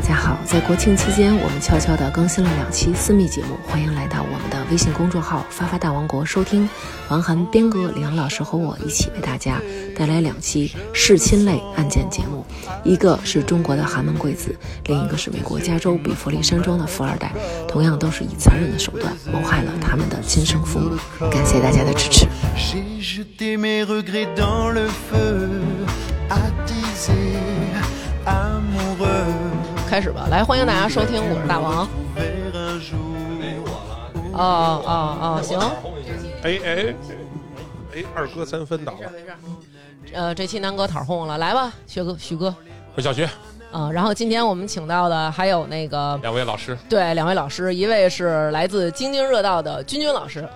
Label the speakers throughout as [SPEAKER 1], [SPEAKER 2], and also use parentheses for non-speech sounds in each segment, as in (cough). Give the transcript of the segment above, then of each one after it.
[SPEAKER 1] 家好，在国庆期间，我们悄悄地更新了两期私密节目，欢迎来到我们的微信公众号“发发大王国”收听。王涵、边哥、李阳老师和我一起为大家带来两期弑亲类案件节目，一个是中国的寒门贵子，另一个是美国加州比弗利山庄的富二代，同样都是以残忍的手段谋害了他们的亲生父母。感谢大家的支持。
[SPEAKER 2] J'ai jeté mes regrets dans le feu, attisé, amoureux.
[SPEAKER 3] 开始吧，来欢迎大家收听，我是大王。
[SPEAKER 2] Vers un jour.
[SPEAKER 4] 嗯
[SPEAKER 3] 哦哦哦，行，
[SPEAKER 5] 哎哎哎，二哥三分倒了，
[SPEAKER 3] 呃，这期南哥讨红了，来吧，薛哥、徐哥，
[SPEAKER 5] 回小学
[SPEAKER 3] 啊、然后今天我们请到的还有那个
[SPEAKER 5] 两位老师，
[SPEAKER 3] 对两位老师，一位是来自津津乐道的君君老
[SPEAKER 4] (laughs)
[SPEAKER 3] 师，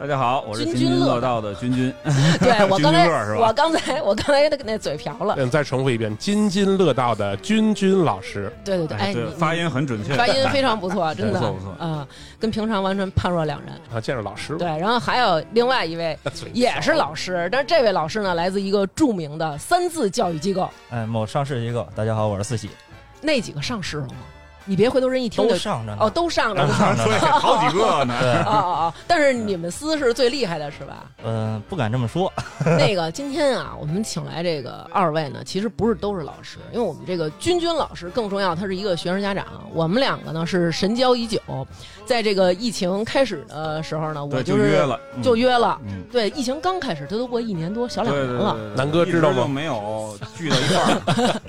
[SPEAKER 4] 大家好，我是
[SPEAKER 3] 君
[SPEAKER 4] 津
[SPEAKER 3] 君
[SPEAKER 4] 津
[SPEAKER 3] 乐
[SPEAKER 4] 乐道的君君。
[SPEAKER 3] 对我刚才
[SPEAKER 4] 津津乐是吧哎
[SPEAKER 3] 我刚才我刚才那个那嘴瓢了，
[SPEAKER 5] 嗯，再重复一遍，津津乐道的君君老师，
[SPEAKER 3] 对对对，哎，
[SPEAKER 4] 对
[SPEAKER 3] 你，
[SPEAKER 4] 发音很准确。 (laughs)
[SPEAKER 3] 发音非常不错，真的，
[SPEAKER 4] 不错不错
[SPEAKER 3] 啊、跟平常完全判若两人。
[SPEAKER 5] 啊，见着老师了
[SPEAKER 3] 对，，然后还有另外一位
[SPEAKER 5] 嘴瓢
[SPEAKER 3] 也是老师，但是这位老师呢，来自一个著名的三字教育机构，
[SPEAKER 6] 哎，某上市机构，大家好，我是四喜，
[SPEAKER 3] 那几个上市了吗？你别回头人一听
[SPEAKER 6] 都
[SPEAKER 3] 就
[SPEAKER 6] 上着呢。
[SPEAKER 3] 哦，都上着
[SPEAKER 6] (laughs) 都
[SPEAKER 3] 呢。
[SPEAKER 6] 上着
[SPEAKER 4] 对，
[SPEAKER 6] 呢。
[SPEAKER 4] 好几个呢。
[SPEAKER 6] 对
[SPEAKER 3] (laughs) 哦，哦哦！但是你们司是最厉害的是吧？
[SPEAKER 6] 嗯、不敢这么说。
[SPEAKER 3] 那个今天啊，我们请来这个二位呢，其实不是都是老师，因为我们这个君君老师更重要，他是一个学生家长。我们两个呢是神交已久，在这个疫情开始的时候呢，我
[SPEAKER 4] 对，
[SPEAKER 3] 是
[SPEAKER 4] 约了，嗯
[SPEAKER 3] 就。约了。
[SPEAKER 4] 嗯，
[SPEAKER 3] 对，疫情刚开始，这都过一年多，小
[SPEAKER 4] 对
[SPEAKER 3] 两
[SPEAKER 4] 对
[SPEAKER 3] 年
[SPEAKER 4] 对
[SPEAKER 3] 了。
[SPEAKER 4] 对，
[SPEAKER 5] 南哥
[SPEAKER 4] 一直
[SPEAKER 5] 知道吗
[SPEAKER 4] 就没有聚到一块儿。
[SPEAKER 3] (laughs)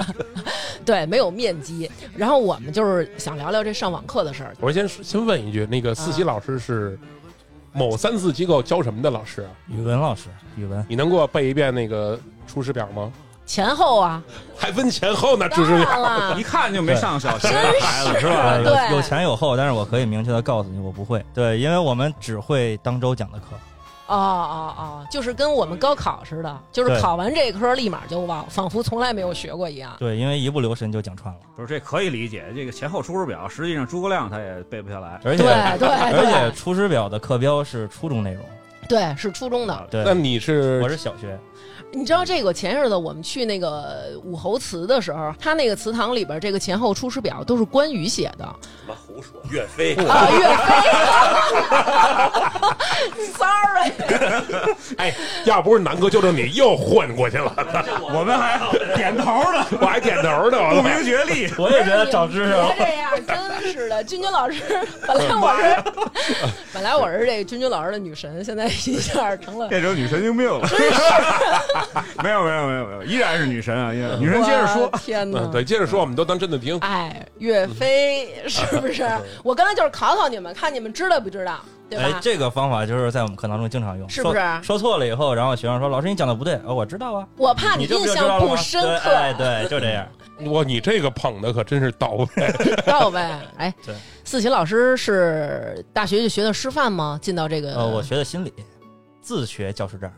[SPEAKER 3] 对，没有面基。然后我们就是想聊聊这上网课的事儿。
[SPEAKER 5] 我先先问一句，那个四喜老师是某三四机构教什么的老师啊？
[SPEAKER 6] 语文老师，语文
[SPEAKER 5] 你能给我背一遍那个出师表吗？
[SPEAKER 3] 前后啊，
[SPEAKER 4] (laughs)
[SPEAKER 5] 还分前后呢，出
[SPEAKER 3] 当
[SPEAKER 5] 师表
[SPEAKER 3] 然了
[SPEAKER 4] 一，看就没上小学 (laughs)
[SPEAKER 3] 真
[SPEAKER 5] (laughs)
[SPEAKER 4] 的孩子是吧？
[SPEAKER 6] 对
[SPEAKER 3] 对
[SPEAKER 6] 呃有有前有后，但是我可以明确的告诉你，我不会。对，因为我们只会当周讲的课。
[SPEAKER 3] 哦哦哦，就是跟我们高考似的，就是
[SPEAKER 6] 对
[SPEAKER 3] 考完这科立马就忘，仿佛从来没有学过一样。
[SPEAKER 6] 对，因为一不留神就讲串了。
[SPEAKER 4] 不是，这可以理解。这个前后出师表，实际上诸葛亮他也背不下来。
[SPEAKER 6] 而且
[SPEAKER 3] 对对
[SPEAKER 6] 而且《
[SPEAKER 3] 对
[SPEAKER 6] 出师表》的课标是初中内容。
[SPEAKER 3] 对，是初中的。
[SPEAKER 5] 那
[SPEAKER 6] 对，
[SPEAKER 5] 你是
[SPEAKER 6] 我是小学。
[SPEAKER 3] 你知道这个前日子我们去那个武侯祠的时候，他那个祠堂里边这个前后出师表都是关羽写的
[SPEAKER 7] 岳飞，
[SPEAKER 3] 啊，岳飞。Sorry，
[SPEAKER 5] 哎，要不是南哥纠正你，又混过去了，
[SPEAKER 4] (laughs) 我们还点头呢，
[SPEAKER 5] 我还点头呢，我
[SPEAKER 4] 不
[SPEAKER 5] 都
[SPEAKER 4] 明觉厉。
[SPEAKER 6] 我也觉得长知识
[SPEAKER 3] 别
[SPEAKER 6] 了。
[SPEAKER 3] 这样，真是的。君君老师，本来我是本来我是这个君君老师的女神，现在一下成了。
[SPEAKER 4] 变成女神经病了。 (laughs) 没有没有没有没有，依然是女神啊！依然女神接着说
[SPEAKER 3] 我，的天哪！
[SPEAKER 5] 嗯，对，接着说，我们都当真的
[SPEAKER 6] (laughs)
[SPEAKER 5] 听。
[SPEAKER 3] 哎，岳飞是不是？我刚才就是考考你们，看你们知道不知道， (laughs) 对
[SPEAKER 6] 哎
[SPEAKER 3] 吧，？
[SPEAKER 6] 这个方法就是在我们课堂中经常用，
[SPEAKER 3] 是不是
[SPEAKER 6] 说说错了以后，然后学生说：“老师，你讲的不对。”哦，我知道啊。
[SPEAKER 3] 我怕
[SPEAKER 6] 你就
[SPEAKER 3] 印
[SPEAKER 6] 知
[SPEAKER 3] 象
[SPEAKER 6] 道了
[SPEAKER 3] 不
[SPEAKER 6] 吗
[SPEAKER 3] 深
[SPEAKER 6] 对
[SPEAKER 3] 刻，
[SPEAKER 6] 哎，对，就这样。
[SPEAKER 5] 哇，你这个捧的可真是到位。
[SPEAKER 3] 知道呗？
[SPEAKER 6] (laughs)
[SPEAKER 3] 哎
[SPEAKER 6] 对，
[SPEAKER 3] 四喜老师是大学就学的师范吗？进到这个
[SPEAKER 6] 呃，我学的心理，自学教师证。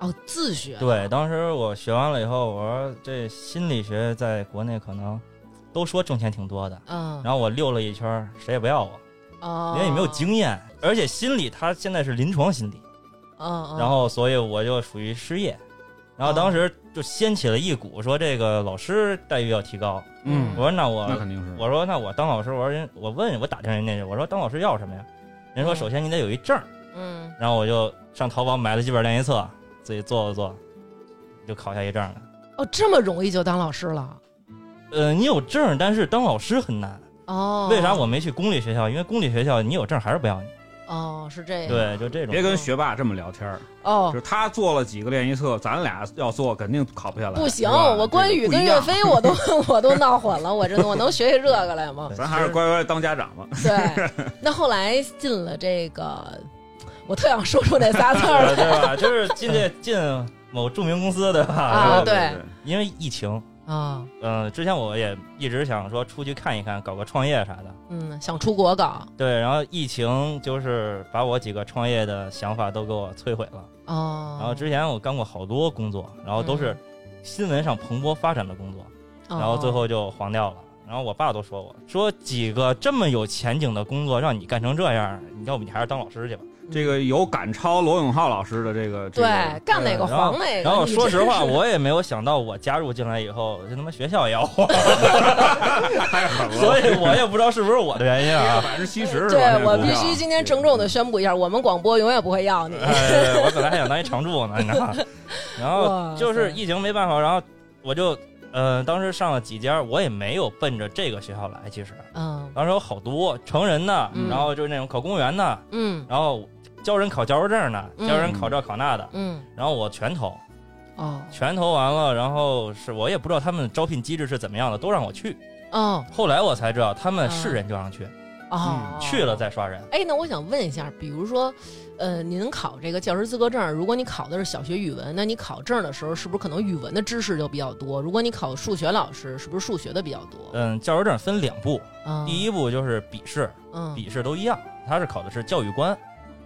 [SPEAKER 3] 哦自学，
[SPEAKER 6] 对，当时我学完了以后，我说这心理学在国内可能都说挣钱挺多的，
[SPEAKER 3] 嗯，
[SPEAKER 6] 然后我溜了一圈儿，谁也不要我，
[SPEAKER 3] 哦
[SPEAKER 6] 因为你没有，经验，而且心理它现在是临床心理，
[SPEAKER 3] 嗯，嗯
[SPEAKER 6] 然后所以我就属于失业，然后
[SPEAKER 3] 哦
[SPEAKER 6] 当时就掀起了一股说这个老师待遇要提高，
[SPEAKER 4] 嗯
[SPEAKER 6] 我说那我
[SPEAKER 4] 那肯定是
[SPEAKER 6] 我说那我当老师，我说人我问我打听人家去，我说当老师要什么呀？人说
[SPEAKER 3] 嗯
[SPEAKER 6] 首先你得有一证儿，
[SPEAKER 3] 嗯，
[SPEAKER 6] 然后我就上淘宝买了几本练习册，自己做了做，就考下一证了。
[SPEAKER 3] 哦这么容易就当老师了，
[SPEAKER 6] 呃，你有证儿，但是当老师很难。
[SPEAKER 3] 哦，
[SPEAKER 6] 为啥我没去公立学校？因为公立学校你有证儿还是不要你。
[SPEAKER 3] 哦是这样，
[SPEAKER 6] 对，就这种
[SPEAKER 4] 别。跟学霸这么聊天儿。
[SPEAKER 3] 哦
[SPEAKER 4] 就是他做了几个练习册，咱俩要做肯定考不下来。
[SPEAKER 3] 不行，
[SPEAKER 4] 是吧
[SPEAKER 3] 我关羽跟岳，飞我都 (laughs) 我都闹混了，我真的我能学学这个来吗
[SPEAKER 4] 这不一样
[SPEAKER 6] 对？
[SPEAKER 4] 咱还是乖乖当家长吧。
[SPEAKER 3] (laughs) 对，那后来进了这个，我特想说出那仨字儿
[SPEAKER 6] (laughs) 对
[SPEAKER 3] 了
[SPEAKER 6] 对吧？就是进 (laughs) 这进某著名公司，对吧？
[SPEAKER 3] 啊
[SPEAKER 6] 然后
[SPEAKER 3] 对
[SPEAKER 6] 因为疫情，
[SPEAKER 3] 啊，
[SPEAKER 6] 嗯、之前我也一直想说出去看一看，搞个创业啥的。
[SPEAKER 3] (laughs) 嗯，想出国搞
[SPEAKER 6] 对，然后疫情就是把我几个创业的想法都给我摧毁了。
[SPEAKER 3] 哦，嗯
[SPEAKER 6] 然后之前我干过好多工作，然后都是新闻上蓬勃发展的工作，
[SPEAKER 3] 哦，
[SPEAKER 6] 然后最后就黄掉了。然后我爸都说我说几个这么有前景的工作让你干成这样，你要不你还是当老师去吧。
[SPEAKER 4] (laughs) 这个有赶超罗永浩老师的这个，这
[SPEAKER 3] 对
[SPEAKER 4] 个，
[SPEAKER 3] 干哪个
[SPEAKER 6] 然后
[SPEAKER 3] 黄哪个。
[SPEAKER 6] 然后
[SPEAKER 3] 哎你
[SPEAKER 6] 说
[SPEAKER 3] 真
[SPEAKER 6] 实
[SPEAKER 3] 是
[SPEAKER 6] 话，我也没有想到我加入进来以后，这他妈学校也要
[SPEAKER 3] (laughs)
[SPEAKER 6] 黄，
[SPEAKER 4] 太狠了，
[SPEAKER 6] 所以我也不知道是不是我的原因啊。
[SPEAKER 3] (laughs)
[SPEAKER 4] 百分之七十是吧？
[SPEAKER 3] 对
[SPEAKER 4] 这个
[SPEAKER 3] 我
[SPEAKER 4] 股
[SPEAKER 3] 必
[SPEAKER 4] 票
[SPEAKER 3] 须今天郑重的宣布一下，我们广播永远不会要你。
[SPEAKER 6] 哎，我本来还想当一常驻呢，你知
[SPEAKER 3] (laughs)
[SPEAKER 6] 道吗。然后就是疫情没办法，然后我就呃，当时上了几家，我也没有奔着这个学校来，其实
[SPEAKER 3] 嗯
[SPEAKER 6] 当时有好多成人的，
[SPEAKER 3] 嗯
[SPEAKER 6] 然后就是那种考公务员的，
[SPEAKER 3] 嗯
[SPEAKER 6] 然后教人考教师证的，教人考这考那的，
[SPEAKER 3] 嗯，
[SPEAKER 6] 然后我全投，
[SPEAKER 3] 哦
[SPEAKER 6] 全投完了，然后是我也不知道他们招聘机制是怎么样的，都让我去。
[SPEAKER 3] 哦
[SPEAKER 6] 后来我才知道，他们是人就让去，
[SPEAKER 3] 嗯哦，
[SPEAKER 6] 嗯去了。再刷人。
[SPEAKER 3] 哎，那我想问一下，比如说，呃，您考这个教师资格证，如果你考的是小学语文，那你考证的时候是不是可能语文的知识就比较多？如果你考数学老师，是不是数学的比较多？
[SPEAKER 6] 嗯，教师证分两步，
[SPEAKER 3] 嗯，
[SPEAKER 6] 呃第一步就是笔试，
[SPEAKER 3] 嗯，
[SPEAKER 6] 笔试都一样，他是考的是教育观，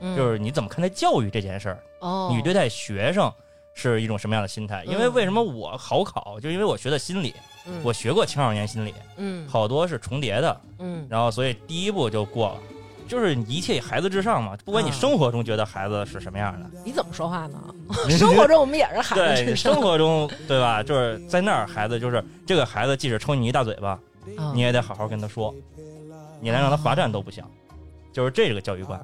[SPEAKER 3] 嗯
[SPEAKER 6] 就是你怎么看待教育这件事儿，
[SPEAKER 3] 哦，
[SPEAKER 6] 你对待学生是一种什么样的心态？因为
[SPEAKER 3] 嗯
[SPEAKER 6] 为什么我好考，就因为我学的心理，
[SPEAKER 3] 嗯
[SPEAKER 6] 我学过青少年心理，
[SPEAKER 3] 嗯
[SPEAKER 6] 好多是重叠的，
[SPEAKER 3] 嗯
[SPEAKER 6] 然后所以第一步就过了。就是一切以孩子至上嘛，不管你
[SPEAKER 3] 啊
[SPEAKER 6] 生活中觉得孩子是什
[SPEAKER 3] (laughs)
[SPEAKER 6] 么样的，
[SPEAKER 3] 你怎么说话
[SPEAKER 6] (laughs)
[SPEAKER 3] 呢？生活中我们也是孩子
[SPEAKER 6] 对
[SPEAKER 3] 智
[SPEAKER 6] 生
[SPEAKER 3] 商，
[SPEAKER 6] 活中对吧？就是在那儿，孩子就是这个孩子，即使抽你一大嘴巴，
[SPEAKER 3] 嗯
[SPEAKER 6] 你也得好好跟他说，你连让他罚站都不行，就是这个教育观。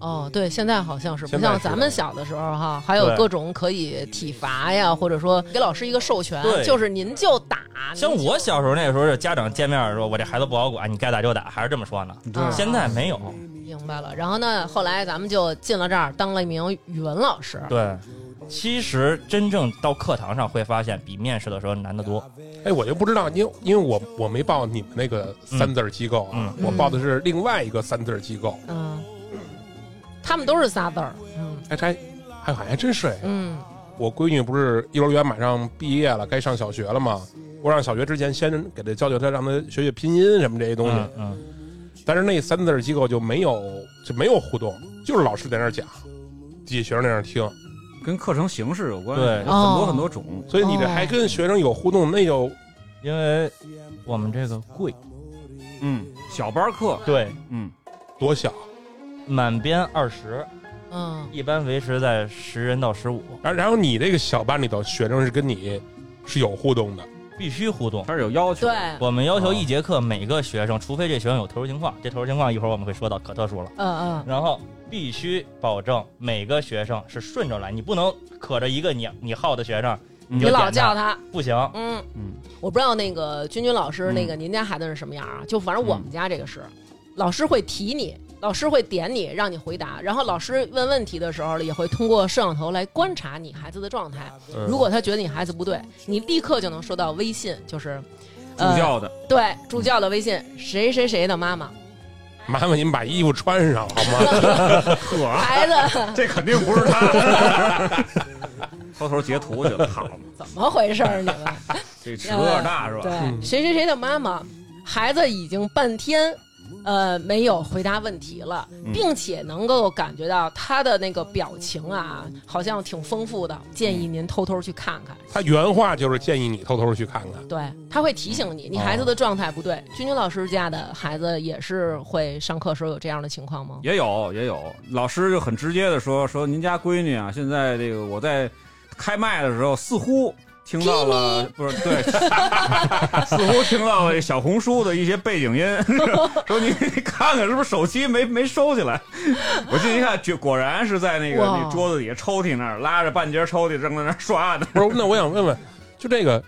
[SPEAKER 3] 哦，对，现在好像是不
[SPEAKER 5] 现在
[SPEAKER 3] 像
[SPEAKER 5] 是
[SPEAKER 3] 咱们小的时候哈，还有
[SPEAKER 6] 对
[SPEAKER 3] 各种可以体罚呀，或者说给老师一个授权，
[SPEAKER 6] 对
[SPEAKER 3] 就是您就打。
[SPEAKER 6] 像
[SPEAKER 3] 您就
[SPEAKER 6] 我小时候那时候，是家长见面说：“我这孩子不好管，你该打就打。”还是这么说呢。
[SPEAKER 3] 啊
[SPEAKER 6] 现在没有，
[SPEAKER 3] 明白了，然后呢，后来咱们就进了这儿，当了一名语文老师。
[SPEAKER 6] 对。其实真正到课堂上会发现，比面试的时候难得多。
[SPEAKER 5] 哎，我就不知道，因为因为我我没报你们那个三字儿机构啊，
[SPEAKER 3] 嗯
[SPEAKER 5] 我报的是另外一个三字儿机构。
[SPEAKER 3] 嗯，他们都是仨字儿。嗯
[SPEAKER 5] 哎，这还还好还真是哎，
[SPEAKER 3] 嗯
[SPEAKER 5] 我闺女不是幼儿园马上毕业了，该上小学了吗？我让小学之前先给她教教她，让她学学拼音什么这些东西。
[SPEAKER 6] 嗯嗯，
[SPEAKER 5] 但是那三字儿机构就没有就没有互动，就是老师在那儿讲，底下学生在那儿听，
[SPEAKER 4] 跟课程形式有关，
[SPEAKER 6] 对
[SPEAKER 4] 有很
[SPEAKER 3] 哦
[SPEAKER 4] 多很多种。
[SPEAKER 5] 所以你这
[SPEAKER 3] 哦
[SPEAKER 5] 还跟学生有互动，那就
[SPEAKER 6] 因为我们这个贵，
[SPEAKER 4] 嗯，小班课，
[SPEAKER 6] 对，
[SPEAKER 4] 嗯，
[SPEAKER 5] 多小。
[SPEAKER 6] 满编二十，
[SPEAKER 3] 嗯
[SPEAKER 6] 一般维持在十人到十五，
[SPEAKER 5] 然然后你这个小班里头，学生是跟你是有互动的，
[SPEAKER 6] 必须互动。
[SPEAKER 4] 它是有要求
[SPEAKER 3] 对
[SPEAKER 4] 的。，
[SPEAKER 6] 我们要求一节课每个学生，除非这学生有特殊情况，这特殊情况一会儿我们会说到，可特殊了。
[SPEAKER 3] 嗯嗯
[SPEAKER 6] 然后必须保证每个学生是顺着来，你不能可着一个你你好的学生，
[SPEAKER 4] 嗯
[SPEAKER 6] 就
[SPEAKER 3] 你老
[SPEAKER 6] 点
[SPEAKER 3] 叫
[SPEAKER 6] 他
[SPEAKER 3] 他。
[SPEAKER 6] 不行。
[SPEAKER 3] 嗯
[SPEAKER 4] 嗯，
[SPEAKER 3] 我不知道那个君君老师，
[SPEAKER 4] 嗯
[SPEAKER 3] 那个您家孩子是什么样啊？就反正我们家这个是，老师会提你，老师会点你，让你回答，然后老师问问题的时候也会通过摄像头来观察你孩子的状态。
[SPEAKER 5] 嗯
[SPEAKER 3] 如果他觉得你孩子不对，你立刻就能收到微信，就是
[SPEAKER 4] 助
[SPEAKER 3] 呃
[SPEAKER 4] 教的，
[SPEAKER 3] 对助教的微信，谁谁谁的妈妈，
[SPEAKER 5] 麻烦您把衣服穿上好
[SPEAKER 3] (laughs)
[SPEAKER 5] 吗？
[SPEAKER 4] 呵， (laughs)
[SPEAKER 3] 孩子
[SPEAKER 4] 这肯定不是他， (laughs) 偷偷截图去了，好嘛，
[SPEAKER 3] 怎么回事儿？你们
[SPEAKER 4] 这尺度有点大是
[SPEAKER 3] 对
[SPEAKER 4] 吧？
[SPEAKER 3] 谁谁谁的妈妈，孩子已经半天。呃，没有回答问题了，并且能够感觉到他的那个表情啊，好像挺丰富的。建议您偷偷去看看，
[SPEAKER 5] 他原话就是建议你偷偷去看看。
[SPEAKER 3] 对他会提醒你，你孩子的状态不对。君君老师家的孩子也是会上课时候有这样的情况吗？
[SPEAKER 4] 也有也有，老师就很直接的说说您家闺女啊，现在这个我在开麦的时候似乎。听到了，不是对， (laughs) 似乎听到了小红书的一些背景音， (laughs) 说你你看看是不是手机没没收起来？我进去一看，就果然是在那个
[SPEAKER 3] 哇
[SPEAKER 4] 那桌子底下抽屉那儿拉着半截抽屉正在那儿刷呢。
[SPEAKER 5] 不是，那我想问问，就这个，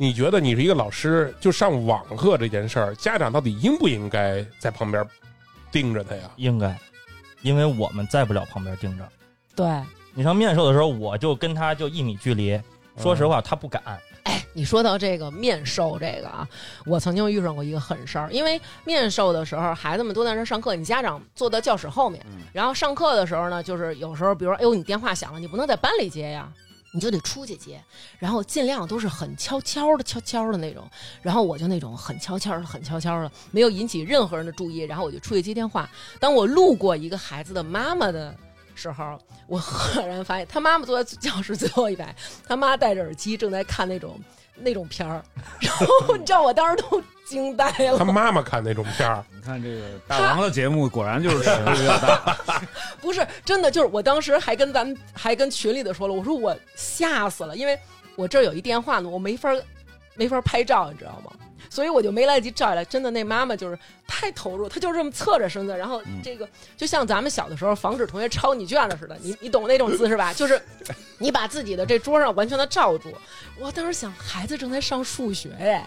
[SPEAKER 5] 你觉得你是一个老师，就上网课这件事儿，家长到底应不应该在旁边盯着他呀？
[SPEAKER 6] 应该，因为我们在不了旁边盯着。
[SPEAKER 3] 对，
[SPEAKER 6] 你上面授的时候，我就跟他就一米距离，
[SPEAKER 5] 嗯
[SPEAKER 6] 说实话他不敢。
[SPEAKER 3] 哎你说到这个面授这个啊，我曾经遇上过一个狠事儿，因为面授的时候，孩子们都在那儿上课，你家长坐到教室后面，
[SPEAKER 4] 嗯
[SPEAKER 3] 然后上课的时候呢，就是有时候，比如说，哎呦，你电话响了，你不能在班里接呀。你就得出去接，然后尽量都是很悄悄的、悄悄的那种。然后我就那种很悄悄的、很悄悄的，没有引起任何人的注意。然后我就出去接电话。当我路过一个孩子的妈妈的时候，我赫然发现他妈妈坐在教室最后一排，他妈戴着耳机正在看那种那种片儿。然后你知道我当时都惊呆了
[SPEAKER 5] 他，妈妈看那种片儿，
[SPEAKER 4] (laughs) 你看这个大王的节目，果然就是尺度比较大。
[SPEAKER 3] 不不是真的，就是我当时还跟咱们还跟群里的说了，我说我吓死了，因为我这儿有一电话呢，我没法没法拍照，你知道吗？所以我就没来得及照下来。真的，那妈妈就是太投入，她就这么侧着身子，然后
[SPEAKER 4] 嗯
[SPEAKER 3] 这个、就像咱们小的时候防止同学抄你卷子似的，你你懂那种姿势吧？就是你把自己的这桌上完全的罩住。我当时想，孩子正在上数学哎。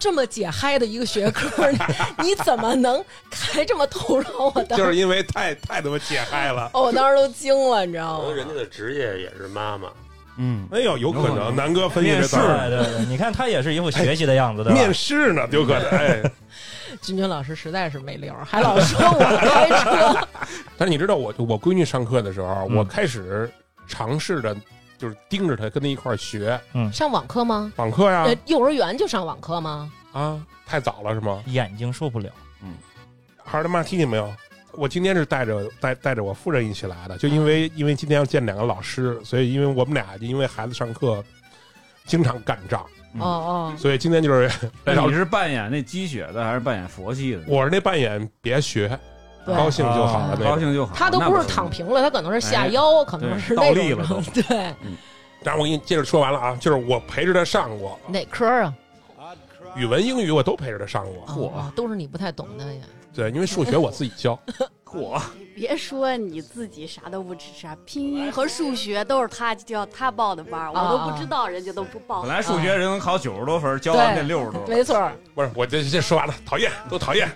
[SPEAKER 3] 这么解嗨的一个学科， (laughs) 你你怎么能还这么投入？我当时
[SPEAKER 5] 就是因为太太他妈解嗨
[SPEAKER 3] (laughs)
[SPEAKER 5] 了。
[SPEAKER 3] 哦，我当时都惊了，你知道
[SPEAKER 7] 可能人
[SPEAKER 3] 吗？
[SPEAKER 7] 家的职业也是妈妈，
[SPEAKER 4] 嗯，
[SPEAKER 5] 哎呦，有可能，南哥分析
[SPEAKER 4] 面
[SPEAKER 5] 这
[SPEAKER 4] 试
[SPEAKER 5] 道儿
[SPEAKER 6] 对对对，你看他也是一副学习的样子，对吧？
[SPEAKER 5] 面试呢，有可能。哎，
[SPEAKER 3] 君君老师实在是没溜儿，还老说我开车。 (laughs)
[SPEAKER 5] 但是你知道我，我闺女上课的时候，啊
[SPEAKER 4] 嗯
[SPEAKER 5] 我开始尝试着就是盯着她，跟她一块儿学
[SPEAKER 3] 上网课吗？
[SPEAKER 5] 网课呀
[SPEAKER 3] 呃，幼儿园就上网课吗？
[SPEAKER 5] 啊，太早了是吗？
[SPEAKER 6] 眼睛受不了，
[SPEAKER 5] 孩儿他妈听见没有？我今天是带着带带着我夫人一起来的，就因
[SPEAKER 4] 嗯
[SPEAKER 5] 为因为今天要见两个老师，所以因为我们俩就因为孩子上课经常干仗，
[SPEAKER 4] 嗯
[SPEAKER 3] 哦哦，
[SPEAKER 5] 所以今天就是来找
[SPEAKER 4] 你是扮演那鸡血的还是扮演佛系的？
[SPEAKER 5] 我是那扮演别学，
[SPEAKER 3] 对
[SPEAKER 5] 高兴就好
[SPEAKER 4] 啊
[SPEAKER 5] 了那
[SPEAKER 4] 高
[SPEAKER 5] 种。
[SPEAKER 4] 兴就好。
[SPEAKER 3] 他都
[SPEAKER 4] 那
[SPEAKER 3] 不是
[SPEAKER 4] 行
[SPEAKER 3] 躺平了，他可能是下腰，可能是那
[SPEAKER 4] 倒立
[SPEAKER 3] 种
[SPEAKER 4] 了都
[SPEAKER 3] 对，
[SPEAKER 5] 然后我给你接着说完了啊，就是我陪着她上过
[SPEAKER 3] 哪科啊？
[SPEAKER 5] 语文、英语，我都陪着她上过。
[SPEAKER 4] 嚯
[SPEAKER 3] 哦都是你不太懂的也。
[SPEAKER 5] 对，因为数学我自己教，
[SPEAKER 4] 火，
[SPEAKER 8] 别说你自己啥都不知啥，拼音和数学都是他教他报的班儿，我都不知道，人家都不报
[SPEAKER 4] 本。来数学人能考九十多分，教完
[SPEAKER 3] 嗯对
[SPEAKER 4] 那六十多分。
[SPEAKER 3] 没错儿，
[SPEAKER 5] 不是我这这说完了，讨厌，都讨厌。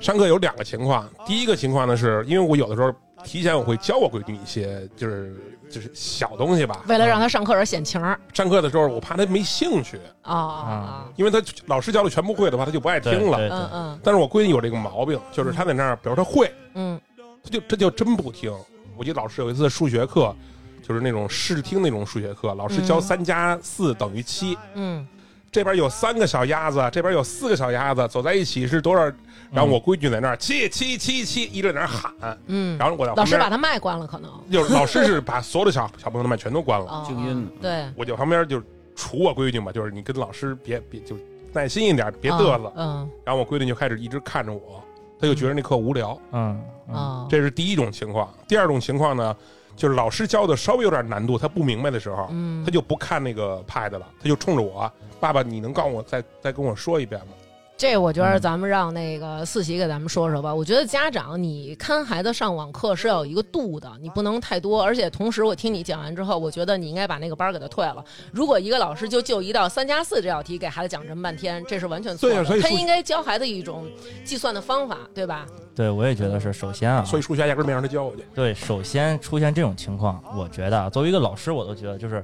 [SPEAKER 5] 上课有两个情况，第一个情况呢是因为我有的时候提前我会教我闺女一些就是就是小东西吧，嗯
[SPEAKER 3] 为了让他上课而显情儿
[SPEAKER 5] 上课的时候，我怕他没兴趣，
[SPEAKER 3] 啊啊
[SPEAKER 5] 因为他老师教的全不会的话，他就不爱
[SPEAKER 6] 对
[SPEAKER 5] 听了。
[SPEAKER 6] 对
[SPEAKER 3] 啊！
[SPEAKER 6] 对
[SPEAKER 3] 嗯嗯
[SPEAKER 5] 但是我闺女有这个毛病，就是她在那儿，比如她会，
[SPEAKER 3] 嗯，
[SPEAKER 5] 她就她就真不听。我记得老师有一次数学课，就是那种试听那种数学课，老师教
[SPEAKER 3] 嗯
[SPEAKER 5] 三加四等于七，
[SPEAKER 3] 嗯
[SPEAKER 5] 这边有三个小鸭子，这边有四个小鸭子，走在一起是多少？然后我闺女在那儿七七七七，一直在那儿喊，
[SPEAKER 3] 嗯，
[SPEAKER 5] 然后我在
[SPEAKER 3] 老
[SPEAKER 5] 旁
[SPEAKER 3] 师
[SPEAKER 5] 边
[SPEAKER 3] 把，他麦关了，可能。
[SPEAKER 5] 就是老师是把所有的小小朋友的麦全都关了，
[SPEAKER 3] 哦
[SPEAKER 4] 静音呢
[SPEAKER 3] 对，
[SPEAKER 5] 我就旁边就是杵我闺女嘛，就是你跟老师别别就耐心一点，别
[SPEAKER 3] 啊
[SPEAKER 5] 嘚瑟。
[SPEAKER 3] 嗯
[SPEAKER 5] 然后我闺女就开始一直看着我，她就觉得那课无聊，
[SPEAKER 6] 嗯嗯
[SPEAKER 3] 啊，
[SPEAKER 5] 这是第一种情况。第二种情况呢，就是老师教的稍微有点难度，她不明白的时候，
[SPEAKER 3] 嗯，
[SPEAKER 5] 她就不看那个 pad 了，她就冲着我爸爸，你能告诉我再再跟我说一遍吗？
[SPEAKER 3] 这我觉得
[SPEAKER 6] 嗯
[SPEAKER 3] 咱们让那个四喜给咱们说说吧。我觉得家长你看孩子上网课是要有一个度的，你不能太多。而且同时，我听你讲完之后，我觉得你应该把那个班儿给他退了。如果一个老师就就一道三加四这道题给孩子讲这么半天，这是完全错
[SPEAKER 5] 对
[SPEAKER 3] 的。
[SPEAKER 5] 啊所以
[SPEAKER 3] 他
[SPEAKER 5] 数学
[SPEAKER 3] 应该教孩子一种计算的方法，对吧？
[SPEAKER 6] 对，我也觉得是。首先啊，
[SPEAKER 5] 所以数学压根儿没让她教我去。
[SPEAKER 6] 对，首先出现这种情况，我觉得啊，作为一个老师，我都觉得就是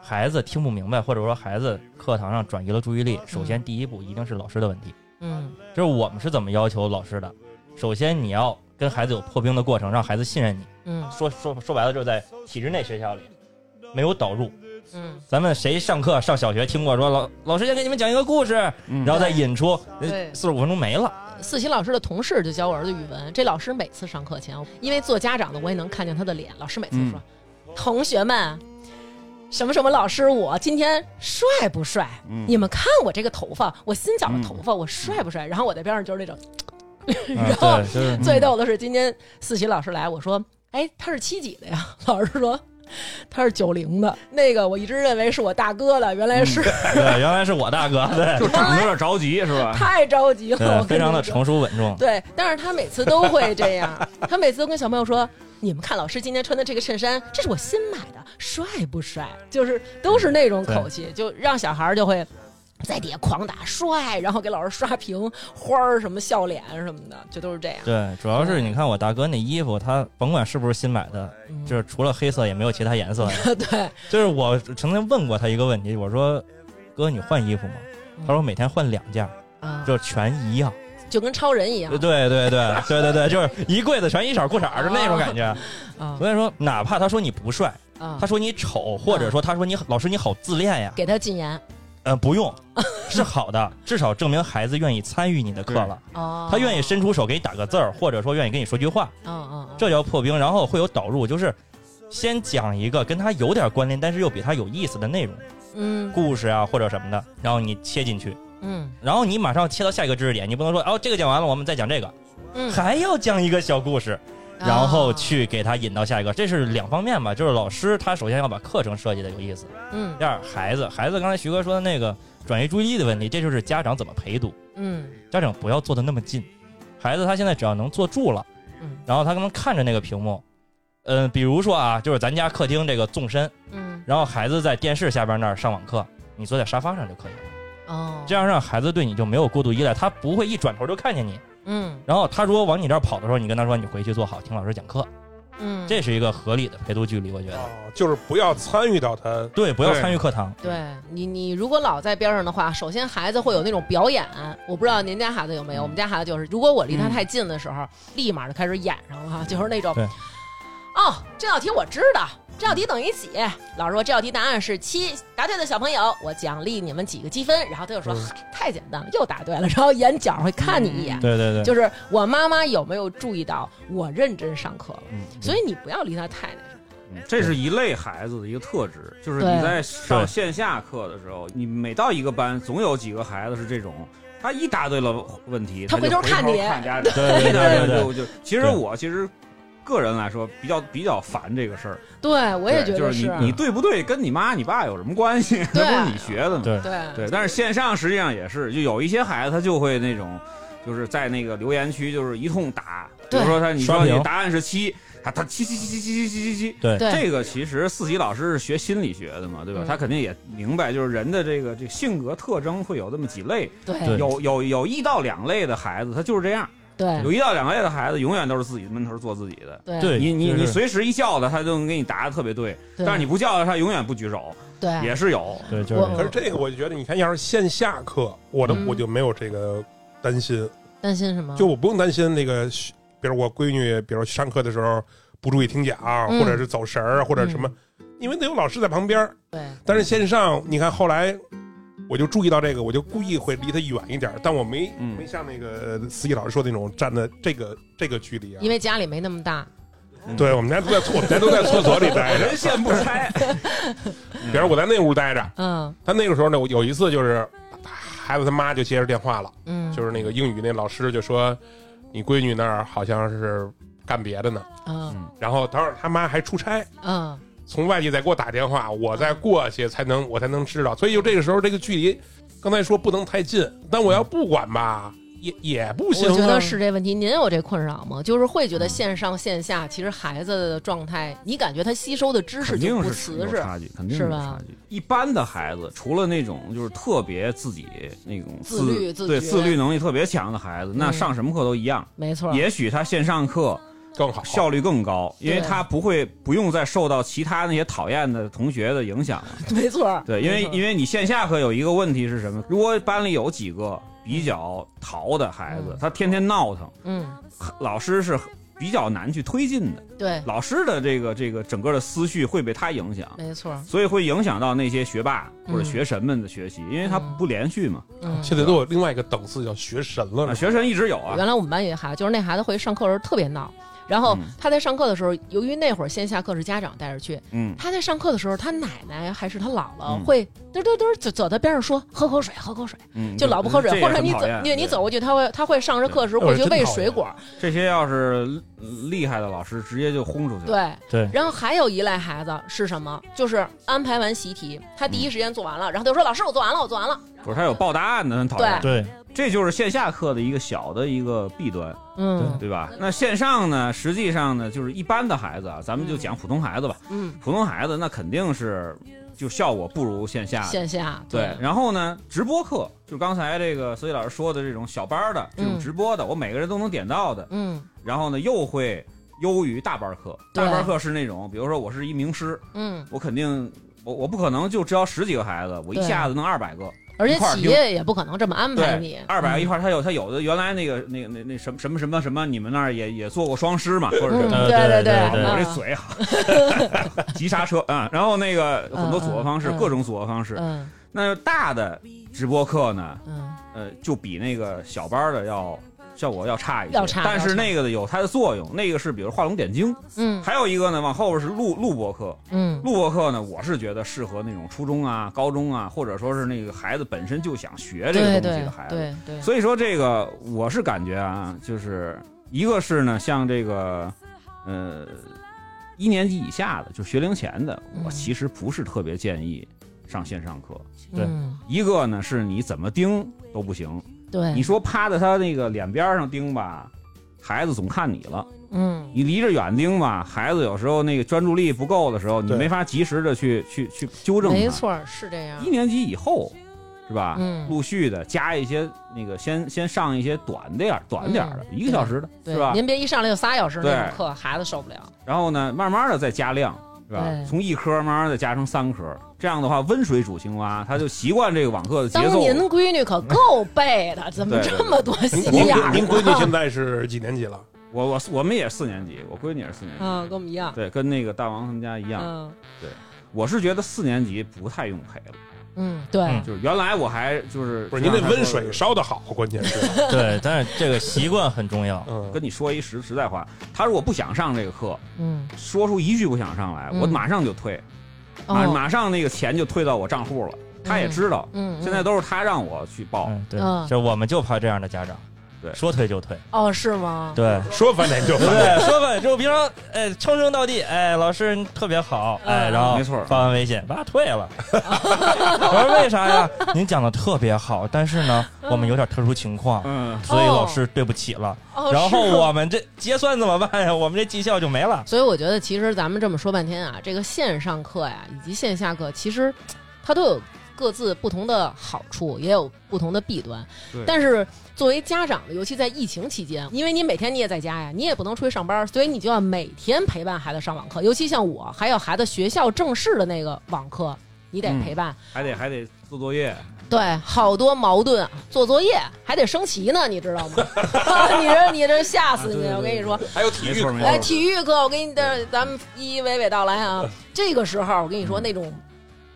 [SPEAKER 6] 孩子听不明白，或者说孩子课堂上转移了注意力，首
[SPEAKER 5] 嗯
[SPEAKER 6] 先第一步一定是老师的问题。
[SPEAKER 3] 嗯
[SPEAKER 6] 就是我们是怎么要求老师的？首先你要跟孩子有破冰的过程，让孩子信任你。
[SPEAKER 3] 嗯
[SPEAKER 6] 说说说白了，就是在体制内学校里没有导入。
[SPEAKER 3] 嗯，
[SPEAKER 6] 咱们谁上课上小学听过说老老师先给你们讲一个故事，
[SPEAKER 4] 嗯
[SPEAKER 6] 然后再引出
[SPEAKER 3] 对
[SPEAKER 6] 四十五分钟没了。
[SPEAKER 3] 四喜老师的同事就教我儿子语文，这老师每次上课前，因为做家长的我也能看见他的脸，老师每次说：“
[SPEAKER 6] 嗯
[SPEAKER 3] 同学们，什么什么老师，我今天帅不帅？
[SPEAKER 4] 嗯
[SPEAKER 3] 你们看我这个头发，我新剪的头
[SPEAKER 6] 嗯
[SPEAKER 3] 发，我帅不帅？”然后我在边上就是那种， (laughs) 然后
[SPEAKER 6] 对，就是
[SPEAKER 3] 最逗的是今天四喜老师来，我说：“哎，他是七几的呀？”老师说。他是九零的，那个我一直认为是我大哥的，原
[SPEAKER 6] 嗯
[SPEAKER 3] 来是、 (laughs)
[SPEAKER 6] (laughs) 对，原来是我大哥，对
[SPEAKER 4] 就长得
[SPEAKER 3] 哎
[SPEAKER 4] 有点着急是吧？
[SPEAKER 3] 太着急了， (laughs)
[SPEAKER 6] 对，
[SPEAKER 3] 我跟
[SPEAKER 6] 非常
[SPEAKER 3] 你
[SPEAKER 6] 的
[SPEAKER 3] 说
[SPEAKER 6] 成熟稳重。
[SPEAKER 3] 对，但是他每次都会这样，他每次都跟小朋友说：“你们看老师今天穿的这个衬衫，这是我新买的，帅不帅？”就是都是那
[SPEAKER 6] 嗯
[SPEAKER 3] 种口气，就让小孩儿就会。在底下狂打帅，然后给老师刷屏花儿什么笑脸什么的，就都是这样。
[SPEAKER 6] 对，主要是你看我大哥那衣服，他甭管是不是新买的，就是除了黑色也没有其他颜色。
[SPEAKER 3] 对嗯 (laughs) 对，
[SPEAKER 6] 就是我曾经问过他一个问题，我说：“哥，你换衣服吗？”他说：“每天换两件，
[SPEAKER 3] 啊，
[SPEAKER 6] 嗯就是全一样。
[SPEAKER 3] 就跟超人一样
[SPEAKER 6] 对对对对对对对，就是一柜子全一色裤衩，就那种感觉。
[SPEAKER 3] 啊
[SPEAKER 6] 所以说，哪怕他说你不帅，
[SPEAKER 3] 啊
[SPEAKER 6] 他！说你丑，或者说他说你老师你好自恋呀，
[SPEAKER 3] 给他禁言
[SPEAKER 6] 呃，不用，是好的，至少证明孩子愿意参与你的课了，
[SPEAKER 3] 哦，
[SPEAKER 6] 他愿意伸出手给你打个字儿，或者说愿意跟你说句话，
[SPEAKER 3] 嗯，嗯嗯，
[SPEAKER 6] 这叫破冰。然后会有导入，就是先讲一个跟他有点关联，但是又比他有意思的内容，
[SPEAKER 3] 嗯
[SPEAKER 6] 故事啊或者什么的，然后你切进去，
[SPEAKER 3] 嗯
[SPEAKER 6] 然后你马上切到下一个知识点，你不能说哦这个讲完了，我们再讲这个，
[SPEAKER 3] 嗯，啊
[SPEAKER 6] 还要讲一个小故事，然后去给他引到下一个，这是两方面吧。就是老师他首先要把课程设计的有意思，
[SPEAKER 3] 嗯
[SPEAKER 6] 第二孩子，孩子刚才徐哥说的那个转移注意力的问题，这就是家长怎么陪读，
[SPEAKER 3] 嗯
[SPEAKER 6] 家长不要坐的那么近，孩子他现在只要能坐住了，
[SPEAKER 3] 嗯
[SPEAKER 6] 然后他能看着那个屏幕，嗯、比如说啊，就是咱家客厅这个纵深，
[SPEAKER 3] 嗯
[SPEAKER 6] 然后孩子在电视下边那儿上网课，你坐在沙发上就可以了，
[SPEAKER 3] 哦，
[SPEAKER 6] 这样让孩子对你就没有过度依赖，他不会一转头就看见你，
[SPEAKER 3] 嗯
[SPEAKER 6] 然后他如果往你这儿跑的时候，你跟他说你回去坐好，听老师讲课，
[SPEAKER 3] 嗯
[SPEAKER 6] 这是一个合理的陪读距离，我觉得。
[SPEAKER 5] 哦，就是不要参与到他。
[SPEAKER 6] 对，不要
[SPEAKER 5] 对
[SPEAKER 6] 参与课堂。
[SPEAKER 3] 对你，你如果老在边上的话，首先孩子会有那种表演，我不知道您家孩子有没有，
[SPEAKER 4] 嗯
[SPEAKER 3] 我们家孩子就是，如果我离他太近的时候，立马就开始演上了，就是那种
[SPEAKER 6] 对，
[SPEAKER 3] 哦，这道题我知道，这道题等于几？老师说这道题答案是七，答对的小朋友，我奖励你们几个积分。然后他就
[SPEAKER 4] 嗯
[SPEAKER 3] 说、嗨太简单了，又答对了， (laughs) 然后眼角会看你一
[SPEAKER 4] 嗯
[SPEAKER 3] 眼。
[SPEAKER 6] 对对对，
[SPEAKER 3] 就是我妈妈有没有注意到我认真上课了？
[SPEAKER 6] 嗯，
[SPEAKER 3] 所以你不要离他太那什么。
[SPEAKER 4] 嗯这是一类孩子的一个特质，就是
[SPEAKER 3] 对
[SPEAKER 4] 你在上线下课的时候，你每到一个班，总有几个孩子是这种，他一答对了问题，
[SPEAKER 3] 他
[SPEAKER 4] 他
[SPEAKER 3] 回头
[SPEAKER 4] 就
[SPEAKER 3] 看你
[SPEAKER 4] 看
[SPEAKER 3] (laughs)
[SPEAKER 4] 家长，
[SPEAKER 6] 对对对
[SPEAKER 4] 一答对
[SPEAKER 6] 对对
[SPEAKER 4] 就就。其实
[SPEAKER 6] 对
[SPEAKER 4] 我其实个人来说比较比较烦这个事儿，
[SPEAKER 3] 对，我也觉
[SPEAKER 4] 对就
[SPEAKER 3] 得啊
[SPEAKER 4] 是你你对不对，跟你妈你爸有什么关系？ (laughs) 那不是你学的吗？
[SPEAKER 6] 对
[SPEAKER 3] 对
[SPEAKER 4] 对，但是线上实际上也是，就有一些孩子他就会那种，就是在那个留言区就是一通打，比如
[SPEAKER 3] 对
[SPEAKER 4] 说他你说
[SPEAKER 6] 刷屏
[SPEAKER 4] 你答案是七，他他七七七七七七七七七。
[SPEAKER 6] 对
[SPEAKER 3] 对
[SPEAKER 4] 这个其实四级老师是学心理学的嘛，对吧？
[SPEAKER 3] 嗯
[SPEAKER 4] 他肯定也明白，就是人的这个这个性格特征会有这么几类，
[SPEAKER 3] 对
[SPEAKER 4] 有有有一到两类的孩子他就是这样，
[SPEAKER 3] 对
[SPEAKER 4] 有一到两类的孩子永远都是自己闷头做自己的。
[SPEAKER 3] 对
[SPEAKER 6] 对，
[SPEAKER 4] 你你
[SPEAKER 6] 就是
[SPEAKER 4] 你随时一叫他，他就能给你答的特别对，
[SPEAKER 3] 对
[SPEAKER 4] 但是你不叫他，他永远不举手，
[SPEAKER 3] 对
[SPEAKER 4] 也是有。
[SPEAKER 6] 对就
[SPEAKER 3] 我
[SPEAKER 6] 是
[SPEAKER 5] 可是这个，我就觉得，你看，要是线下课，我的
[SPEAKER 3] 嗯
[SPEAKER 5] 我就没有这个担心，
[SPEAKER 3] 担心什么？
[SPEAKER 5] 就我不用担心那个，比如我闺女，比如上课的时候不注意听讲，
[SPEAKER 3] 嗯
[SPEAKER 5] 或者是走神儿，或者什么，因为得有老师在旁边儿。
[SPEAKER 3] 对
[SPEAKER 5] 但是线上，你看后来。我就注意到这个，我就故意会离他远一点儿，但我没、
[SPEAKER 4] 嗯
[SPEAKER 5] 没像那个司机老师说的那种站的这个这个距离啊。
[SPEAKER 3] 因为家里没那么大，
[SPEAKER 4] 嗯
[SPEAKER 5] 对我们家都在厕，我们家都在厕所里
[SPEAKER 3] (laughs)
[SPEAKER 5] 待着，
[SPEAKER 4] 人线不拆，
[SPEAKER 5] 比如我在那屋待着，
[SPEAKER 3] 嗯
[SPEAKER 5] 他那个时候呢，我有一次就是孩子他妈就接着电话了，
[SPEAKER 3] 嗯，
[SPEAKER 5] 就是那个英语那老师就说你闺女那儿好像是干别的呢，
[SPEAKER 3] 嗯
[SPEAKER 5] 然后当时他妈还出差，
[SPEAKER 3] 嗯
[SPEAKER 5] 从外地再给我打电话，我再过去才能我才能知道，所以就这个时候这个距离，刚才说不能太近，但我要不管吧，也也不行
[SPEAKER 3] 我
[SPEAKER 5] 啊，
[SPEAKER 3] 觉得是这问题。您有这困扰吗？就是会
[SPEAKER 4] 嗯
[SPEAKER 3] 觉得线上线下，其实孩子的状态，你感觉他吸收的知识
[SPEAKER 4] 肯
[SPEAKER 3] 就
[SPEAKER 4] 定
[SPEAKER 3] 不
[SPEAKER 4] 是
[SPEAKER 3] 瓷
[SPEAKER 4] 有
[SPEAKER 3] 实，
[SPEAKER 4] 差距，肯定
[SPEAKER 3] 是
[SPEAKER 4] 有
[SPEAKER 3] 吧
[SPEAKER 4] 差距。一般的孩子，除了那种就是特别自己那种
[SPEAKER 3] 自律自
[SPEAKER 4] 对
[SPEAKER 3] 觉
[SPEAKER 4] 自律能力特别强的孩子，那
[SPEAKER 3] 嗯
[SPEAKER 4] 上什么课都一样。
[SPEAKER 3] 没错。
[SPEAKER 4] 也许他线上课
[SPEAKER 5] 更好。
[SPEAKER 4] 效率更高，因为
[SPEAKER 3] 对
[SPEAKER 4] 他不会不用再受到其他那些讨厌的同学的影响了。
[SPEAKER 3] (laughs) 没错，
[SPEAKER 4] 对，因为
[SPEAKER 3] 没错
[SPEAKER 4] 因为你线下课有一个问题是什么？如果班里有几个比较淘的孩子
[SPEAKER 3] 嗯，
[SPEAKER 4] 他天天闹腾，
[SPEAKER 3] 嗯，
[SPEAKER 4] 老师是比较难去推进的，
[SPEAKER 3] 对，
[SPEAKER 4] 老师的这个这个整个的思绪会被他影响。
[SPEAKER 3] 没错，
[SPEAKER 4] 所以会影响到那些学霸
[SPEAKER 3] 嗯
[SPEAKER 4] 或者学神们的学习，因为他不连续嘛。
[SPEAKER 3] 嗯。
[SPEAKER 5] 现在都有另外一个等次叫学神了
[SPEAKER 4] 啊，
[SPEAKER 5] 呢，
[SPEAKER 4] 学神一直有啊
[SPEAKER 3] 原，来我们班有一孩子，就是那孩子会上课的时候特别闹，然后
[SPEAKER 4] 嗯
[SPEAKER 3] 他在上课的时候，由于那会儿线下课是家长带着去，
[SPEAKER 4] 嗯，
[SPEAKER 3] 他在上课的时候，他奶奶还是他姥姥
[SPEAKER 4] 嗯
[SPEAKER 3] 会嘚嘚嘚走走到边上说喝口水，喝口水。
[SPEAKER 4] 嗯
[SPEAKER 3] 就老不喝水，
[SPEAKER 4] 这也
[SPEAKER 3] 或者
[SPEAKER 4] 很
[SPEAKER 3] 你
[SPEAKER 4] 讨
[SPEAKER 3] 走，
[SPEAKER 4] 厌
[SPEAKER 3] 你你
[SPEAKER 4] 对
[SPEAKER 3] 走过去，他会他会上着课时
[SPEAKER 5] 对
[SPEAKER 3] 过去
[SPEAKER 5] 真
[SPEAKER 3] 喂
[SPEAKER 5] 讨厌
[SPEAKER 3] 水果，
[SPEAKER 4] 这些要是厉害的老师，直接就轰出去了。
[SPEAKER 3] 对
[SPEAKER 6] 对
[SPEAKER 3] 然后还有一类孩子是什么？就是安排完习题，他第一时间做完了，然后就说老师我做完了，我做完了。
[SPEAKER 4] 不是他有报答案的，很讨厌。
[SPEAKER 6] 对
[SPEAKER 4] 这就是线下课的一个小的一个弊端，
[SPEAKER 3] 嗯
[SPEAKER 4] 对吧？那线上呢，实际上呢，就是一般的孩子啊，咱们就讲普通孩子吧。
[SPEAKER 3] 嗯，
[SPEAKER 4] 普通孩子那肯定是就效果不如线下的。
[SPEAKER 3] 线下
[SPEAKER 4] 啊对，然后呢，直播课就刚才这个所以老师说的这种小班儿的这种
[SPEAKER 3] 嗯
[SPEAKER 4] 直播的，我每个人都能点到的，
[SPEAKER 3] 嗯
[SPEAKER 4] 然后呢又会优于大班儿课。
[SPEAKER 3] 对
[SPEAKER 4] 大班儿课是那种，比如说我是一名师，
[SPEAKER 3] 嗯，
[SPEAKER 4] 我肯定我我不可能就教十几个孩子，我一
[SPEAKER 3] 对
[SPEAKER 4] 下子弄二百个，
[SPEAKER 3] 而且
[SPEAKER 4] 一块儿
[SPEAKER 3] 企
[SPEAKER 4] 丢
[SPEAKER 3] 业也不可能这么安排你
[SPEAKER 4] 对，，二百个一
[SPEAKER 3] 嗯
[SPEAKER 4] 块儿，他有他有的原来那个那个那那什么什么什么什么，你们那儿也也做过双
[SPEAKER 3] (laughs)
[SPEAKER 4] 师嘛，或者什
[SPEAKER 3] 嗯
[SPEAKER 4] 么。
[SPEAKER 6] 呃
[SPEAKER 3] 对对
[SPEAKER 6] 对对对
[SPEAKER 4] 我
[SPEAKER 3] 嗯
[SPEAKER 4] 这嘴啊， (laughs) 急刹车啊！然后那个很多组合方式，
[SPEAKER 3] 嗯嗯嗯
[SPEAKER 4] 各种组合方式。
[SPEAKER 3] 嗯
[SPEAKER 4] 那大的直播课呢，
[SPEAKER 3] 嗯，
[SPEAKER 4] 呃，就比那个小班儿的要效果要差一些，
[SPEAKER 3] 要差
[SPEAKER 4] 但
[SPEAKER 3] 要
[SPEAKER 4] 是
[SPEAKER 3] 差
[SPEAKER 4] 那个的有它的作用，那个是比如画龙点睛，
[SPEAKER 3] 嗯
[SPEAKER 4] 还有一个呢，往后边是录录播课，
[SPEAKER 3] 嗯
[SPEAKER 4] 录播课呢，我是觉得适合那种初中啊、高中啊，或者说是那个孩子本身就想学这
[SPEAKER 3] 对
[SPEAKER 4] 个东西
[SPEAKER 3] 对
[SPEAKER 4] 的孩子，
[SPEAKER 3] 对对，
[SPEAKER 4] 所以说这个我是感觉啊，就是一个是呢，像这个呃，一年级以下的，就学龄前的，
[SPEAKER 3] 嗯
[SPEAKER 4] 我其实不是特别建议上线上课。
[SPEAKER 6] 对
[SPEAKER 3] 嗯
[SPEAKER 4] 一个呢是你怎么盯都不行，
[SPEAKER 3] 对，
[SPEAKER 4] 你说趴在他那个脸边上盯吧，孩子总看你了；
[SPEAKER 3] 嗯
[SPEAKER 4] 你离着远盯吧，孩子有时候那个专注力不够的时候，你
[SPEAKER 5] 对
[SPEAKER 4] 没法及时的去去去纠正他。
[SPEAKER 3] 没，错儿是这样
[SPEAKER 4] 一，年级以后是吧？
[SPEAKER 3] 嗯
[SPEAKER 4] 陆续的加一些那个先先上一些短点儿短点儿的，
[SPEAKER 3] 嗯
[SPEAKER 4] 一个小时的
[SPEAKER 3] 对
[SPEAKER 4] 是吧？
[SPEAKER 3] 您别一上来就仨小时那种
[SPEAKER 4] 对
[SPEAKER 3] 课，孩子受不了。
[SPEAKER 4] 然后呢，慢慢的再加量，是吧
[SPEAKER 3] 对？
[SPEAKER 4] 从一颗慢慢的加成三颗，这样的话，温水煮青蛙，他就习惯这个网课的节
[SPEAKER 3] 当
[SPEAKER 4] 奏。
[SPEAKER 3] 您闺女可够背的，怎么
[SPEAKER 4] 对对
[SPEAKER 3] 这么多
[SPEAKER 5] 您
[SPEAKER 3] 心
[SPEAKER 5] 您
[SPEAKER 3] 眼儿？啊
[SPEAKER 5] 您闺女现在是几年级了？
[SPEAKER 4] 我我我们也四年级，我闺女也是四年级，
[SPEAKER 3] 嗯，跟我们一样。
[SPEAKER 4] 对，跟那个大王他们家一样。
[SPEAKER 3] 嗯
[SPEAKER 4] 我是觉得四年级不太用陪了，
[SPEAKER 3] 嗯，对
[SPEAKER 6] 嗯，
[SPEAKER 4] 就是原来我还就是
[SPEAKER 5] 不是您那
[SPEAKER 4] 像他说
[SPEAKER 5] 温水
[SPEAKER 4] 的
[SPEAKER 5] 烧的好，关键是，
[SPEAKER 6] 对，但是这个习惯很重要。
[SPEAKER 5] 嗯，
[SPEAKER 4] 跟你说一实实在话，他如果不想上这个课，
[SPEAKER 3] 嗯，
[SPEAKER 4] 说出一句不想上来，
[SPEAKER 3] 嗯
[SPEAKER 4] 我马上就退，马
[SPEAKER 3] 哦，
[SPEAKER 4] 马上那个钱就退到我账户了。他也知道，
[SPEAKER 3] 嗯，嗯
[SPEAKER 4] 现在都是他让我去报，
[SPEAKER 6] 嗯，对
[SPEAKER 3] 嗯，
[SPEAKER 6] 就我们就怕这样的家长，
[SPEAKER 4] 对
[SPEAKER 6] 说退就退，
[SPEAKER 3] 哦是吗？
[SPEAKER 6] 对。
[SPEAKER 5] 说翻脸就
[SPEAKER 6] 对
[SPEAKER 5] 翻
[SPEAKER 6] 不
[SPEAKER 5] 脸。
[SPEAKER 6] 对？说吧，就平常，哎，称兄道弟，哎，老师你特别好，
[SPEAKER 3] 嗯
[SPEAKER 6] 哎，然后
[SPEAKER 4] 没错
[SPEAKER 6] 发完微信，爸
[SPEAKER 3] (laughs)
[SPEAKER 6] 退了。我说为啥呀？您讲的特别好，但是呢，
[SPEAKER 3] 嗯
[SPEAKER 6] 我们有点特殊情况，
[SPEAKER 4] 嗯，
[SPEAKER 6] 所以老师对不起了。
[SPEAKER 3] 哦，
[SPEAKER 6] 然后
[SPEAKER 3] 是吗
[SPEAKER 6] 我们这结算怎么办呀？我 (laughs) 们这绩效就没了。
[SPEAKER 3] 所以我觉得，其实咱们这么说半天啊，这个线上课呀，以及线下课，其实它都有各自不同的好处，也有不同的弊端
[SPEAKER 4] 对。
[SPEAKER 3] 但是作为家长的，尤其在疫情期间，因为你每天你也在家呀，你也不能出去上班，所以你就要每天陪伴孩子上网课。尤其像我，还有孩子学校正式的那个网课，你得陪伴。
[SPEAKER 4] 还得还得做作业，
[SPEAKER 3] 对，好多矛盾，啊做作业还得升旗呢，你知道吗？ (laughs) 你这你这吓死你！
[SPEAKER 4] 啊
[SPEAKER 3] 我
[SPEAKER 4] 对对对
[SPEAKER 3] 跟你说，
[SPEAKER 4] 还有体育课，没错
[SPEAKER 3] 哎，体育课，我给你的，咱们一一娓娓道来
[SPEAKER 4] 嗯
[SPEAKER 3] 啊。这个时候，我跟你说，那种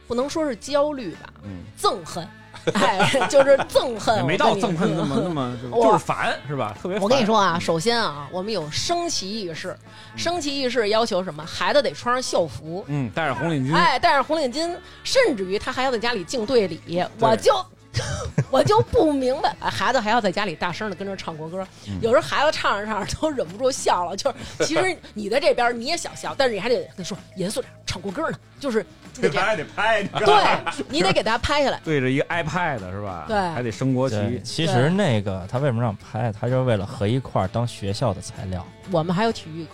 [SPEAKER 3] 不能说是焦虑吧，
[SPEAKER 4] 嗯，
[SPEAKER 3] 憎恨， (laughs) 哎，就是憎
[SPEAKER 4] 也
[SPEAKER 3] 恨。
[SPEAKER 4] 没到
[SPEAKER 3] 我跟
[SPEAKER 4] 憎
[SPEAKER 3] 你
[SPEAKER 4] 恨那
[SPEAKER 3] 说
[SPEAKER 4] 么那么，就
[SPEAKER 3] 哇
[SPEAKER 4] 就是烦是吧？特别
[SPEAKER 3] (laughs)
[SPEAKER 4] 烦。
[SPEAKER 3] 我跟你说啊，首先啊，我们有升旗仪式，升旗仪式要求什么？孩子得穿上校服，
[SPEAKER 4] 嗯，戴着红领巾，
[SPEAKER 3] 哎，戴上红领巾，甚至于他还要在家里敬队礼，我就。 (laughs) 我就不明白，哎孩子还要在家里大声的跟着唱国歌，
[SPEAKER 4] 嗯
[SPEAKER 3] 有时候孩子唱着唱着都忍不住笑了。就是其实你在这边你也想笑，但是你还得跟他说严肃点，唱国歌呢，就是你得这样，
[SPEAKER 4] 还得拍，你知道吗
[SPEAKER 3] 对你得给他拍下来。
[SPEAKER 4] 对着一个 iPad 是吧？
[SPEAKER 3] 对
[SPEAKER 4] 还得升国
[SPEAKER 6] 对，
[SPEAKER 4] 旗。
[SPEAKER 6] 其
[SPEAKER 3] 对
[SPEAKER 6] 实那个他为什么让拍？他就是为了合一块儿当学校的材料。
[SPEAKER 3] 我们还有体育课，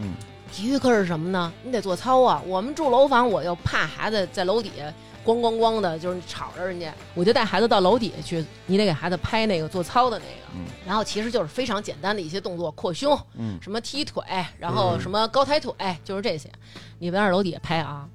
[SPEAKER 4] 嗯，
[SPEAKER 3] 体育课是什么呢？你得做操啊。我们住楼房，我又怕孩子在楼底下咣咣咣的，就是吵着人家，我就带孩子到楼底下去，你得给孩子拍那个做操的那个，
[SPEAKER 4] 嗯
[SPEAKER 3] 然后其实就是非常简单的一些动作，扩胸，
[SPEAKER 4] 嗯，
[SPEAKER 3] 什么踢腿，然后什么高抬腿，就是这些。你在二楼底下拍啊，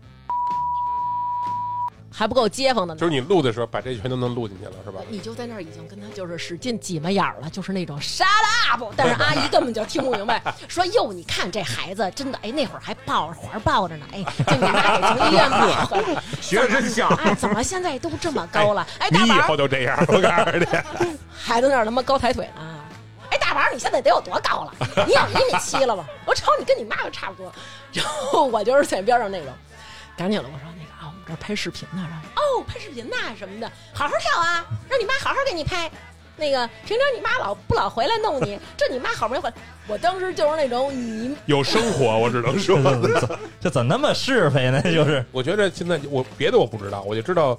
[SPEAKER 3] 还不够街坊的呢。
[SPEAKER 5] 就是你录的时候，把这全都能录进去了，是吧？
[SPEAKER 3] 你就在那儿已经跟他就是使劲挤眉眼儿了，就是那种 shut up，但是阿姨根本就听不明白，说哟，你看这孩子真的，哎，那会儿还抱着环儿抱着呢，哎，就你妈给从医院抱回来，
[SPEAKER 4] 学得真像
[SPEAKER 3] 哎，怎么现在都这么高了？哎，
[SPEAKER 5] 你
[SPEAKER 3] 大
[SPEAKER 5] 以
[SPEAKER 3] 宝
[SPEAKER 5] 后就这样，我告诉你，
[SPEAKER 3] 还在那儿他妈高抬腿呢。哎，大宝，你现在得有多高了？你有一米七了吧？我瞅你跟你妈妈差不多。然后我就是在边上那种，赶紧了，我说那个啊，我们这儿拍视频呢，然后哦，拍视频呐什么的，好好跳啊，让你妈好好给你拍。那个平常你妈老不老回来弄你，这你妈好不容易回来，我当时就是那种你
[SPEAKER 5] 有生活，我只能说。
[SPEAKER 6] (laughs)
[SPEAKER 5] (laughs)
[SPEAKER 6] 这怎么那么是非呢？就是
[SPEAKER 5] 我觉得现在我别的我不知道，我就知道，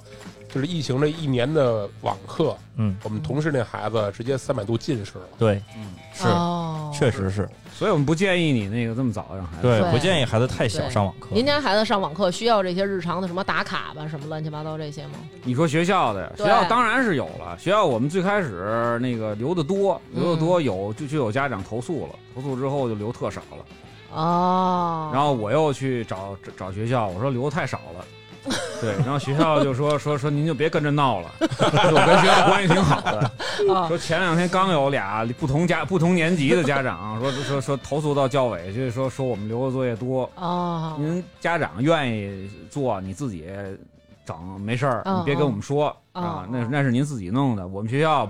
[SPEAKER 5] 就是疫情这一年的网课，
[SPEAKER 6] 嗯，
[SPEAKER 5] 我们同事那孩子直接三百度近视了。
[SPEAKER 6] 对，
[SPEAKER 4] 嗯，
[SPEAKER 6] 是
[SPEAKER 3] 哦
[SPEAKER 6] 确实是
[SPEAKER 4] 所以我们不建议你那个这么早让孩子。
[SPEAKER 6] 对
[SPEAKER 3] 对，
[SPEAKER 6] 不建议孩子太小
[SPEAKER 3] 对
[SPEAKER 6] 上网课。
[SPEAKER 3] 您家孩子上网课需要这些日常的什么打卡吧，什么乱七八糟这些吗？
[SPEAKER 4] 你说学校的，学
[SPEAKER 3] 对
[SPEAKER 4] 校当然是有了。学校我们最开始那个留的多，
[SPEAKER 3] 嗯
[SPEAKER 4] 留的多有就就有家长投诉了，投诉之后就留特少了。
[SPEAKER 3] 哦，
[SPEAKER 4] 然后我又去找找找学校，我说留的太少了。对，然后学校就说说说您就别跟着闹了， (laughs) 我跟学校关系挺好的，
[SPEAKER 3] 啊
[SPEAKER 4] 说前两天刚有俩不同家不同年级的家长说说说投诉到教委去，说说我们留的作业多，
[SPEAKER 3] 哦，
[SPEAKER 4] 您家长愿意做你自己整没事儿，
[SPEAKER 3] 嗯
[SPEAKER 4] 你别跟我们说
[SPEAKER 3] 嗯
[SPEAKER 4] 啊
[SPEAKER 3] 嗯，
[SPEAKER 4] 那那是您自己弄的，我们学校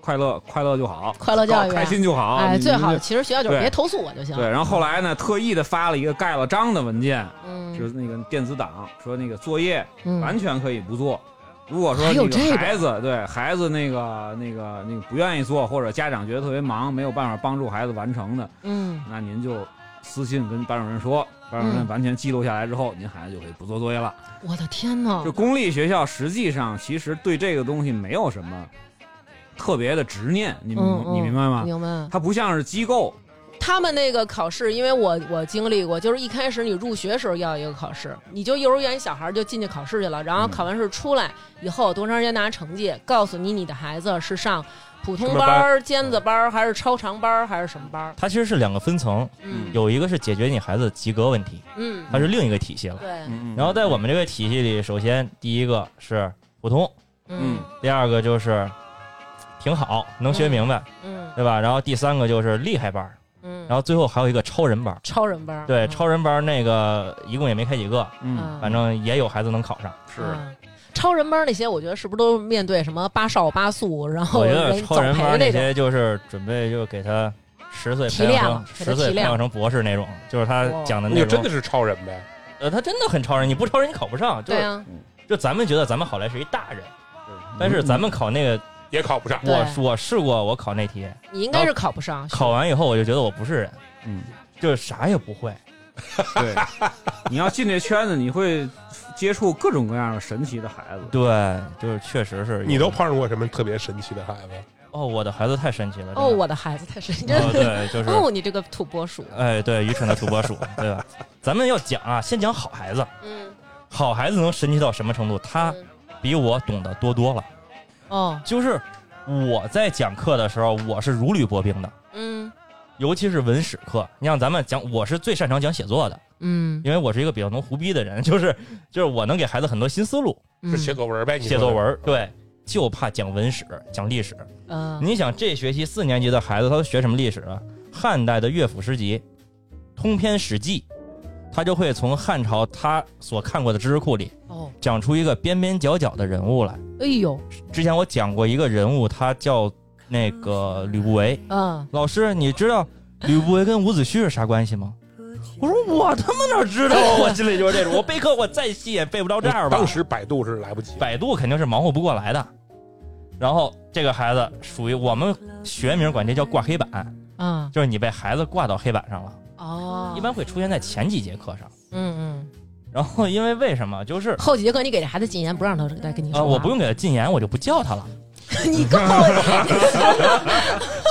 [SPEAKER 4] 快乐快乐就好，
[SPEAKER 3] 快乐教育啊
[SPEAKER 4] 高开心就好，
[SPEAKER 3] 哎，
[SPEAKER 4] 你
[SPEAKER 3] 最
[SPEAKER 4] 您
[SPEAKER 3] 好
[SPEAKER 4] 就
[SPEAKER 3] 其实学校就是
[SPEAKER 4] 对
[SPEAKER 3] 别投诉我就行。
[SPEAKER 4] 对。然后后来呢，特意的发了一个盖了章的文件，就
[SPEAKER 3] 嗯
[SPEAKER 4] 是那个电子档，说那个作业
[SPEAKER 3] 嗯，
[SPEAKER 4] 完全可以不做。如果说
[SPEAKER 3] 还有
[SPEAKER 4] 这
[SPEAKER 3] 这
[SPEAKER 4] 个
[SPEAKER 3] 个
[SPEAKER 4] 孩子对孩子那个那个那个不愿意做，或者家长觉得特别忙，没有办法帮助孩子完成的，
[SPEAKER 3] 嗯，
[SPEAKER 4] 那您就私信跟班主任说，班主任
[SPEAKER 3] 嗯
[SPEAKER 4] 完全记录下来之后，您孩子就可以不做作业了。
[SPEAKER 3] 我的天呐
[SPEAKER 4] 就，公立学校实际上其实对这个东西没有什么特别的执念，你明
[SPEAKER 3] 嗯嗯
[SPEAKER 4] 你明白吗？
[SPEAKER 3] 明白。
[SPEAKER 4] 它不像是机构，
[SPEAKER 3] 他们那个考试，因为我我经历过，就是一开始你入学时候要一个考试，你就幼儿园小孩就进去考试去了，然后
[SPEAKER 4] 嗯
[SPEAKER 3] 考完试出来以后多长时间拿成绩，告诉你你的孩子是上普通
[SPEAKER 5] 什么
[SPEAKER 3] 班
[SPEAKER 5] 班
[SPEAKER 3] 儿、尖子班儿还是超常班儿还是什么班儿。
[SPEAKER 6] 它其实是两个分层，
[SPEAKER 3] 嗯
[SPEAKER 6] 有一个是解决你孩子及格问题，
[SPEAKER 3] 嗯，
[SPEAKER 6] 它是另一个体系了。
[SPEAKER 3] 对，
[SPEAKER 4] 嗯
[SPEAKER 6] 然后在我们这个体系里，首先第一个是普通，
[SPEAKER 3] 嗯
[SPEAKER 6] 第二个就是挺好，能学明白，
[SPEAKER 3] 嗯
[SPEAKER 6] 对吧？然后第三个就是厉害班儿，
[SPEAKER 3] 嗯，
[SPEAKER 6] 然后最后还有一个超人班儿。
[SPEAKER 3] 超人班儿，
[SPEAKER 6] 对，
[SPEAKER 3] 嗯
[SPEAKER 6] 超人班儿那个一共也没开几个，
[SPEAKER 3] mm.
[SPEAKER 4] 嗯，
[SPEAKER 6] 反正也有孩子能考上。
[SPEAKER 4] 是
[SPEAKER 3] 嗯超人班儿那些，我觉得是不是都面对什么八少八速，然后
[SPEAKER 6] 我觉得
[SPEAKER 3] 人
[SPEAKER 6] 超人
[SPEAKER 3] 早
[SPEAKER 6] 班
[SPEAKER 3] 培
[SPEAKER 6] 儿那
[SPEAKER 3] 那种
[SPEAKER 6] 些就是准备就给他十岁
[SPEAKER 3] 提
[SPEAKER 6] 培
[SPEAKER 3] 炼
[SPEAKER 6] 养
[SPEAKER 3] 了
[SPEAKER 6] 成
[SPEAKER 3] 给他
[SPEAKER 6] 十
[SPEAKER 3] 提
[SPEAKER 6] 岁培
[SPEAKER 3] 炼
[SPEAKER 6] 养成博士那种，就是他
[SPEAKER 3] 哇
[SPEAKER 6] 讲的
[SPEAKER 5] 你
[SPEAKER 6] 内
[SPEAKER 5] 就真
[SPEAKER 6] 容
[SPEAKER 5] 的。是超人呗？
[SPEAKER 6] 呃，他真的很超人，你不超人你考不上。就
[SPEAKER 3] 对
[SPEAKER 6] 是
[SPEAKER 3] 啊，
[SPEAKER 6] 就咱们觉得咱们好赖是一大人，但是
[SPEAKER 4] 嗯
[SPEAKER 6] 咱们考那个，
[SPEAKER 5] 也考不上。
[SPEAKER 3] 对
[SPEAKER 6] 我我试过我考那题，
[SPEAKER 3] 你应该是考不上，
[SPEAKER 6] 考完以后我就觉得我不是人，
[SPEAKER 4] 嗯，
[SPEAKER 6] 就是啥也不会。
[SPEAKER 4] 对，你要进这圈子，你会接触各种各样的神奇的孩子。
[SPEAKER 6] 对，就是确实是有
[SPEAKER 5] 你都碰上过什么特别神奇的孩子？
[SPEAKER 6] 哦，我的孩子太神奇了。
[SPEAKER 3] 哦，
[SPEAKER 6] 真的
[SPEAKER 3] 我的孩子太神经， (laughs)
[SPEAKER 6] 哦对，就是
[SPEAKER 3] 哦，你这个土拨鼠，
[SPEAKER 6] 哎，对，愚蠢的土拨鼠，对吧？咱们要讲啊，先讲好孩子，
[SPEAKER 3] 嗯，
[SPEAKER 6] 好孩子能神奇到什么程度？他
[SPEAKER 3] 嗯
[SPEAKER 6] 比我懂得多多了。
[SPEAKER 3] 哦，
[SPEAKER 6] 就是我在讲课的时候，我是如履薄冰的，
[SPEAKER 3] 嗯
[SPEAKER 6] 尤其是文史课。你像咱们讲，我是最擅长讲写作的，
[SPEAKER 3] 嗯，
[SPEAKER 6] 因为我是一个比较能胡逼的人， (laughs) 就是就是我能给孩子很多新思路，
[SPEAKER 3] 嗯
[SPEAKER 5] 是写作文呗？你
[SPEAKER 6] 写
[SPEAKER 5] 说的
[SPEAKER 6] 作文儿对。就怕讲文史、讲历史。
[SPEAKER 3] 嗯，
[SPEAKER 6] 你想，这学期四年级的孩子，他都学什么历史啊？汉代的乐府诗集，通篇《史记》，他就会从汉朝他所看过的知识库里
[SPEAKER 3] 哦，
[SPEAKER 6] 讲出一个边边角角的人物来。
[SPEAKER 3] 哎呦，
[SPEAKER 6] 之前我讲过一个人物，他叫那个吕不韦，
[SPEAKER 3] 嗯，
[SPEAKER 6] 老师，你知道吕不韦跟伍子胥是啥关系吗？
[SPEAKER 5] 嗯
[SPEAKER 6] 我说我他妈哪知道
[SPEAKER 5] (laughs)
[SPEAKER 6] 啊！我心里就是这种，我备课我再细也背不到这儿吧
[SPEAKER 5] 哎当。时百度是来不及，
[SPEAKER 6] 百度肯定是忙活不过来的。然后这个孩子属于我们学名管这叫挂黑板，
[SPEAKER 3] 嗯，
[SPEAKER 6] 就是你被孩子挂到黑板上了，
[SPEAKER 3] 哦，
[SPEAKER 5] 啊
[SPEAKER 6] 一，般会出现在前几节课上。
[SPEAKER 3] 嗯嗯，
[SPEAKER 6] 然后因为为什么就是
[SPEAKER 3] 后几节课你给这孩子禁言，不让他再跟你说
[SPEAKER 6] 呃
[SPEAKER 3] 话，
[SPEAKER 6] 我不用给他禁言，我就不叫他了。
[SPEAKER 3] 你够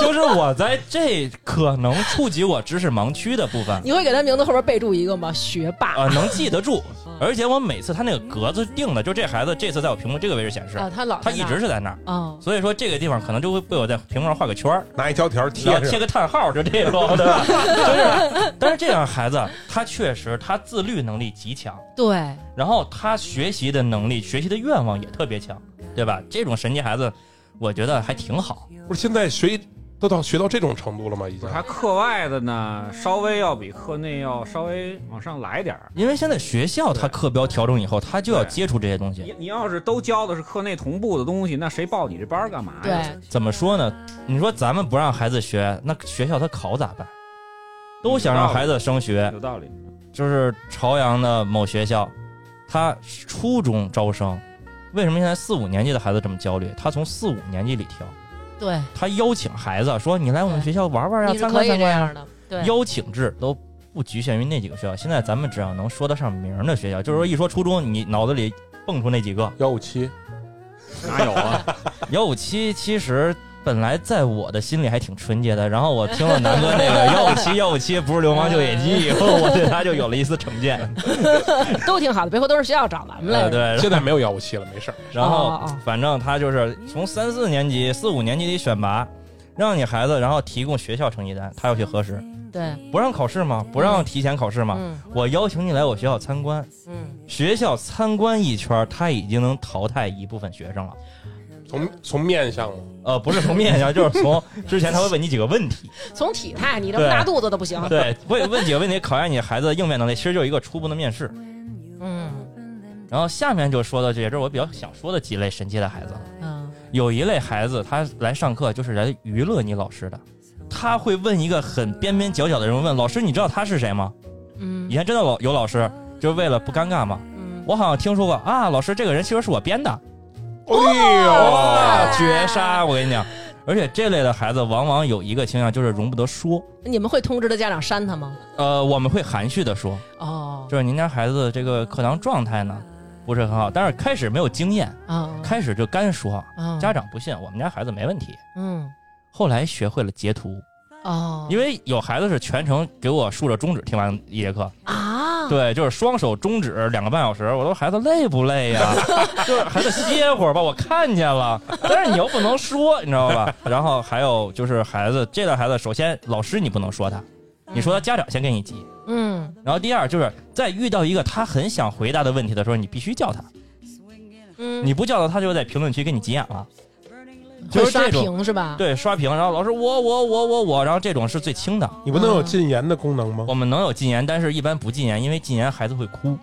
[SPEAKER 6] 就是我在这可能触及我知识盲区的部分，
[SPEAKER 3] 你会给他名字后边备注一个吗？学霸
[SPEAKER 6] 呃，能记得住，而且我每次他那个格子定的，就这孩子这次在我屏幕这个位置显示，
[SPEAKER 3] 啊，他老
[SPEAKER 6] 哦他一直是在那儿，
[SPEAKER 3] 哦，
[SPEAKER 6] 所以说这个地方可能就会被我在屏幕上画个圈儿，
[SPEAKER 5] 拿一条条
[SPEAKER 6] 要
[SPEAKER 5] 贴
[SPEAKER 6] 贴
[SPEAKER 5] 上。
[SPEAKER 6] 个叹号，就这种，对吧？就是，但是这样孩子，他确实他自律能力极强，
[SPEAKER 3] 对，
[SPEAKER 6] 然后他学习的能力、学习的愿望也特别强，对吧？这种神奇孩子，我觉得还挺好。
[SPEAKER 5] 不是现在学都到学到这种程度了吗？已经
[SPEAKER 6] 啊
[SPEAKER 4] 他课外的呢，稍微要比课内要稍微往上来点儿。
[SPEAKER 6] 因为现在学校他课标调整以后，他就要
[SPEAKER 4] 对
[SPEAKER 6] 接触这些东西
[SPEAKER 4] 你。你要是都教的是课内同步的东西，那谁报你这班儿干嘛呀？
[SPEAKER 3] 对，
[SPEAKER 6] 怎么说呢？你说咱们不让孩子学，那学校他考咋办？都想让孩子升学，
[SPEAKER 4] 有道理。
[SPEAKER 6] 就是朝阳的某学校，他初中招生，为什么现在四五年级的孩子这么焦虑？他从四五年级里挑，
[SPEAKER 3] 对，
[SPEAKER 6] 他邀请孩子说：“你来我们学校玩玩呀，
[SPEAKER 3] 你是
[SPEAKER 6] 参
[SPEAKER 3] 可
[SPEAKER 6] 观
[SPEAKER 3] 以
[SPEAKER 6] 参
[SPEAKER 3] 这
[SPEAKER 6] 观
[SPEAKER 3] 样
[SPEAKER 6] 呀。嗯
[SPEAKER 3] 的，”对，
[SPEAKER 6] 邀请制都不局限于那几个学校，现在咱们只要能说得上名儿的学校，就是说一说初中，你脑子里蹦出那几个，
[SPEAKER 5] 幺五七，
[SPEAKER 4] 哪有啊？
[SPEAKER 6] 幺五七其实本来在我的心里还挺纯洁的，然后我听了南哥那个幺五七幺五七不是流氓就野鸡以后，我对他就有了一丝成
[SPEAKER 3] (laughs)
[SPEAKER 6] 见。
[SPEAKER 3] 都挺好的，别回都是学校找咱们来，
[SPEAKER 6] 呃对，
[SPEAKER 5] (laughs) 现在没有幺五七了，没事儿。
[SPEAKER 6] 然
[SPEAKER 3] 哦
[SPEAKER 6] 后
[SPEAKER 3] 哦哦
[SPEAKER 6] 反正他就是从三四年级、四五年级里选拔，让你孩子然后提供学校成绩单，他要去核实，
[SPEAKER 3] 嗯对，
[SPEAKER 6] 不让考试吗？不让提前考试吗？
[SPEAKER 3] 嗯
[SPEAKER 6] 我邀请你来我学校参观，
[SPEAKER 3] 嗯，
[SPEAKER 6] 学校参观一圈儿，他已经能淘汰一部分学生了。
[SPEAKER 5] 从从面相嘛，
[SPEAKER 6] 呃，不是从面相，就是从之前他会问你几个问题。
[SPEAKER 3] 从体态，你这么大肚子都不行，
[SPEAKER 5] (laughs)
[SPEAKER 6] 对，问问几个问题，考验你孩子的应变能力，其实就是一个初步的面试。
[SPEAKER 3] 嗯
[SPEAKER 6] 然后下面就说到这，也就是我比较想说的几类神奇的孩子。
[SPEAKER 3] 嗯，
[SPEAKER 6] 有一类孩子，他来上课就是来娱乐你老师的，他会问一个很边边角角的人问老师，你知道他是谁吗？以
[SPEAKER 3] 嗯
[SPEAKER 6] 前真的老有老师就是为了不尴尬嘛。
[SPEAKER 3] 嗯，
[SPEAKER 6] 我好像听说过啊，老师这个人其实是我编的，
[SPEAKER 5] 哎呦，
[SPEAKER 6] 哇，绝杀！我跟你讲，而且这类的孩子往往有一个倾向，就是容不得说。
[SPEAKER 3] 你们会通知他家长删他吗？
[SPEAKER 6] 呃，我们会含蓄的说，
[SPEAKER 3] 哦，
[SPEAKER 6] 就是您家孩子这个课堂状态呢不是很好，但是开始没有经验，
[SPEAKER 3] 啊，
[SPEAKER 6] 开始就干说，
[SPEAKER 3] 啊
[SPEAKER 6] 家长不信，我们家孩子没问题。
[SPEAKER 3] 嗯
[SPEAKER 6] 后来学会了截图，
[SPEAKER 3] 哦，
[SPEAKER 6] 因为有孩子是全程给我竖着中指听完一节课，
[SPEAKER 3] 啊，
[SPEAKER 6] 对，就是双手中指两个半小时，我说孩子累不累呀？就是孩子歇会儿吧，我看见了，但是你又不能说，你知道吧？ (laughs) 然后还有就是孩子这类孩子，首先老师你不能说他，你说他家长先跟你急，
[SPEAKER 3] 嗯
[SPEAKER 6] 然后第二就是在遇到一个他很想回答的问题的时候，你必须叫他，
[SPEAKER 3] 嗯，
[SPEAKER 6] 你不叫他，他就在评论区给你急眼了，就
[SPEAKER 3] 会
[SPEAKER 6] 是
[SPEAKER 3] 刷
[SPEAKER 6] 这种
[SPEAKER 3] 屏是吧？
[SPEAKER 6] 对刷屏，然后老师我我我我我，然后这种是最轻
[SPEAKER 3] 啊
[SPEAKER 6] 的，
[SPEAKER 5] 你不能有禁言的功能吗
[SPEAKER 6] 我？们能有禁言，但是一般不禁言，因为禁言孩子会哭。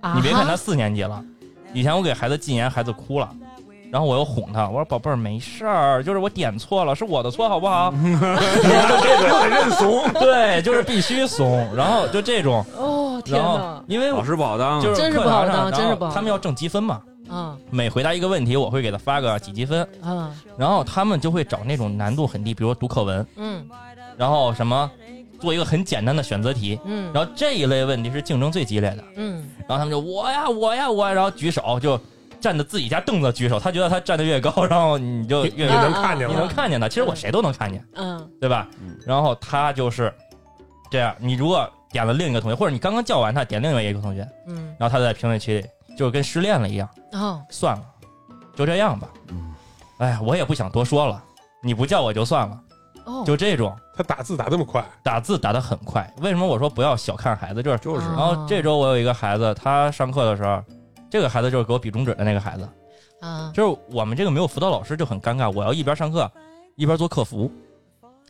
[SPEAKER 3] 啊哈，
[SPEAKER 6] 你别看他四年级了，以前我给孩子禁言，孩子哭了，然后我又哄他，我说宝贝儿没事儿，就是我点错了，是我的错，好不
[SPEAKER 3] (laughs)
[SPEAKER 6] 好？
[SPEAKER 4] 又得认怂，
[SPEAKER 6] 对，就是必须怂，然后就这种，
[SPEAKER 3] 哦，天
[SPEAKER 6] 然后
[SPEAKER 3] 哪，
[SPEAKER 6] 因为
[SPEAKER 4] 老
[SPEAKER 6] 我
[SPEAKER 4] 师不好
[SPEAKER 5] 嗯
[SPEAKER 4] 当啊，
[SPEAKER 6] 就是
[SPEAKER 3] 真是
[SPEAKER 6] 课
[SPEAKER 3] 不好
[SPEAKER 6] 堂上
[SPEAKER 3] 当真是
[SPEAKER 6] 然后
[SPEAKER 3] 不好
[SPEAKER 6] 他们要挣积分嘛，
[SPEAKER 3] 啊
[SPEAKER 6] 每回答一个问题，我会给他发个几积分，
[SPEAKER 3] 啊
[SPEAKER 6] 然后他们就会找那种难度很低，比如说读课文，
[SPEAKER 3] 嗯
[SPEAKER 6] 然后什么做一个很简单的选择题，
[SPEAKER 3] 嗯，
[SPEAKER 6] 然后这一类问题是竞争最激烈的。
[SPEAKER 3] 嗯
[SPEAKER 6] 然后他们就我呀我呀我呀，然后举手就站着自己家凳子举手，他觉得他站得越高，然后你就
[SPEAKER 5] 你
[SPEAKER 6] 越
[SPEAKER 5] 你
[SPEAKER 3] 啊
[SPEAKER 5] 能看见
[SPEAKER 6] 你
[SPEAKER 5] 吗？
[SPEAKER 6] 能看见他。其实我谁都能看见，
[SPEAKER 3] 嗯
[SPEAKER 6] 对吧？
[SPEAKER 4] 嗯
[SPEAKER 6] 然后他就是这样，你如果点了另一个同学，或者你刚刚叫完他点另外一个同学，
[SPEAKER 3] 嗯，
[SPEAKER 6] 然后他在评论区里就跟失恋了一样，
[SPEAKER 3] 哦
[SPEAKER 6] 算了，就这样吧
[SPEAKER 4] 嗯。
[SPEAKER 6] 哎呀，我也不想多说了，你不叫我就算了，
[SPEAKER 3] 哦，
[SPEAKER 6] 就这种
[SPEAKER 5] 他打字打这么快，
[SPEAKER 6] 打字打得很快。为什么我说不要小看孩子？就是
[SPEAKER 4] 就是
[SPEAKER 3] 啊
[SPEAKER 6] 然后这周我有一个孩子，他上课的时候，这个孩子就是给我比中指的那个孩子，
[SPEAKER 3] 啊
[SPEAKER 6] 就是我们这个没有辅导老师就很尴尬，我要一边上课。一边做客服，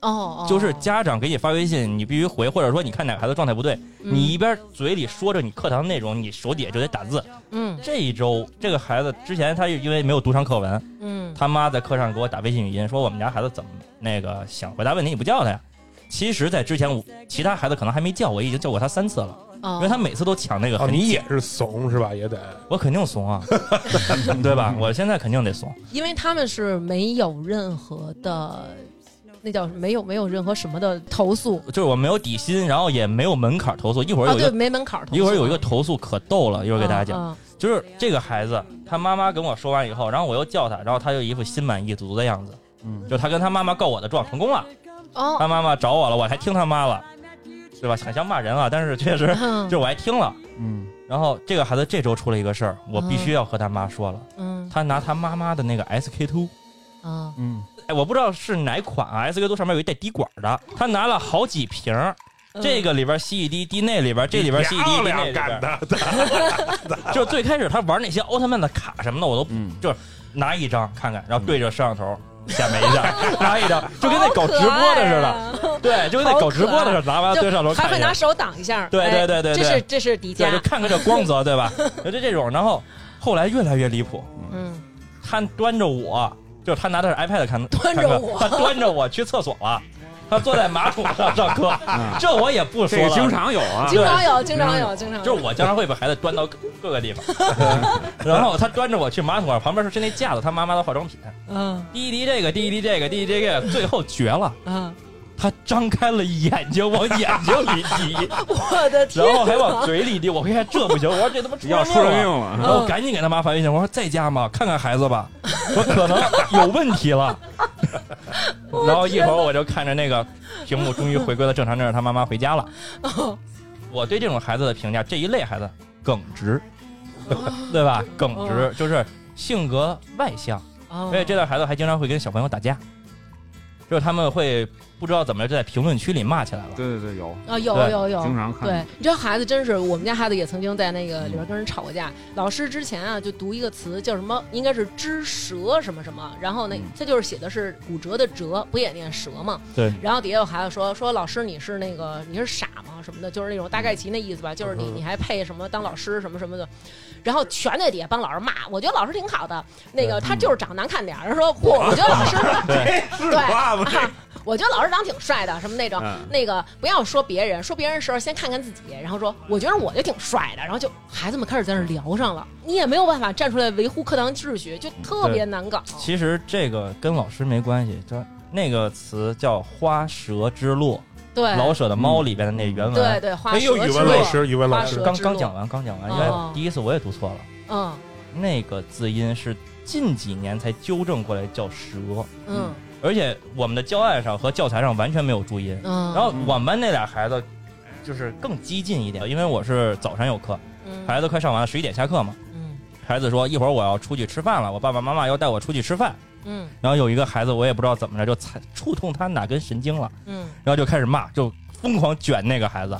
[SPEAKER 3] 哦哦，
[SPEAKER 6] 就是家长给你发微信，你必须回，或者说你看哪个孩子状态不对，
[SPEAKER 3] 嗯
[SPEAKER 6] 你一边嘴里说着你课堂内容，你手底下就得打字。
[SPEAKER 3] 嗯
[SPEAKER 6] 这一周这个孩子之前他因为没有读上课文，
[SPEAKER 3] 嗯
[SPEAKER 6] 他妈在课上给我打微信语音说我们家孩子怎么那个想回答问题你不叫他呀？其实，在之前我其他孩子可能还没叫我，已经叫过他三次了，
[SPEAKER 3] 哦，
[SPEAKER 6] 因为他每次都抢那个
[SPEAKER 5] 哦，
[SPEAKER 6] 很紧。
[SPEAKER 5] 你也是怂是吧？也得
[SPEAKER 6] 我肯定
[SPEAKER 5] (laughs)
[SPEAKER 6] 怂啊，对吧？我现在肯定得怂。
[SPEAKER 3] 因为他们是没有任何的，那叫没有没有任何什么的投诉
[SPEAKER 6] 就是我没有底薪，然后也没有门槛投诉。一会儿
[SPEAKER 3] 啊，
[SPEAKER 6] 有一
[SPEAKER 3] 对，
[SPEAKER 6] 个、
[SPEAKER 3] 没门槛儿投诉。
[SPEAKER 6] 一会儿有一个投诉可逗了，一会儿给大家讲。
[SPEAKER 3] 啊
[SPEAKER 6] 就是这个孩子，他妈妈跟我说完以后，然后我又叫他，然后他就一副心满意足的样子。
[SPEAKER 4] 嗯
[SPEAKER 6] 就他跟他妈妈告我的状成功了，
[SPEAKER 3] 啊
[SPEAKER 6] 他妈妈找我了，我还听他妈了，对吧？很像骂人啊，但是确实
[SPEAKER 3] 哦，
[SPEAKER 6] 就是我还听了。
[SPEAKER 4] 嗯，
[SPEAKER 6] 然后这个孩子这周出了一个事儿，我必须要和他妈说了。
[SPEAKER 3] 嗯
[SPEAKER 6] 他拿他妈妈的那个 SK two，
[SPEAKER 3] 啊
[SPEAKER 4] 嗯，
[SPEAKER 6] 哎，我不知道是哪款啊，SK two 上面有一带滴管的，他拿了好几瓶儿，
[SPEAKER 3] 嗯
[SPEAKER 6] 这个里边 E 吸一滴，滴那里边，这里边 E 吸一滴，
[SPEAKER 5] 奥
[SPEAKER 6] 滴那
[SPEAKER 5] 良
[SPEAKER 6] 里
[SPEAKER 5] 干
[SPEAKER 6] 边。
[SPEAKER 5] 的，
[SPEAKER 6] (laughs) 就最开始他玩那些奥特曼的卡什么的，我都
[SPEAKER 4] 嗯
[SPEAKER 6] 拿一张看看，然后对着摄像
[SPEAKER 5] 嗯
[SPEAKER 6] 头显摆
[SPEAKER 5] (laughs)
[SPEAKER 6] 一下，拿一张，就跟那搞直播的似的，
[SPEAKER 3] 的，
[SPEAKER 6] 对，就跟那搞直播的似的，拿完了对
[SPEAKER 3] 啊就
[SPEAKER 6] 摄像头
[SPEAKER 3] 还
[SPEAKER 6] 看
[SPEAKER 3] 会
[SPEAKER 6] 一
[SPEAKER 3] 拿
[SPEAKER 6] 下，
[SPEAKER 3] 手啊挡一下。
[SPEAKER 6] 对对
[SPEAKER 3] 哎
[SPEAKER 6] 对对
[SPEAKER 3] 这
[SPEAKER 6] 对
[SPEAKER 3] 是这是迪
[SPEAKER 6] 对，就
[SPEAKER 3] 迦。
[SPEAKER 6] 看看这光泽，对
[SPEAKER 3] (laughs)
[SPEAKER 6] 吧？就这种，然后后来越来越离谱，
[SPEAKER 3] 嗯，
[SPEAKER 6] 他端着我，就是他拿的是 iPad 看，
[SPEAKER 3] (laughs) 端着我
[SPEAKER 6] 看看他端着我去厕所了，他坐在马桶上上课，
[SPEAKER 3] (laughs)
[SPEAKER 4] 嗯
[SPEAKER 6] 这我也不说
[SPEAKER 4] 这个
[SPEAKER 6] 了，
[SPEAKER 4] 经常有啊，
[SPEAKER 3] 经常有，经常有，经常有。
[SPEAKER 6] 嗯就是我经常会把孩子端到各各个地方， (laughs) 然后他端着我去马桶旁边是那架子，他妈妈的化妆品，
[SPEAKER 3] 嗯
[SPEAKER 6] 滴一滴这个，滴一滴这个，滴一滴这个，最后绝了，
[SPEAKER 3] 嗯，
[SPEAKER 6] 他张开了眼睛往眼睛里
[SPEAKER 4] (laughs)
[SPEAKER 6] 滴，
[SPEAKER 3] 我的天
[SPEAKER 6] 然
[SPEAKER 3] 哪！
[SPEAKER 6] 后还往嘴里滴，我跟你说这不行，我说这他妈
[SPEAKER 4] 要出
[SPEAKER 6] 出人
[SPEAKER 4] 人
[SPEAKER 6] 命
[SPEAKER 4] 命了。
[SPEAKER 6] 了。
[SPEAKER 3] 啊
[SPEAKER 6] 然后我赶紧给他妈发微信，我说在家吗？看看孩子吧，我可能有问题了。然后一会儿我就看着那个屏幕，终于回归了正常，那是他妈妈回家了。我对这种孩子的评价，这一类孩子耿直， (laughs) 对吧？耿直就是性格外向，
[SPEAKER 3] 哦
[SPEAKER 6] 而哎且这类孩子还经常会跟小朋友打架，就是他们会不知道怎么就在评论区里骂起来了。
[SPEAKER 4] 对对对，有，
[SPEAKER 3] 啊，有
[SPEAKER 6] 对
[SPEAKER 3] 有有，
[SPEAKER 4] 经常看
[SPEAKER 3] 对，你知道孩子真是，我们家孩子也曾经在那个里边跟人吵过架。老师之前啊，就读一个词叫什么，应该是“之折”什么什么，然后呢
[SPEAKER 4] 嗯，
[SPEAKER 3] 他就是写的是骨折的“折”，不也念“折”吗？
[SPEAKER 6] 对。
[SPEAKER 3] 然后底下有孩子说说老师你是那个你是傻吗什么的，就是那种大概其那意思吧，
[SPEAKER 4] 嗯
[SPEAKER 3] 就是你你还配什么当老师什么什么的，然后全在底下帮老师骂。我觉得老师挺
[SPEAKER 4] 嗯 (laughs)
[SPEAKER 3] 好的，那个他就是长得难看点儿。人说不，我觉得老师
[SPEAKER 6] 对
[SPEAKER 3] 对，啊，我觉得老师长挺帅的，什么那种、
[SPEAKER 4] 嗯
[SPEAKER 3] 那个不要说别人，说别人的时候先看看自己，然后说我觉得我就挺帅的，然后就孩子们开始在那儿聊上了，你也没有办法站出来维护课堂秩序，就特别难搞。
[SPEAKER 6] 嗯其实这个跟老师没关系，就那个词叫“花蛇之路”，
[SPEAKER 3] 对
[SPEAKER 6] 老舍的《猫》里边的那原
[SPEAKER 3] 哎对
[SPEAKER 6] 文。
[SPEAKER 3] 对，花
[SPEAKER 5] 哎呦，
[SPEAKER 3] 蛇
[SPEAKER 5] 语
[SPEAKER 3] 之
[SPEAKER 5] 文
[SPEAKER 3] 路
[SPEAKER 5] 老，师，语文老
[SPEAKER 3] 花
[SPEAKER 5] 师
[SPEAKER 3] 蛇，
[SPEAKER 6] 刚
[SPEAKER 3] 之
[SPEAKER 6] 刚
[SPEAKER 3] 路
[SPEAKER 6] 讲完，刚讲完，因
[SPEAKER 3] 哦
[SPEAKER 6] 为第一次我也读错了，
[SPEAKER 3] 嗯
[SPEAKER 6] 那个字音是近几年才纠正过来叫蛇，
[SPEAKER 3] 嗯
[SPEAKER 6] 而且我们的教案上和教材上完全没有注音。
[SPEAKER 3] 嗯，
[SPEAKER 6] 然后我们班那俩孩子就是更激进一点，因为我是早上有课，
[SPEAKER 3] 嗯
[SPEAKER 6] 孩子快上完了，十一点下课嘛。
[SPEAKER 3] 嗯
[SPEAKER 6] 孩子说一会儿我要出去吃饭了，我爸爸妈妈要带我出去吃饭。
[SPEAKER 3] 嗯
[SPEAKER 6] 然后有一个孩子我也不知道怎么着就踩触痛他哪根神经了，
[SPEAKER 3] 嗯，
[SPEAKER 6] 然后就开始骂，就疯狂卷那个孩子，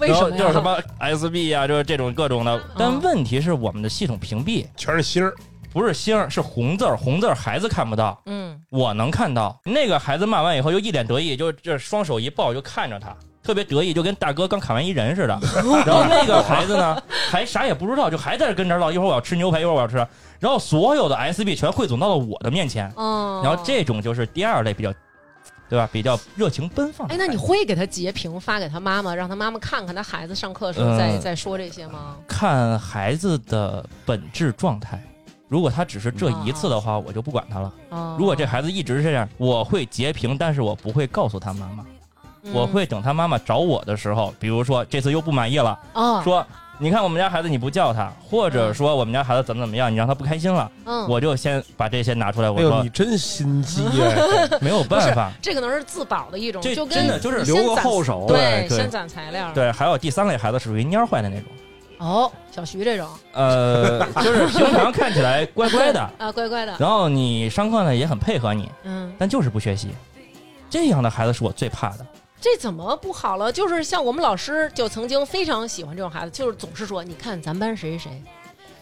[SPEAKER 3] 为
[SPEAKER 6] 然
[SPEAKER 3] 什
[SPEAKER 6] 后
[SPEAKER 3] 么
[SPEAKER 6] 就是
[SPEAKER 3] 呀？
[SPEAKER 6] 什
[SPEAKER 3] 嗯
[SPEAKER 6] 么 SB 啊，就是这种各种的。但问题是我们的系统屏蔽
[SPEAKER 5] 全是星儿，
[SPEAKER 6] 不是星儿，是红字儿，红字儿孩子看不到。
[SPEAKER 3] 嗯
[SPEAKER 6] 我能看到那个孩子骂完以后，就一脸得意，就这双手一抱，就看着他，特别得意，就跟大哥刚砍完一
[SPEAKER 3] (laughs)
[SPEAKER 6] 人似的。然后那个孩子呢，还啥也不知道，就还在这跟这儿唠，一会儿我要吃牛排，一会儿我要吃。然后所有的 SB 全汇总到了我的面前，
[SPEAKER 3] 嗯，
[SPEAKER 6] 然后这种就是第二类比较，对吧？比较热情奔放的
[SPEAKER 3] 哎，
[SPEAKER 6] 孩子。
[SPEAKER 3] 那你会给他截屏发给他妈妈，让他妈妈看看他孩子上课的时候在
[SPEAKER 6] 嗯
[SPEAKER 3] 在说这些吗？
[SPEAKER 6] 看孩子的本质状态。如果他只是这一次的话，我就不管他了。
[SPEAKER 3] 啊，
[SPEAKER 6] 如果这孩子一直是这样，我会截屏，但是我不会告诉他妈妈。
[SPEAKER 3] 嗯
[SPEAKER 6] 我会等他妈妈找我的时候，比如说这次又不满意了，
[SPEAKER 3] 啊，
[SPEAKER 6] 说你看我们家孩子你不叫他，或者说我们家孩子怎么怎么样，你让他不开心了，
[SPEAKER 3] 嗯，
[SPEAKER 6] 我就先把这些拿出来，我
[SPEAKER 5] 哎呦，
[SPEAKER 6] 说
[SPEAKER 5] 你真心机
[SPEAKER 3] (laughs)
[SPEAKER 5] 哎！
[SPEAKER 6] (laughs) 没有办法。
[SPEAKER 3] 这可能是自保的一种，
[SPEAKER 6] 这
[SPEAKER 3] 就跟
[SPEAKER 6] 真的就是
[SPEAKER 3] 你先
[SPEAKER 4] 留个
[SPEAKER 3] 攒
[SPEAKER 4] 后手
[SPEAKER 3] 对，
[SPEAKER 6] 对对
[SPEAKER 3] 先攒材料。
[SPEAKER 6] 对，还有第三类孩子是属于蔫坏的那种，
[SPEAKER 3] 哦，小徐这种
[SPEAKER 6] 呃，就是平常看起来乖乖的，
[SPEAKER 3] 啊，乖乖的，
[SPEAKER 6] 然后你上课呢也很配合你，
[SPEAKER 3] 嗯，
[SPEAKER 6] 但就是不学习。这样的孩子是我最怕
[SPEAKER 3] (laughs)
[SPEAKER 6] 的。
[SPEAKER 3] 这怎么不好了？就是像我们老师就曾经非常喜欢这种孩子，就是总是说，你看咱班谁谁谁，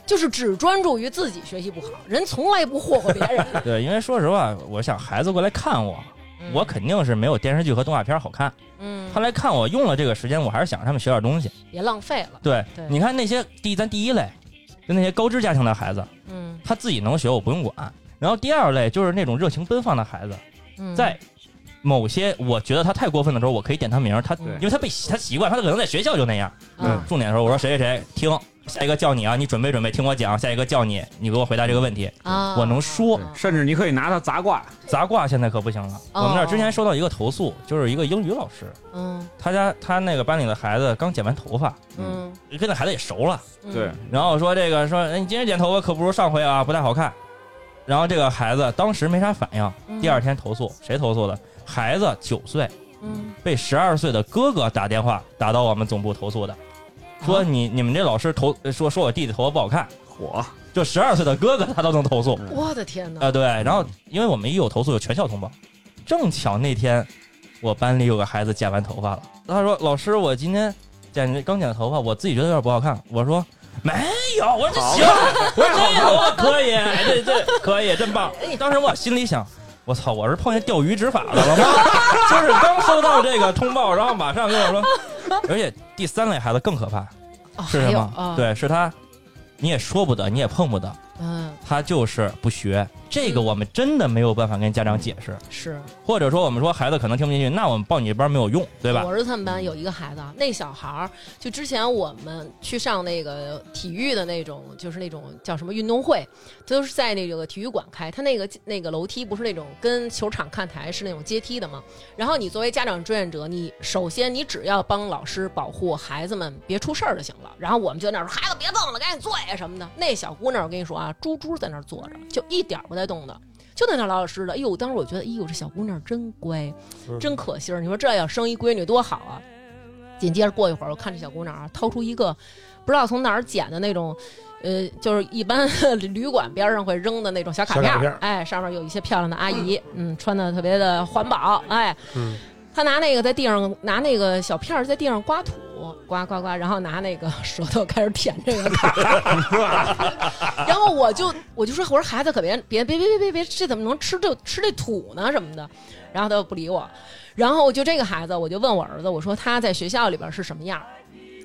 [SPEAKER 3] 就是只专注于自己学习不好，人从来不霍霍别人。
[SPEAKER 6] 对，因为说实话，我想孩子过来看我，
[SPEAKER 3] 嗯
[SPEAKER 6] 我肯定是没有电视剧和动画片好看。
[SPEAKER 3] 嗯
[SPEAKER 6] 他，来看我用了这个时间，我还是想让他们学点东西。
[SPEAKER 3] 别浪费了。
[SPEAKER 6] 对，
[SPEAKER 3] 对
[SPEAKER 6] 你看那些第咱第一类，就那些高知家庭的孩子，
[SPEAKER 3] 嗯
[SPEAKER 6] 他自己能学，我不用管。然后第二类就是那种热情奔放的孩子，
[SPEAKER 3] 嗯，
[SPEAKER 6] 在某些我觉得他太过分的时候，我可以点他名儿，他
[SPEAKER 4] 对
[SPEAKER 6] 因为他被他习惯，他可能在学校就那样。
[SPEAKER 3] 啊
[SPEAKER 6] 重点的时候，我说谁谁谁听，下一个叫你啊，你准备准备，听我讲，下一个叫你，你给我回答这个问题。
[SPEAKER 3] 啊，
[SPEAKER 6] 我能说
[SPEAKER 3] 啊
[SPEAKER 4] 甚至你可以拿它砸挂，
[SPEAKER 6] 砸挂现在可不行了，
[SPEAKER 3] 哦
[SPEAKER 6] 我们这儿之前收到一个投诉，就是一个英语老师，
[SPEAKER 3] 嗯
[SPEAKER 6] 他家他那个班里的孩子刚剪完头发，
[SPEAKER 3] 嗯，
[SPEAKER 6] 跟那孩子也熟了。
[SPEAKER 3] 嗯
[SPEAKER 4] 对，
[SPEAKER 6] 然后说这个说，哎，你今天剪头发可不如上回啊，不太好看。然后这个孩子当时没啥反应，第二天投诉，谁投诉的？孩子九岁，
[SPEAKER 3] 嗯，
[SPEAKER 6] 被十二岁的哥哥打电话打到我们总部投诉的，说你你们这老师头说说我弟弟头发不好看，
[SPEAKER 4] 火
[SPEAKER 6] 就十二岁的哥哥他都能投诉
[SPEAKER 3] 我的天哪，
[SPEAKER 6] 啊，对。然后因为我们一有投诉有全校通报，正巧那天我班里有个孩子剪完头发了，他说老师我今天剪刚剪头发，我自己觉得有点不好看，我说。没有，我说这行，我说这可以，哎这这可以，真棒！当时我心里想，我操，我是碰见钓鱼执法的了吗？ (laughs) 就是刚收到这个通报，然后马上跟我说，而且第三类孩子更可怕，
[SPEAKER 3] 哦
[SPEAKER 6] 是
[SPEAKER 3] 还
[SPEAKER 6] 什
[SPEAKER 3] 有
[SPEAKER 6] 么
[SPEAKER 3] 啊？，
[SPEAKER 6] 对，是他，你也说不得，你也碰不得，
[SPEAKER 3] 嗯，
[SPEAKER 6] 他就是不学。这个
[SPEAKER 3] 嗯
[SPEAKER 6] 我们真的没有办法跟家长解释，
[SPEAKER 3] 是
[SPEAKER 6] 或者说我们说孩子可能听不进去，那我们报你班没有用，对吧
[SPEAKER 3] 我？儿子他们班有一个孩子啊，那小孩儿就之前我们去上那个体育的那种，就是那种叫什么运动会，都是在那个体育馆开。他那个那个楼梯不是那种跟球场看台是那种阶梯的嘛。然后你作为家长志愿者，你首先你只要帮老师保护孩子们别出事儿就行了。然后我们就在那儿说孩子别动了，赶紧坐呀什么的。那小姑娘我跟你说啊，猪猪在那儿坐着，就一点儿不带动的。就在那儿老老实实的，哎呦！当时我觉得，哎呦，这小姑娘真乖，真可心儿。你说这要生一闺女多好啊！紧接着过一会儿，我看这小姑娘啊，掏出一个不知道从哪儿捡的那种，呃，就是一般旅 (laughs) 馆边上会扔的那种小卡片
[SPEAKER 5] 小
[SPEAKER 3] 儿，
[SPEAKER 5] 卡片儿
[SPEAKER 3] 哎，上面有一些漂亮的阿姨，嗯，穿的特别的环保，哎，
[SPEAKER 5] 嗯，
[SPEAKER 3] 她拿那个在地上拿那个小片儿在地上刮土，刮刮刮，然后拿那个舌头开始舔这个卡，
[SPEAKER 5] (laughs)
[SPEAKER 3] 然后我就我就说，我说孩子可别别别别别别别，这怎么能吃这吃这土呢什么的，然后他就不理我，然后就这个孩子，我就问我儿子，我说他在学校里边是什么样儿？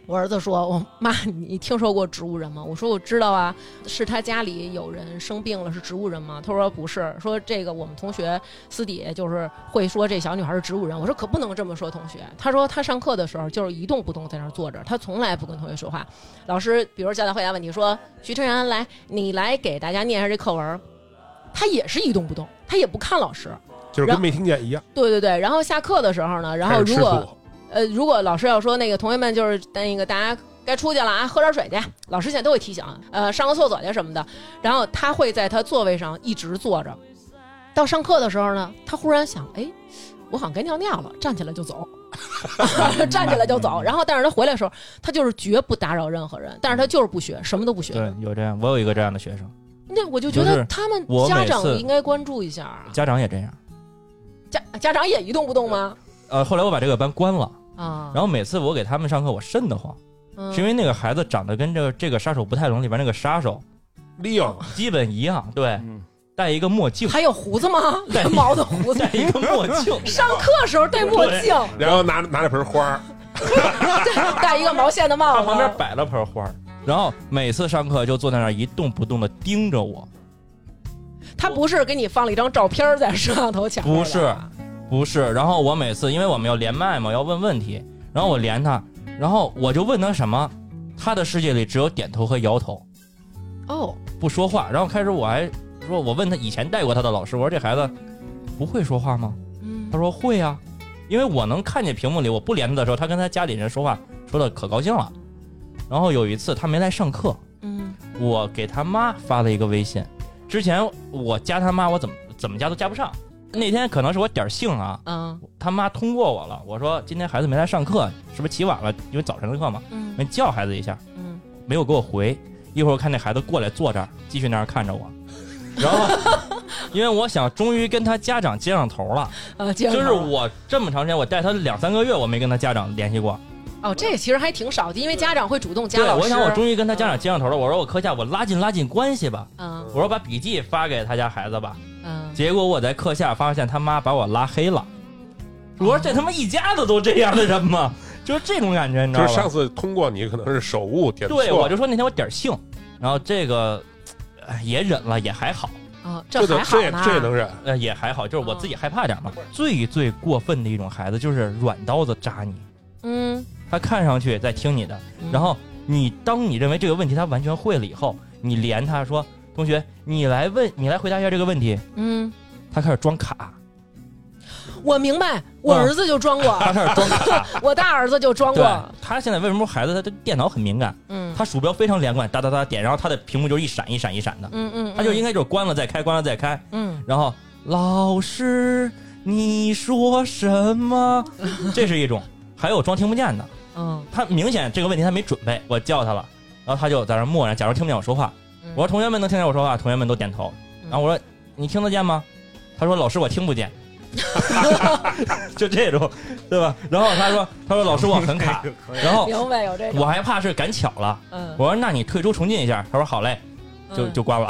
[SPEAKER 3] 我儿子说：“我妈，你听说过植物人吗？”我说：“我知道啊，是他家里有人生病了，是植物人吗？”他说：“不是，说这个我们同学私底下就是会说这小女孩是植物人。”我说：“可不能这么说，同学。”他说：“他上课的时候就是一动不动在那儿坐着，他从来不跟同学说话。老师，比如教他回答问题，说徐晨然来，你来给大家念一下这课文儿，他也是一动不动，他也不看老师。”
[SPEAKER 5] (laughs) 就是跟没听见一样。
[SPEAKER 3] 对对对，然后下课的时候呢，然后
[SPEAKER 5] 开始
[SPEAKER 3] 如
[SPEAKER 5] 吃
[SPEAKER 3] 果
[SPEAKER 5] 醋，
[SPEAKER 3] 呃，如果老师要说那个同学们就是那个大家该出去了啊，喝点水去，老师现在都会提醒，呃，上个厕所去什么的。然后他会在他座位上一直坐着，到上课的时候呢，他忽然想，哎，我好像该尿尿了，站起来就走， (laughs) 站起来就
[SPEAKER 6] (laughs)
[SPEAKER 3] 走。然后，但是他回来的时候，他就是绝不打扰任何人，但是他就是不学，什么都不学。
[SPEAKER 6] 对，有这样，我有一个这样的学生，
[SPEAKER 3] 那我就觉
[SPEAKER 6] 就是
[SPEAKER 3] 得他们
[SPEAKER 6] 我
[SPEAKER 3] 家
[SPEAKER 6] 每
[SPEAKER 3] 长
[SPEAKER 6] 次
[SPEAKER 3] 应该关注一下啊，
[SPEAKER 6] 家长也这样。
[SPEAKER 3] 家家长也一动不动吗？
[SPEAKER 6] 呃，后来我把这个班关了，
[SPEAKER 3] 啊，
[SPEAKER 6] 然后每次我给他们上课，我瘆得慌，
[SPEAKER 3] 嗯
[SPEAKER 6] 是因为那个孩子长得跟这个这个杀手不太冷里边那个杀手
[SPEAKER 5] 利用
[SPEAKER 6] 基本一样，对，
[SPEAKER 4] 嗯
[SPEAKER 6] 戴一个
[SPEAKER 3] (laughs)
[SPEAKER 6] 墨镜，
[SPEAKER 3] 还有胡子吗？
[SPEAKER 6] 对
[SPEAKER 3] 连 (laughs) 毛的胡子。
[SPEAKER 6] 戴一个墨镜，
[SPEAKER 3] 上课时候戴墨镜，
[SPEAKER 5] 然后拿拿了盆花儿，
[SPEAKER 3] (laughs) 戴一个毛线的帽
[SPEAKER 6] (laughs) 他
[SPEAKER 3] 子，
[SPEAKER 6] (laughs) 旁边摆了盆花儿，然后每次上课就坐在那儿一动不动的盯着我，
[SPEAKER 3] 他不是给你放了一张照片在摄像头前面的，
[SPEAKER 6] 不是不是，然后我每次因为我们要连麦嘛，要问问题，然后我连他，然后我就问他什么，他的世界里只有点头和摇头，
[SPEAKER 3] 哦，
[SPEAKER 6] 不说话。然后开始我还说，我问他以前带过他的老师，我说这孩子不会说话吗？
[SPEAKER 3] 嗯
[SPEAKER 6] 他说会啊，因为我能看见屏幕里我不连他的时候，他跟他家里人说话说的可高兴了。然后有一次他没来上课，
[SPEAKER 3] 嗯
[SPEAKER 6] 我给他妈发了一个微信，之前我加他妈我怎么怎么加都加不上，那天可能是我点儿性啊。
[SPEAKER 3] 嗯
[SPEAKER 6] 他妈通过我了，我说今天孩子没来上课，是不是起晚了？因为早晨的课嘛，
[SPEAKER 3] 嗯
[SPEAKER 6] 没叫孩子一下，
[SPEAKER 3] 嗯，
[SPEAKER 6] 没有给我回。一会儿看那孩子过来坐这儿，继续那儿看着我，然后因为我想终于跟他家长接上头了，
[SPEAKER 3] 呃，接着
[SPEAKER 6] 就是
[SPEAKER 3] 说
[SPEAKER 6] 我这么长时间我带他两三个月，我没跟他家长联系过。
[SPEAKER 3] 哦，这其实还挺少的，因为家长会主动加
[SPEAKER 6] 对，
[SPEAKER 3] 老师，
[SPEAKER 6] 我想我终于跟他家长接上头了。我说我课下我拉近拉近关系吧，
[SPEAKER 3] 嗯
[SPEAKER 6] 我说把笔记发给他家孩子吧。
[SPEAKER 3] 嗯，
[SPEAKER 6] 结果我在课下发现他妈把我拉黑了。我说这他妈一家子都这样的人吗？就是这种感觉，你知
[SPEAKER 5] 就
[SPEAKER 6] 道
[SPEAKER 5] 是上
[SPEAKER 6] 吧？
[SPEAKER 5] 次通过你可能是手误点错，
[SPEAKER 6] 对，我就说那天我点儿性，然后这个哎也忍了，也还好，
[SPEAKER 3] 啊，这还
[SPEAKER 5] 这能
[SPEAKER 3] 好
[SPEAKER 5] 这也
[SPEAKER 3] 呢，
[SPEAKER 5] 这也能忍，
[SPEAKER 6] 呃也还好，就是我
[SPEAKER 3] 哦
[SPEAKER 6] 自己害怕点儿嘛。最最过分的一种孩子就是软刀子扎你，
[SPEAKER 3] 嗯，
[SPEAKER 6] 他看上去在听你的，
[SPEAKER 3] 嗯
[SPEAKER 6] 然后你当你认为这个问题他完全会了以后，你连他说同学，你来问，你来回答一下这个问题，
[SPEAKER 3] 嗯，
[SPEAKER 6] 他开始
[SPEAKER 3] (laughs)
[SPEAKER 6] 装卡，
[SPEAKER 3] 我明白，我
[SPEAKER 6] 嗯
[SPEAKER 3] 儿子就装过，
[SPEAKER 6] 他开始 (laughs) 装卡，
[SPEAKER 3] (laughs) 我大儿子就装
[SPEAKER 6] 对
[SPEAKER 3] 过，
[SPEAKER 6] 他现在为什么孩子他对电脑很敏感？
[SPEAKER 3] 嗯
[SPEAKER 6] 他鼠标非常连贯，哒哒哒点，然后他的屏幕就是一闪一闪一闪的，
[SPEAKER 3] 嗯嗯，
[SPEAKER 6] 他就
[SPEAKER 3] 嗯
[SPEAKER 6] 应该就是关了再开，关了再开，
[SPEAKER 3] 嗯
[SPEAKER 6] 然后老师你说什么？这是一种，还有装听不见的，
[SPEAKER 3] 嗯
[SPEAKER 6] 他明显这个问题他没准备，我叫他了，然后他就在那儿默然，假装听不见我说话。
[SPEAKER 3] 嗯
[SPEAKER 6] 我说同学们能听见我说话，同学们都点头，
[SPEAKER 3] 嗯
[SPEAKER 6] 然后我说你听得见吗？他说老师我听不见。 (laughs) 就这种，对吧？然后他说：“他说老师我很卡，然后
[SPEAKER 3] 明白有这
[SPEAKER 6] 我
[SPEAKER 3] 种，
[SPEAKER 6] 还怕是赶巧了，
[SPEAKER 3] 嗯，
[SPEAKER 6] 我说那你退出重进一下，他说好嘞，就
[SPEAKER 3] 嗯
[SPEAKER 6] 就关了。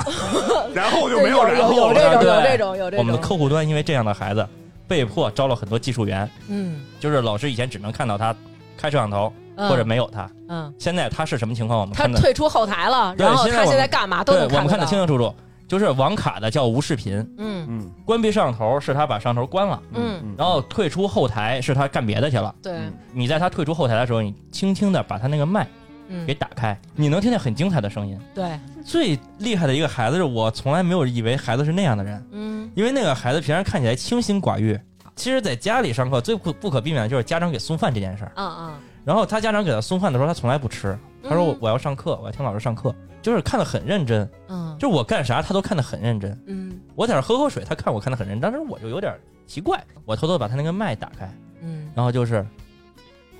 [SPEAKER 5] 然后就
[SPEAKER 3] 对
[SPEAKER 5] 没
[SPEAKER 3] 有
[SPEAKER 5] 然后
[SPEAKER 3] 有
[SPEAKER 5] 了。
[SPEAKER 3] 这种有
[SPEAKER 6] 对
[SPEAKER 3] 这种有这种，
[SPEAKER 6] 我们的客户端因为这样的孩子，被迫招了很多技术员，
[SPEAKER 3] 嗯，
[SPEAKER 6] 就是老师以前只能看到他开摄像头
[SPEAKER 3] 嗯
[SPEAKER 6] 或者没有他，
[SPEAKER 3] 嗯。
[SPEAKER 6] 现在他是什么情况我们
[SPEAKER 3] 他
[SPEAKER 6] 看的，
[SPEAKER 3] 退出后台了，
[SPEAKER 6] 对
[SPEAKER 3] 然后
[SPEAKER 6] 现在
[SPEAKER 3] 他
[SPEAKER 6] 我
[SPEAKER 3] 现
[SPEAKER 6] 们
[SPEAKER 3] 在干嘛都
[SPEAKER 6] 对
[SPEAKER 3] 能
[SPEAKER 6] 我们
[SPEAKER 3] 得
[SPEAKER 6] 看得
[SPEAKER 3] 到
[SPEAKER 6] 清。清楚楚。就是网卡的叫无视频，
[SPEAKER 3] 嗯
[SPEAKER 4] 嗯
[SPEAKER 6] 关闭摄像头是他把摄像头关了，
[SPEAKER 3] 嗯，
[SPEAKER 6] 然后退出后台是他干别的去了。
[SPEAKER 3] 对，
[SPEAKER 6] 你在他退出后台的时候，你轻轻的把他那个麦
[SPEAKER 3] 嗯
[SPEAKER 6] 给打开，你能听见很精彩的声音。
[SPEAKER 3] 对，
[SPEAKER 6] 最厉害的一个孩子是我从来没有以为孩子是那样的人，
[SPEAKER 3] 嗯
[SPEAKER 6] 因为那个孩子平常看起来清心寡欲。其实，在家里上课最不不可避免的就是家长给送饭这件事儿。
[SPEAKER 3] 啊啊，
[SPEAKER 6] 然后他家长给他送饭的时候，他从来不吃。 (laughs) 他说我
[SPEAKER 3] 嗯
[SPEAKER 6] 我要上课，我要听老师上课，就是看得很认真，
[SPEAKER 3] 嗯
[SPEAKER 6] 就是我干啥他都看得很认真。
[SPEAKER 3] 嗯
[SPEAKER 6] 我在那儿喝口水，他看我看得很认真，当时我就有点奇怪，我偷偷把他那个麦打开，
[SPEAKER 3] 嗯，
[SPEAKER 6] 然后就是，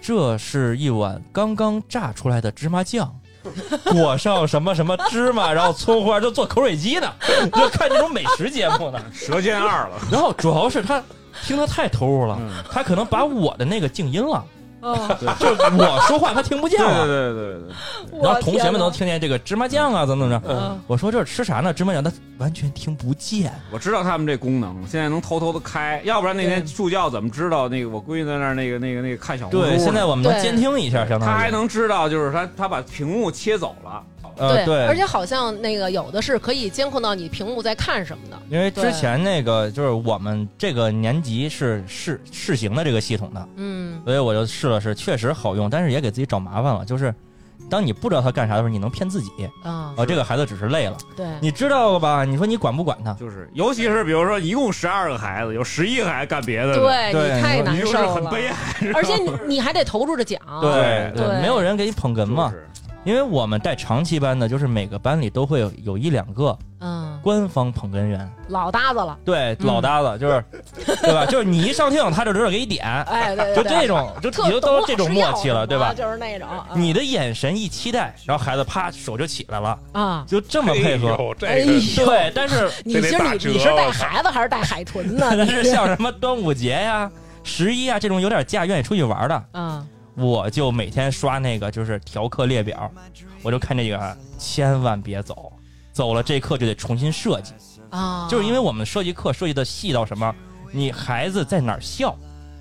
[SPEAKER 6] 这是一碗刚刚榨出来的芝麻酱，裹上什么什么芝麻，然后葱花，就做口水鸡呢，就看这种美食节目呢。
[SPEAKER 4] 舌尖二了，
[SPEAKER 6] 嗯
[SPEAKER 3] (laughs)
[SPEAKER 4] 嗯
[SPEAKER 6] 然后主要是他听得太投入了，他可能把我的那个静音了，
[SPEAKER 3] (laughs) 哦，
[SPEAKER 6] 就是我说话他听不见
[SPEAKER 4] 对对
[SPEAKER 6] 了。
[SPEAKER 4] 对对对对，
[SPEAKER 6] 然
[SPEAKER 3] 我
[SPEAKER 6] 后同学们
[SPEAKER 3] 天
[SPEAKER 6] 都听见这个芝麻酱啊，怎么怎么着？
[SPEAKER 3] 哪嗯
[SPEAKER 6] 我说这是吃啥呢？芝麻酱他完全听不见。
[SPEAKER 4] 我知道他们这功能，现在能偷偷的开，要不然那天助教怎么知道那个我闺女在那儿那个那个那个看小红书呢？
[SPEAKER 6] 对，现在我们能监听一下，相当于
[SPEAKER 4] 他还能知道，就是他他把屏幕切走了。
[SPEAKER 6] 呃对，
[SPEAKER 3] 而且好像那个有的是可以监控到你屏幕在看什么的。
[SPEAKER 6] 因为
[SPEAKER 3] 对
[SPEAKER 6] 之前那个就是我们这个年级是试试行的这个系统的，
[SPEAKER 3] 嗯，
[SPEAKER 6] 所以我就试了试，确实好用，但是也给自己找麻烦了。就是当你不知道他干啥的时候，你能骗自己
[SPEAKER 3] 啊
[SPEAKER 6] 啊、，这个孩子只是累了，
[SPEAKER 3] 对，
[SPEAKER 6] 你知道了吧？你说你管不管他？
[SPEAKER 4] 就是，尤其是比如说，一共十二个孩子，有十一个还干别的，，
[SPEAKER 3] 对
[SPEAKER 6] 对
[SPEAKER 3] 你太
[SPEAKER 4] 你
[SPEAKER 3] 难
[SPEAKER 4] 就是
[SPEAKER 3] 受
[SPEAKER 4] 很
[SPEAKER 3] 了，
[SPEAKER 4] 悲哀。
[SPEAKER 3] 而且你
[SPEAKER 6] (laughs)
[SPEAKER 3] 你还得投入着讲，
[SPEAKER 4] 对
[SPEAKER 6] 对
[SPEAKER 3] 对
[SPEAKER 6] 没有人给你捧哏嘛
[SPEAKER 4] 就。是
[SPEAKER 6] 因为我们带长期班的，就是每个班里都会有有一两个
[SPEAKER 3] 嗯，
[SPEAKER 6] 官方捧哏员，
[SPEAKER 3] 老搭子了，
[SPEAKER 6] 对，
[SPEAKER 3] 嗯
[SPEAKER 6] 老搭子就是，
[SPEAKER 3] (laughs)
[SPEAKER 6] 对吧？就是你一上听，他就知道给你点，
[SPEAKER 3] 哎，对对
[SPEAKER 6] 就
[SPEAKER 3] 对，
[SPEAKER 6] 这种，就
[SPEAKER 3] 特
[SPEAKER 6] 你就
[SPEAKER 3] 懂
[SPEAKER 6] 都
[SPEAKER 3] 老
[SPEAKER 6] 这种
[SPEAKER 3] 师
[SPEAKER 6] 默
[SPEAKER 3] 要
[SPEAKER 6] 契
[SPEAKER 3] 什
[SPEAKER 6] 了，
[SPEAKER 3] 么
[SPEAKER 6] 对吧？
[SPEAKER 3] 就是那种啊
[SPEAKER 6] 你的眼神一期待，然后孩子啪手就起来了，
[SPEAKER 3] 啊，
[SPEAKER 6] 就这么配合。
[SPEAKER 5] 呦，
[SPEAKER 3] 哎
[SPEAKER 5] 这个
[SPEAKER 3] 呦，
[SPEAKER 6] 对，但是
[SPEAKER 3] 你
[SPEAKER 5] 这得
[SPEAKER 3] 是
[SPEAKER 5] 打
[SPEAKER 3] 你
[SPEAKER 5] 折
[SPEAKER 3] 你是带
[SPEAKER 5] 我操
[SPEAKER 3] 孩子还是带海豚呢？
[SPEAKER 6] (laughs) 但是
[SPEAKER 3] 你
[SPEAKER 6] 像什么端午节呀、十一啊这种有点假愿意出去玩的，
[SPEAKER 3] 啊，
[SPEAKER 6] 我就每天刷那个就是调课列表，我就看这个，千万别走，走了这课就得重新设计，
[SPEAKER 3] 啊，
[SPEAKER 6] 就是因为我们设计课设计的细到什么。你孩子在哪儿笑？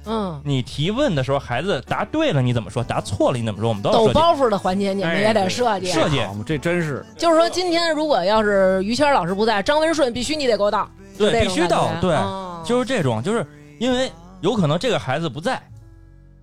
[SPEAKER 3] 嗯
[SPEAKER 6] 你提问的时候，孩子答对了你怎么说？答错了你怎么说？我们都要
[SPEAKER 3] 抖
[SPEAKER 6] 设计
[SPEAKER 3] 包袱的环节你们
[SPEAKER 4] 哎
[SPEAKER 3] 也得设计，
[SPEAKER 6] 设计
[SPEAKER 4] 好嘛这真是
[SPEAKER 3] 就是说今天如果要是于谦老师不在，张文顺必须你得给我到，
[SPEAKER 6] 对，必须到
[SPEAKER 3] 到，
[SPEAKER 6] 对，
[SPEAKER 3] 哦
[SPEAKER 6] 就是这种，就是因为有可能这个孩子不在，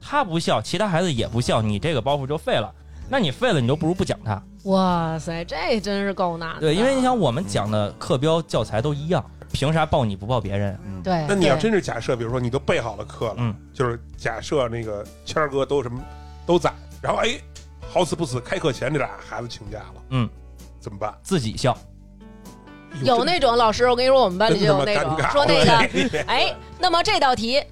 [SPEAKER 6] 他不笑，其他孩子也不笑，你这个包袱就废了。那你废了，你就不如不讲他。
[SPEAKER 3] 哇塞，这真是够难的，
[SPEAKER 6] 对，因为你想，我们讲的课标教材都一样，凭啥报你不报别人？
[SPEAKER 3] 对，
[SPEAKER 5] 那你要
[SPEAKER 3] 对
[SPEAKER 5] 真是假设，比如说你都备好了课了，
[SPEAKER 6] 嗯
[SPEAKER 5] 就是假设那个谦儿哥都什么都在，然后哎，好死不死，开课前这俩孩子请假了，
[SPEAKER 6] 嗯，
[SPEAKER 5] 怎么办？
[SPEAKER 6] 自己笑，
[SPEAKER 3] 有那种老师，我跟你说，我们班里就啊有
[SPEAKER 5] 真
[SPEAKER 3] 那
[SPEAKER 5] 他妈
[SPEAKER 3] 种
[SPEAKER 5] 尴尬
[SPEAKER 3] 说那个，
[SPEAKER 5] (laughs) 个，
[SPEAKER 3] 哎，那么这道题，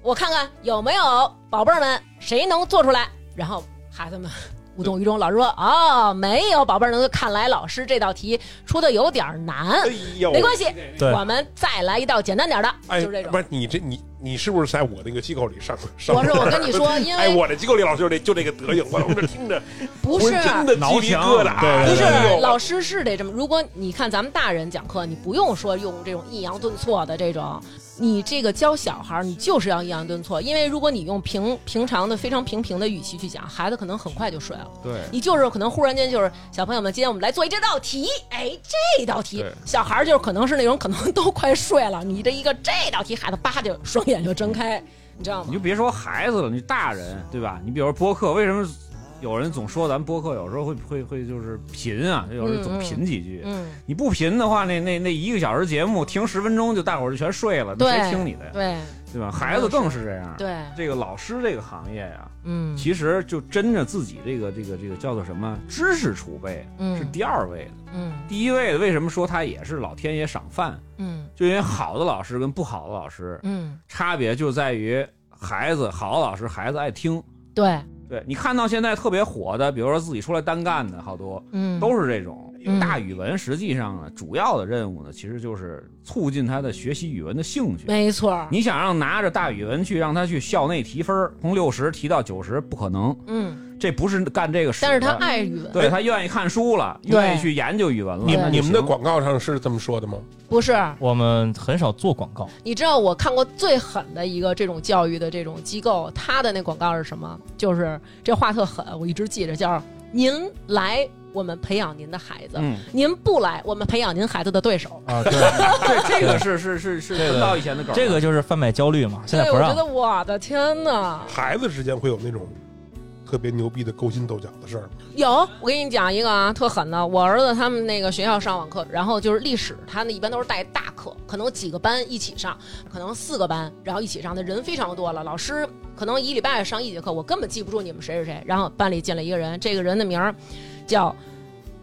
[SPEAKER 3] 我看看有没有宝贝儿们谁能做出
[SPEAKER 5] 哎
[SPEAKER 3] 来， (laughs) 然后孩子们。无动于衷，老师说：“哦，没有，宝贝儿能。看来老师这道题出的有点难
[SPEAKER 5] 哎，呦，
[SPEAKER 3] 没关系，
[SPEAKER 6] 对
[SPEAKER 3] 我们再来一道简单点的，
[SPEAKER 5] 哎，
[SPEAKER 3] 就是这种
[SPEAKER 5] 不。是你这你你是不是在我那个机构里上上？
[SPEAKER 3] 我是我跟你说，因
[SPEAKER 5] (laughs) 哎，
[SPEAKER 3] 为
[SPEAKER 5] 我这机构里老师就这就这个德行，我我这听着
[SPEAKER 3] (laughs) 不
[SPEAKER 5] 浑
[SPEAKER 3] 是啊
[SPEAKER 5] 身的鸡皮疙瘩，
[SPEAKER 3] (laughs) 不是
[SPEAKER 5] 哎呦
[SPEAKER 3] 老师是得这么。如果你看咱们大人讲课，你不用说用这种抑扬顿挫的这种，你这个教小孩儿，你就是要抑扬顿挫，因为如果你用平平常的非常平平的语气去讲，孩子可能很快就睡了。
[SPEAKER 4] 对，
[SPEAKER 3] 你就是可能忽然间就是小朋友们，今天我们来做一这道题，哎，这道题
[SPEAKER 4] 对
[SPEAKER 3] 小孩儿就是可能是那种可能都快睡了，你这一个这道题，孩子叭就双眼就睁开，你知道
[SPEAKER 4] 你
[SPEAKER 3] 吗
[SPEAKER 4] 就？别说孩子了，你大人对吧？你比如说播客，为什么有人总说咱们播客有时候会会会就是贫啊，有时候总贫几句。
[SPEAKER 3] 嗯，
[SPEAKER 4] 你不贫的话，那那那一个小时节目听十分钟就大伙儿就全睡了，那
[SPEAKER 3] 对
[SPEAKER 4] 谁听你的呀？
[SPEAKER 3] 对
[SPEAKER 4] 对吧？孩子更是这样。，
[SPEAKER 3] 对，
[SPEAKER 4] 这个老师这个行业呀、
[SPEAKER 3] 嗯，
[SPEAKER 4] 其实就真着自己这个这个这个叫做什么知识储备
[SPEAKER 3] 嗯
[SPEAKER 4] 是第二位的，
[SPEAKER 3] 嗯
[SPEAKER 4] 第一位的为什么说他也是老天爷赏饭？
[SPEAKER 3] 嗯
[SPEAKER 4] 就因为好的老师跟不好的老师
[SPEAKER 3] 嗯，
[SPEAKER 4] 差别就在于孩子好的老师孩子爱听。
[SPEAKER 3] 对，
[SPEAKER 4] 对你看到现在特别火的，比如说自己出来单干的好多，
[SPEAKER 3] 嗯，
[SPEAKER 4] 都是这种
[SPEAKER 3] 嗯。
[SPEAKER 4] 大语文实际上呢，主要的任务呢，其实就是促进他的学习语文的兴趣。
[SPEAKER 3] 没错儿，
[SPEAKER 4] 你想让拿着大语文去让他去校内提分儿，从六十提到九十，不可能，
[SPEAKER 3] 嗯，
[SPEAKER 4] 这不是干这个事。
[SPEAKER 3] 但是他，爱语文，
[SPEAKER 4] 对他愿意看书了，
[SPEAKER 3] 对
[SPEAKER 4] 愿意去研究语文了。
[SPEAKER 5] 你
[SPEAKER 4] 那
[SPEAKER 5] 们
[SPEAKER 4] 就
[SPEAKER 5] 你们的
[SPEAKER 4] 行
[SPEAKER 5] 广告上是这么说的吗？
[SPEAKER 3] 不是？
[SPEAKER 6] 我们很少做广告，
[SPEAKER 3] 你知道我看过最狠的一个这种教育的这种机构，他的那广告是什么？就是这话特狠，我一直记着，叫“您来，我们培养您的孩子；
[SPEAKER 4] 嗯，
[SPEAKER 3] 您不来，我们培养您孩子的对手
[SPEAKER 6] 啊， (laughs) 对，
[SPEAKER 4] 对，这个是是是是
[SPEAKER 6] 这个
[SPEAKER 4] 很早以前的梗。
[SPEAKER 6] 这个就是贩卖焦虑嘛，”。现在
[SPEAKER 3] 对，
[SPEAKER 6] 不
[SPEAKER 3] 哎我觉
[SPEAKER 6] 让
[SPEAKER 3] 得。我的天哪！
[SPEAKER 5] 孩子之间会有那种特别牛逼的勾心斗角的事儿吗？
[SPEAKER 3] 有，我跟你讲一个啊，特狠的。我儿子他们那个学校上网课，然后就是历史，他那一般都是带大课，可能几个班一起上，可能四个班，然后一起上的人非常多了。老师可能一礼拜上一节课，我根本记不住你们谁是谁。然后班里进来一个人，这个人的名儿叫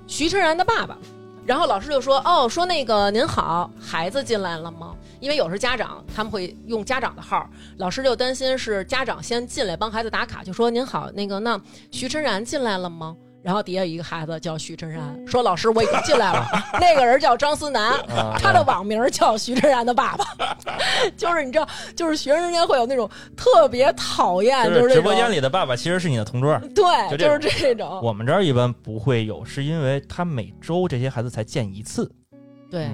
[SPEAKER 3] 徐晨然的爸爸。然后老师就说：“哦，说那个您好，孩子进来了吗？因为有时候家长他们会用家长的号，老师就担心是家长先进来帮孩子打卡，就说您好，那个那徐晨然进来了吗？然后底下一个孩子叫徐晨然，
[SPEAKER 6] 嗯
[SPEAKER 3] 说老师我已经进来
[SPEAKER 6] (laughs)
[SPEAKER 3] 了，那个人叫张思南，
[SPEAKER 6] 啊嗯
[SPEAKER 3] 他的网名叫徐晨然的爸爸， (laughs) 就是你知道，就是学生之间会有那种特别讨厌，
[SPEAKER 6] 就是直播间
[SPEAKER 3] 里
[SPEAKER 6] 里的爸爸其实是你的同桌。
[SPEAKER 3] 对，
[SPEAKER 6] 就
[SPEAKER 3] 就是
[SPEAKER 6] 这种
[SPEAKER 3] 这种，
[SPEAKER 6] 我们这儿一般不会有，是因为他每周这些孩子才见一次，
[SPEAKER 3] 对，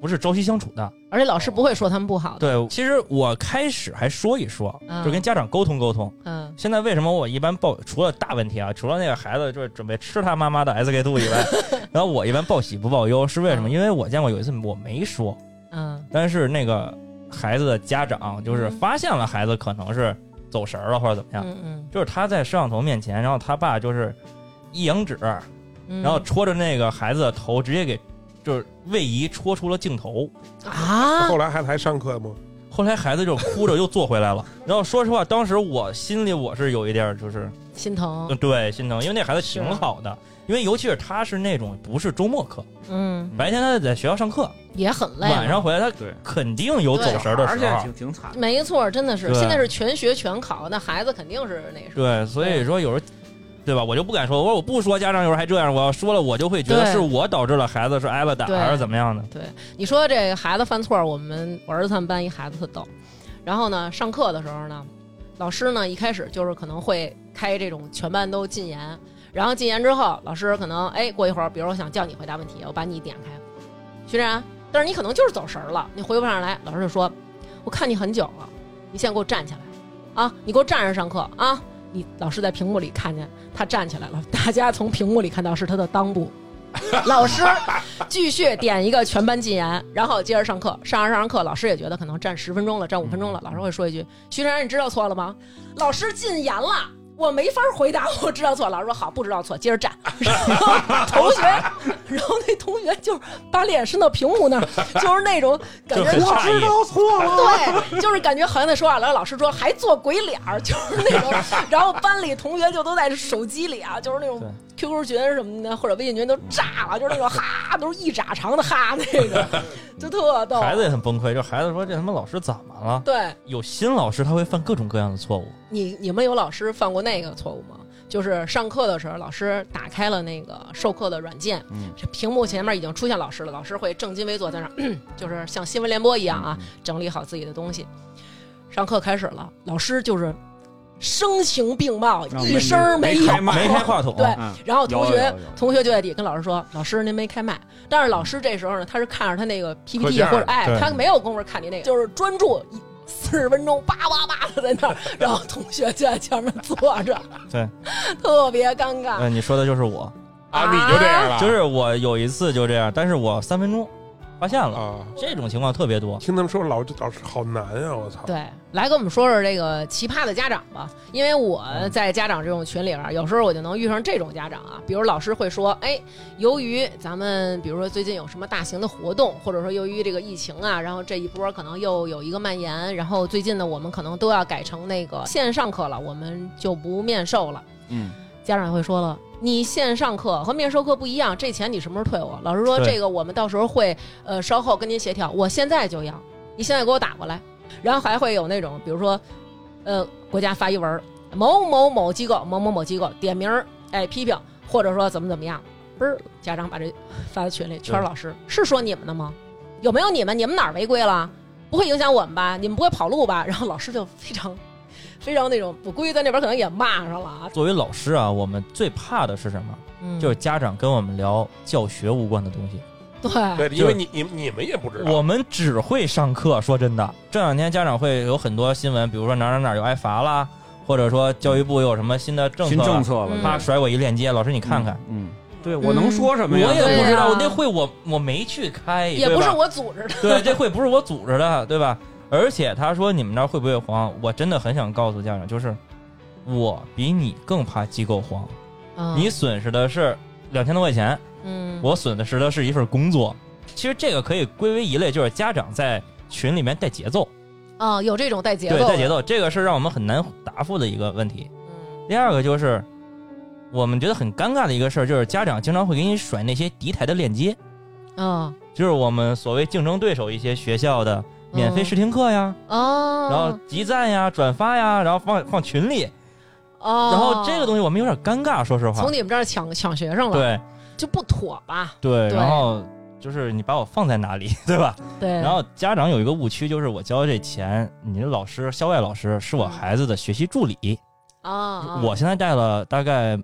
[SPEAKER 6] 不是朝夕相处的。
[SPEAKER 3] 而且老师不会说他们不好的，
[SPEAKER 6] 嗯对，其实我开始还说一说
[SPEAKER 3] 嗯，
[SPEAKER 6] 就跟家长沟通沟通。
[SPEAKER 3] 嗯，
[SPEAKER 6] 现在为什么我一般报除了大问题啊，除了那个孩子就是准备吃他妈妈的 SK two 以
[SPEAKER 3] (laughs)
[SPEAKER 6] 外，然后我一般报喜不报忧，是为什
[SPEAKER 3] 嗯
[SPEAKER 6] 么？因为我见过有一次我没说，
[SPEAKER 3] 嗯
[SPEAKER 6] 但是那个孩子的家长就是发现了孩子可能是走神儿了或者怎么样，
[SPEAKER 3] 嗯
[SPEAKER 6] 就是他在摄像头面前，然后他爸就是一扬指，
[SPEAKER 3] 嗯，
[SPEAKER 6] 然后戳着那个孩子的头，直接给就是位移戳出了镜头。
[SPEAKER 3] 啊
[SPEAKER 5] 后，来还还上课吗？
[SPEAKER 6] 后来孩子就哭着又坐回来了。 (laughs) 然后说实话，当时我心里我是有一点儿就是，
[SPEAKER 3] 心疼
[SPEAKER 6] 嗯，，对，心疼，因为那孩子挺好的，因为尤其是他是那种不是周末课，
[SPEAKER 3] 嗯，
[SPEAKER 6] 白天他在学校上课，
[SPEAKER 3] 也很累，
[SPEAKER 6] 晚上。回来他
[SPEAKER 4] 对
[SPEAKER 6] 肯定有走神儿的
[SPEAKER 4] 而
[SPEAKER 6] 时
[SPEAKER 4] 且
[SPEAKER 6] 候
[SPEAKER 4] 挺。挺惨的。
[SPEAKER 3] 没错，真的是，
[SPEAKER 6] 对
[SPEAKER 3] 现在是全学全考，那孩子肯定是那什么，
[SPEAKER 6] 对，所以说有时候。对吧？我就不敢说，我说我不说，家长有时候还这样，我要说了，我就会觉得
[SPEAKER 3] 对
[SPEAKER 6] 是我导致了孩子是挨了打
[SPEAKER 3] 对
[SPEAKER 6] 还是怎么样的。
[SPEAKER 3] 对，你说这个孩子犯错，我们我儿子他们班一孩子特逗，然后呢，上课的时候呢，老师呢一开始就是可能会开这种全班都禁言，然后禁言之后，老师可能哎过一会儿，比如我想叫你回答问题，我把你点开，徐然，但是你可能就是走神儿了，你回不上来，老师就说，我看你很久了，你现在给我站起来，啊，你给我站着上课啊。你老师在屏幕里看见他站起来了，大家从屏幕里看到是他的裆部。老师继续点一个全班禁言，然后接着上课。上着上着课，老师也觉得可能站十分钟了，站五分钟了，老师会说一句：“徐晨，你知道错了吗？老师禁言了。”我没法回答，我知道错了。老师说好，不知道错，接
[SPEAKER 6] (laughs)
[SPEAKER 3] 着站。然后同学，然后那同学就是把脸伸到屏幕那儿，
[SPEAKER 6] (laughs)
[SPEAKER 3] 就是那种感觉
[SPEAKER 6] 就很
[SPEAKER 3] 老
[SPEAKER 6] 诧
[SPEAKER 3] 师
[SPEAKER 6] 异
[SPEAKER 3] 都错了，对，就是感觉好像在说话。然后老师说还做鬼脸儿，就是那
[SPEAKER 6] (laughs)
[SPEAKER 3] 种。然后班里同学就都在手机里啊，就是那种 QQ 群什么的或者微信群都炸了，就是那种哈，都是一拃长的哈，那
[SPEAKER 6] (laughs)
[SPEAKER 3] 个就特逗。
[SPEAKER 6] 孩子也很崩溃，就孩子说这他妈老师怎么了？
[SPEAKER 3] 对
[SPEAKER 6] 有新老师他会犯各种各样的错误，
[SPEAKER 3] 你你们有老师犯过那个错误吗？就是上课的时候，老师打开了那个授课的软件，
[SPEAKER 4] 嗯
[SPEAKER 3] 这屏幕前面已经出现老师了，老师会正襟危坐在那儿， (clears throat) 就是像新闻联播一样
[SPEAKER 4] 嗯
[SPEAKER 3] 啊，整理好自己的东西。上课开始了，老师就是声情并茂，
[SPEAKER 4] 啊
[SPEAKER 3] 一声儿
[SPEAKER 4] 没
[SPEAKER 3] 有，
[SPEAKER 4] 没开麦
[SPEAKER 6] 没开话筒。
[SPEAKER 3] 对
[SPEAKER 4] 嗯，
[SPEAKER 3] 然后同学
[SPEAKER 4] 有有有有
[SPEAKER 3] 同学就在底下跟老师说：“老师，您没开麦。”但是老师这时候呢，他是看着他那个 PPT
[SPEAKER 5] 课件儿
[SPEAKER 3] 或者哎，
[SPEAKER 5] 对
[SPEAKER 3] 他没有功夫看你那个，就是专注四十分钟，叭叭叭的在那儿，然后同学就在前面坐着，
[SPEAKER 6] 对，
[SPEAKER 3] (laughs) 特别尴尬。
[SPEAKER 6] 嗯，你说的就是我，
[SPEAKER 5] 啊，你就这样了？
[SPEAKER 6] 就是我有一次就这样，但是我三分钟发现
[SPEAKER 4] 哦
[SPEAKER 6] 了，
[SPEAKER 5] 啊，
[SPEAKER 6] 这种情况特别多。
[SPEAKER 5] 听他们说老老师好难啊，我操！
[SPEAKER 3] 对，来跟我们说说这个奇葩的家长吧，因为我在家长这种群里边儿，有时候我就能遇上这种家长啊，比如老师会说，哎，由于咱们比如说最近有什么大型的活动，或者说由于这个疫情啊，然后这一波可能又有一个蔓延，然后最近呢，我们可能都要改成那个线上课了，我们就不面授了。
[SPEAKER 4] 嗯，
[SPEAKER 3] 家长会说了，你线上课和面授课不一样，这钱你什么时候退我？老师说
[SPEAKER 6] 对
[SPEAKER 3] 这个我们到时候会呃稍后跟您协调，我现在就要，你现在给我打过来。然后还会有那种，比如说，呃，国家发一文儿，某某某机构、某某某机构点名儿，哎，批评或者说怎么怎么样，不是家长把这发到群里圈儿老师，是说你们的吗？有没有你们？你们哪儿违规了？不会影响我们吧？你们不会跑路吧？然后老师就非常非常那种，我估计在那边儿可能也骂上了啊，
[SPEAKER 6] 作为老师啊，我们最怕的是什么？
[SPEAKER 3] 嗯
[SPEAKER 6] 就是家长跟我们聊教学无关的东西，
[SPEAKER 3] (laughs) 对，啊
[SPEAKER 5] 对，因为你你你们也不知道，
[SPEAKER 6] 我们只会上课。说真的，这两天家长会有很多新闻，比如说哪儿哪儿哪儿又挨罚啦，或者说教育部又有什么新的政策
[SPEAKER 4] 新
[SPEAKER 6] 了，
[SPEAKER 4] 政策
[SPEAKER 3] 嗯
[SPEAKER 4] 了，
[SPEAKER 6] 啪甩我一链接，老师你看看。，
[SPEAKER 4] 嗯，对我能说什
[SPEAKER 6] 我
[SPEAKER 4] 么呀？
[SPEAKER 6] 也不
[SPEAKER 3] 对
[SPEAKER 6] 知
[SPEAKER 3] 啊
[SPEAKER 6] 道，我那会我我没去开，
[SPEAKER 3] 也
[SPEAKER 6] 对
[SPEAKER 3] 不是
[SPEAKER 6] 吧
[SPEAKER 3] 我组织的，
[SPEAKER 6] 对，这会不是我组织的，对吧？而且他说你们那儿会不会黄？我真的很想告诉家长，就是我比你更怕机构黄。你损失的是两千多块钱，
[SPEAKER 3] 嗯，
[SPEAKER 6] 嗯我损失的是一份工作。其实这个可以归为一类，就是家长在群里面带节奏，
[SPEAKER 3] 啊有这种带节奏，
[SPEAKER 6] 对，带节，奏，这个是让我们很难答复的一个问题。
[SPEAKER 3] 嗯
[SPEAKER 6] 第二个就是我们觉得很尴尬的一个事儿，就是家长经常会给你甩那些敌台的链接，
[SPEAKER 3] 啊
[SPEAKER 6] 就是我们所谓竞争对手一些学校的免费
[SPEAKER 3] 嗯
[SPEAKER 6] 试听课呀。
[SPEAKER 3] 哦，
[SPEAKER 6] 然后集赞呀、转发呀，然后放放群里，
[SPEAKER 3] 哦，
[SPEAKER 6] 然后这个东西我们有点尴尬，说实话
[SPEAKER 3] 从。你们这儿抢抢学生了，，
[SPEAKER 6] 对
[SPEAKER 3] 就不妥吧？
[SPEAKER 6] 对，
[SPEAKER 3] 对
[SPEAKER 6] 然后就是你把我放在哪里， (laughs) 对吧？
[SPEAKER 3] 对，
[SPEAKER 6] 然后家长有一个误区，就是我交这钱，你的老师校外老师是我孩子的学习助理。
[SPEAKER 3] 啊啊，
[SPEAKER 6] 我现在带了大概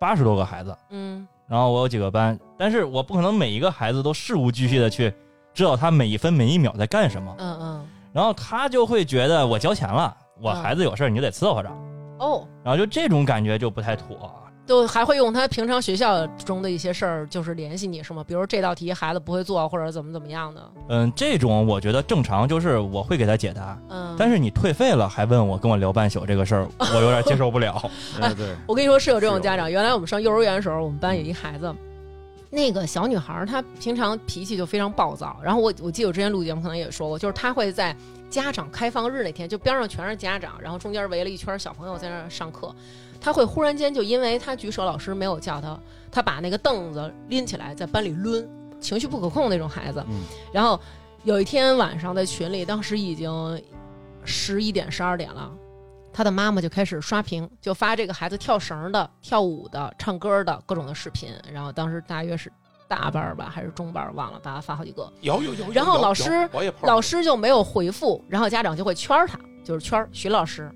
[SPEAKER 6] 八十多个孩子，
[SPEAKER 3] 嗯，
[SPEAKER 6] 然后我有几个班，但是我不可能每一个孩子都事无巨细的去知道他每一分每一秒在干什么，
[SPEAKER 3] 嗯
[SPEAKER 6] 然后他就会觉得我交钱了，我
[SPEAKER 3] 嗯
[SPEAKER 6] 孩子有事儿你就得伺候着，
[SPEAKER 3] 嗯，哦，
[SPEAKER 6] 然后就这种感觉就不太妥。
[SPEAKER 3] 就还会用他平常学校中的一些事儿，就是联系你是吗？比如这道题孩子不会做，或者怎么怎么样的，
[SPEAKER 6] 嗯，这种我觉得正常，就是我会给他解答。
[SPEAKER 3] 嗯。
[SPEAKER 6] 但是你退费了还问我跟我聊半宿这个事儿，我有点接受不了。
[SPEAKER 4] 对
[SPEAKER 6] (laughs)
[SPEAKER 4] 对，
[SPEAKER 3] 我跟你说是有这种
[SPEAKER 4] 嗯是有
[SPEAKER 3] 家长，原来我们上幼儿园的时候，我们班有一孩子。那个小女孩儿，她平常脾气就非常暴躁。然后我我记得我之前录节目可能也说过，就是她会在家长开放日那天，就边上全是家长，然后中间围了一圈小朋友在那儿上课。她会忽然间就因为她举手，老师没有叫她，她把那个凳子拎起来在班里抡，情绪不可控那种孩子。
[SPEAKER 4] 嗯
[SPEAKER 3] 然后有一天晚上在群里，当时已经十一点十二点了，他的妈妈就开始刷屏，就发这个孩子跳绳的、跳舞的、唱歌的各种的视频。然后当时大约是大班儿吧，还是中班儿忘了，把他发好几个。
[SPEAKER 5] 有有有有。
[SPEAKER 3] 然后
[SPEAKER 5] 有
[SPEAKER 3] 老师
[SPEAKER 5] 有我也碰
[SPEAKER 3] 老师就没有回复，然后家长就会圈儿他，就是圈儿徐老师。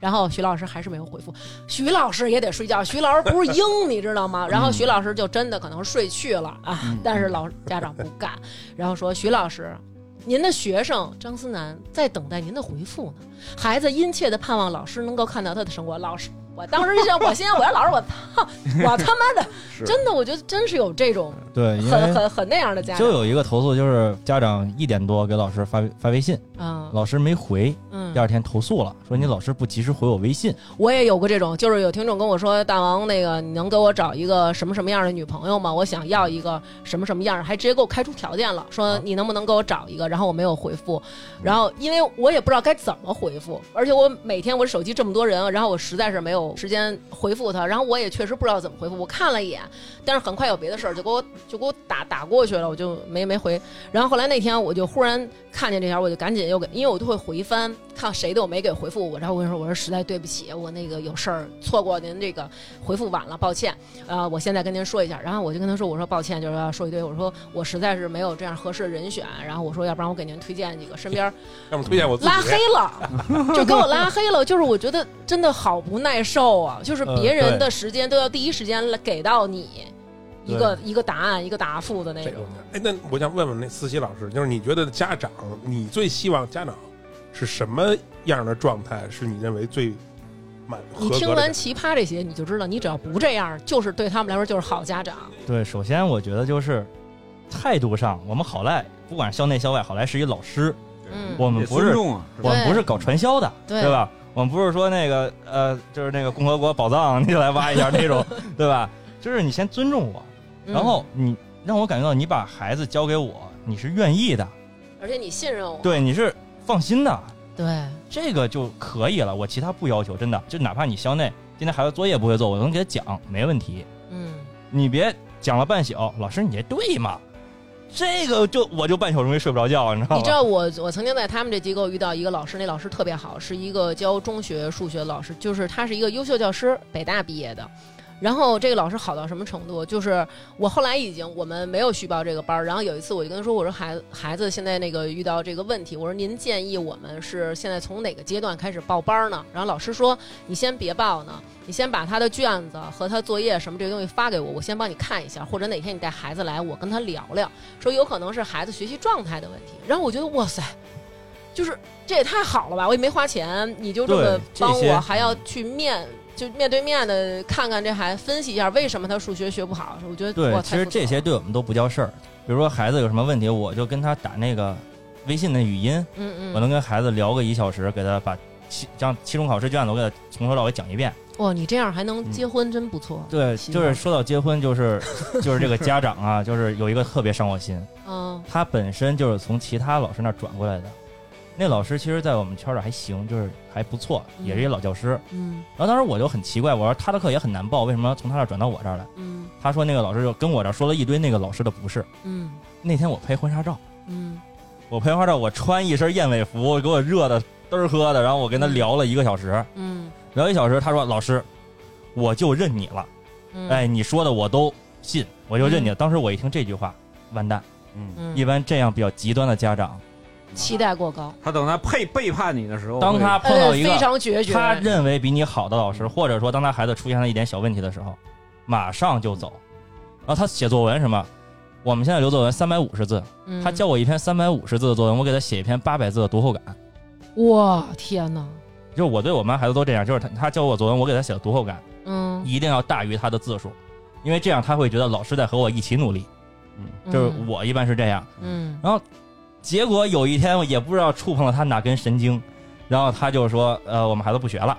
[SPEAKER 3] 然后徐老师还是没有回复，徐老师也得睡觉，徐老师不是鹰，你知道吗？
[SPEAKER 9] 嗯
[SPEAKER 3] 然后徐老师就真的可能睡去了啊，但是老家长不干，然后说徐老师，您的学生张思南在等待您的回复呢，孩子殷切的盼望老师能够看到他的成果。老师，我当时就想，我心想，我要老师，我操，我他妈的，真的，我觉得真是有这种
[SPEAKER 9] (laughs) 对，因
[SPEAKER 3] 很
[SPEAKER 9] 为
[SPEAKER 3] 很很那样的家
[SPEAKER 9] 就
[SPEAKER 3] 长，
[SPEAKER 9] 有一个投诉，就是家长一点多给老师发发微信，
[SPEAKER 3] 嗯
[SPEAKER 9] 老师没回，
[SPEAKER 3] 嗯
[SPEAKER 9] 第。二天投诉了，说你老师不及时回我微信。
[SPEAKER 3] 我也有过这种，就是有听众跟我说，大王，那个你能给我找一个什么什么样的女朋友吗？我想要一个什么什么样，还直接给我开出条件了，说你能不能给我找一个？然后我没有回复，然后因为我也不知道该怎么回复，而且我每天我手机这么多人，然后我实在是没有时间回复他，然后我也确实不知道怎么回复，我看了一眼，但是很快有别的事儿就给我就给我打打过去了，我就没没回。然后后来那天我就忽然看见这条，我就赶紧又给，因为我都会回翻看谁的我没给回复我，然后我跟你说我说实在对不起，我那个有事儿错过您这个回复晚了，抱歉，呃，我现在跟您说一下。然后我就跟他说我说抱歉，就是要说一堆，我说我实在是没有这样合适的人选，然后我说要不然我给您推荐几个身边儿
[SPEAKER 5] 让我推荐我自己。哎
[SPEAKER 3] 拉黑了，就给我拉黑了。就是我觉得真的好不耐受啊！就是别人的时间都要第一时间给到你一个一个答案、一个答复的那
[SPEAKER 5] 这
[SPEAKER 3] 种
[SPEAKER 5] 种。哎，那我想问问那思琪老师，就是你觉得家长，你最希望家长是什么样的状态？是你认为最满合
[SPEAKER 3] 你
[SPEAKER 5] 格的
[SPEAKER 3] 听
[SPEAKER 5] 家
[SPEAKER 3] 完
[SPEAKER 5] 长？
[SPEAKER 3] 奇葩这些，你就知道，你只要不这样，就是对他们来说就是好家长。
[SPEAKER 6] 对，首先我觉得就是态度上，我们好赖，不管校内校外，好赖是一老师，
[SPEAKER 3] 嗯
[SPEAKER 6] 我们
[SPEAKER 4] 也
[SPEAKER 6] 不是
[SPEAKER 4] 尊重啊，是吧
[SPEAKER 6] 我们不是搞传销的，
[SPEAKER 3] 对
[SPEAKER 6] 吧？我们不是说那个呃，就是那个共和国宝藏，你来挖一下
[SPEAKER 3] (laughs)
[SPEAKER 6] 那种，对吧？就是你先尊重我，
[SPEAKER 3] 嗯
[SPEAKER 6] 然，后你让我感觉到你把孩子交给我，你是愿意的，
[SPEAKER 3] 而且你信任我，
[SPEAKER 6] 对，你是放心的，
[SPEAKER 3] 对，
[SPEAKER 6] 这个就可以了。我其他不要求，真的，就哪怕你校内今天孩子作业不会做，我能给他讲，没问题。
[SPEAKER 3] 嗯，
[SPEAKER 6] 你别讲了半宿，老师你这对吗？这个就我就半宿容易睡不着觉，你知道
[SPEAKER 3] 你
[SPEAKER 6] 吗？
[SPEAKER 3] 知道我我曾经在他们这机构遇到一个老师，那老师特别好，是一个教中学数学的老师，就是他是一个优秀教师，北大毕业的。然后这个老师好到什么程度？就是我后来已经我们没有续报这个班儿。然后有一次我就跟他说，我说孩子孩子现在那个遇到这个问题，我说您建议我们是现在从哪个阶段开始报班儿呢？然后老师说你先别报呢，你先把他的卷子和他作业什么这些东西发给我，我先帮你看一下，或者哪天你带孩子来，我跟他聊聊。说有可能是孩子学习状态的问题。然后我觉得哇塞，就是这也太好了吧！我也没花钱，你就这么
[SPEAKER 6] 对这
[SPEAKER 3] 帮
[SPEAKER 6] 些
[SPEAKER 3] 我，还要去面就面对面的看看这孩子，分析一下为什么他数学学不好。我觉得
[SPEAKER 6] 对
[SPEAKER 3] 哇，
[SPEAKER 6] 其
[SPEAKER 3] 太
[SPEAKER 6] 实
[SPEAKER 3] 负责
[SPEAKER 6] 这些
[SPEAKER 3] 了
[SPEAKER 6] 对我们都不叫事儿。比如说孩子有什么问题，我就跟他打那个微信的语音，
[SPEAKER 3] 嗯嗯，
[SPEAKER 6] 我能跟孩子聊个一小时，给他把期像期中考试卷子，我给他从头到尾讲一遍。
[SPEAKER 3] 哇，你这样还能结婚，真不错。
[SPEAKER 6] 嗯对，
[SPEAKER 3] 行
[SPEAKER 6] 就是说到结婚，就是就是这个家长啊，就是有一个特别伤我心，
[SPEAKER 3] 嗯
[SPEAKER 6] 他本身就是从其他老师那儿转过来的。那老师其实，在我们圈儿里还行，就是还不错，也是一老教师。
[SPEAKER 3] 嗯
[SPEAKER 6] 然后当时我就很奇怪，我说他的课也很难报，为什么从他那儿转到我这儿来？
[SPEAKER 3] 嗯
[SPEAKER 6] 他说那个老师就跟我这儿说了一堆那个老师的不是。
[SPEAKER 3] 嗯
[SPEAKER 6] 那天我拍婚纱照，
[SPEAKER 3] 嗯，
[SPEAKER 6] 我拍婚纱照，我穿一身燕尾服，给我热的嘚儿喝的，然后我跟他聊了一个小时。
[SPEAKER 3] 嗯，
[SPEAKER 6] 聊一小时，他说老师，我就认你了，
[SPEAKER 3] 嗯
[SPEAKER 6] 哎，，你说的我都信，我就认你了。当时我一听这句话，完蛋，
[SPEAKER 4] 嗯，
[SPEAKER 3] 嗯
[SPEAKER 6] 一般这样比较极端的家长，
[SPEAKER 3] 期待过高，
[SPEAKER 4] 他等他背背叛你的时候，
[SPEAKER 6] 当他碰到一个
[SPEAKER 3] 呃非常决绝，
[SPEAKER 6] 他认为比你好的老
[SPEAKER 3] 嗯
[SPEAKER 6] 师，或者说当他孩子出现了一点小问题的时候，马上就走。然后他写作文什么，我们现在留作文三百五十字，
[SPEAKER 3] 嗯
[SPEAKER 6] 他叫我一篇三百五十字的作文，我给他写一篇八百字的读后感。
[SPEAKER 3] 哇天哪，
[SPEAKER 6] 就是我对我们家孩子都这样，就是他他教我作文，我给他写的读后感
[SPEAKER 3] 嗯，
[SPEAKER 6] 一定要大于他的字数，因为这样他会觉得老师在和我一起努力。就是
[SPEAKER 3] 嗯，
[SPEAKER 6] 我一般是这样，
[SPEAKER 3] 嗯
[SPEAKER 6] 结果有一天我也不知道触碰了他哪根神经，然后他就说：“呃，我们孩子不学了。”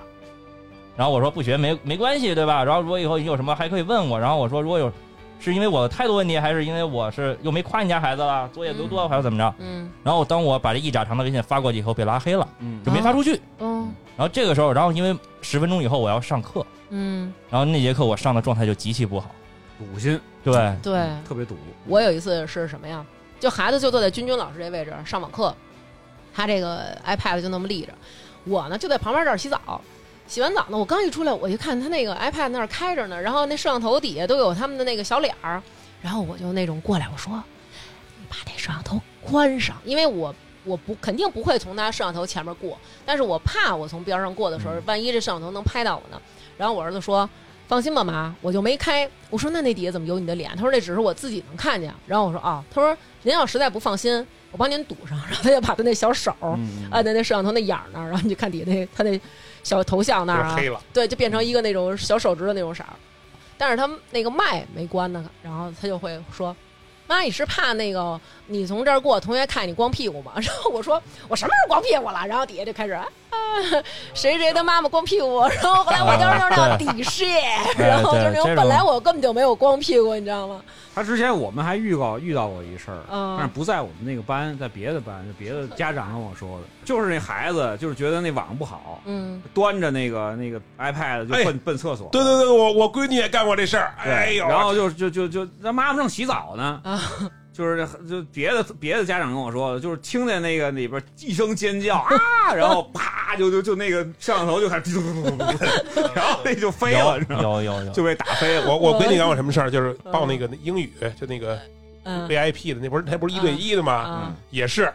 [SPEAKER 6] 然后我说：“不学没没关系，对吧？然后如果以后你有什么还可以问我。”然后我说：“如果有是因为我的态度问题，还是因为我是又没夸你家孩子了，作业留多了还是怎么着
[SPEAKER 3] 嗯？”
[SPEAKER 6] 然后当我把这一拃长的微信发过去以后，被拉黑了，
[SPEAKER 4] 嗯
[SPEAKER 6] 就没发出去。
[SPEAKER 3] 嗯
[SPEAKER 6] 然后这个时候，然后因为十分钟以后我要上课，
[SPEAKER 3] 嗯，
[SPEAKER 6] 然后那节课我上的状态就极其不好。
[SPEAKER 4] 赌心嗯
[SPEAKER 6] 对，
[SPEAKER 3] 对，
[SPEAKER 4] 特别赌，
[SPEAKER 3] 我有一次是什么呀？就孩子就坐在君君老师这位置上网课，他这个 iPad 就那么立着，我呢就在旁边这儿洗澡。洗完澡呢，我刚一出来，我就看他那个 iPad 那儿开着呢，然后那摄像头底下都有他们的那个小脸儿，然后我就那种过来，我说：“你把这摄像头关上，因为我我不肯定不会从他摄像头前面过，但是我怕我从边上过的时候，万一这摄像头能拍到我呢。”然后我儿子说：“放心吧，妈，我就没开。我说那那底下怎么有你的脸？他说那只是我自己能看见。然后我说啊，他说您要实在不放心，我帮您堵上。然后他就把他那小手
[SPEAKER 4] 嗯
[SPEAKER 3] 按在那摄像头那眼儿那儿，然后你就看底下那他那小头像那儿
[SPEAKER 5] 就是
[SPEAKER 3] 啊，
[SPEAKER 5] 黑了，
[SPEAKER 3] 对，就变成一个那种小手指的那种色儿。但是他那个麦没关呢，然后他就会说：“妈，你是怕那个你从这儿过，同学看你光屁股吗？” (laughs) 然后我说：“我什么时候光屁股了？”然后底下就开始啊，谁谁他妈妈光屁股。然后后来我
[SPEAKER 6] 啊
[SPEAKER 3] 就是那种底视， (laughs) 然后就是那种
[SPEAKER 6] 哎这种
[SPEAKER 3] 本来我根本就没有光屁股，你知道吗？
[SPEAKER 4] 他之前我们还预告遇到过一事儿，
[SPEAKER 3] 嗯
[SPEAKER 4] 但是不在我们那个班，在别的班，就别的家长跟我说的，就是那孩子就是觉得那网不好，
[SPEAKER 3] 嗯，
[SPEAKER 4] 端着那个那个 iPad 就
[SPEAKER 5] 哎
[SPEAKER 4] 奔、奔厕所，
[SPEAKER 5] 对对对，我我闺女也干过这事儿，
[SPEAKER 4] 对
[SPEAKER 5] 哎呦，
[SPEAKER 4] 然后就就就就那妈妈正洗澡呢，
[SPEAKER 3] 啊
[SPEAKER 4] (laughs) 就是就别的别的家长跟我说的，就是听见那个里边一声尖叫啊，然后啪就就就那个摄像头就开始嘟嘟嘟嘟嘟嘟，然后那就飞了，你知道吗
[SPEAKER 6] 有有有有，
[SPEAKER 4] 就被打飞了。
[SPEAKER 5] 我我闺女干过什么事儿？就是报那个英语，就那个
[SPEAKER 3] 嗯
[SPEAKER 5] VIP 的，那不是那不是一对一的吗？
[SPEAKER 3] 啊
[SPEAKER 5] 也是，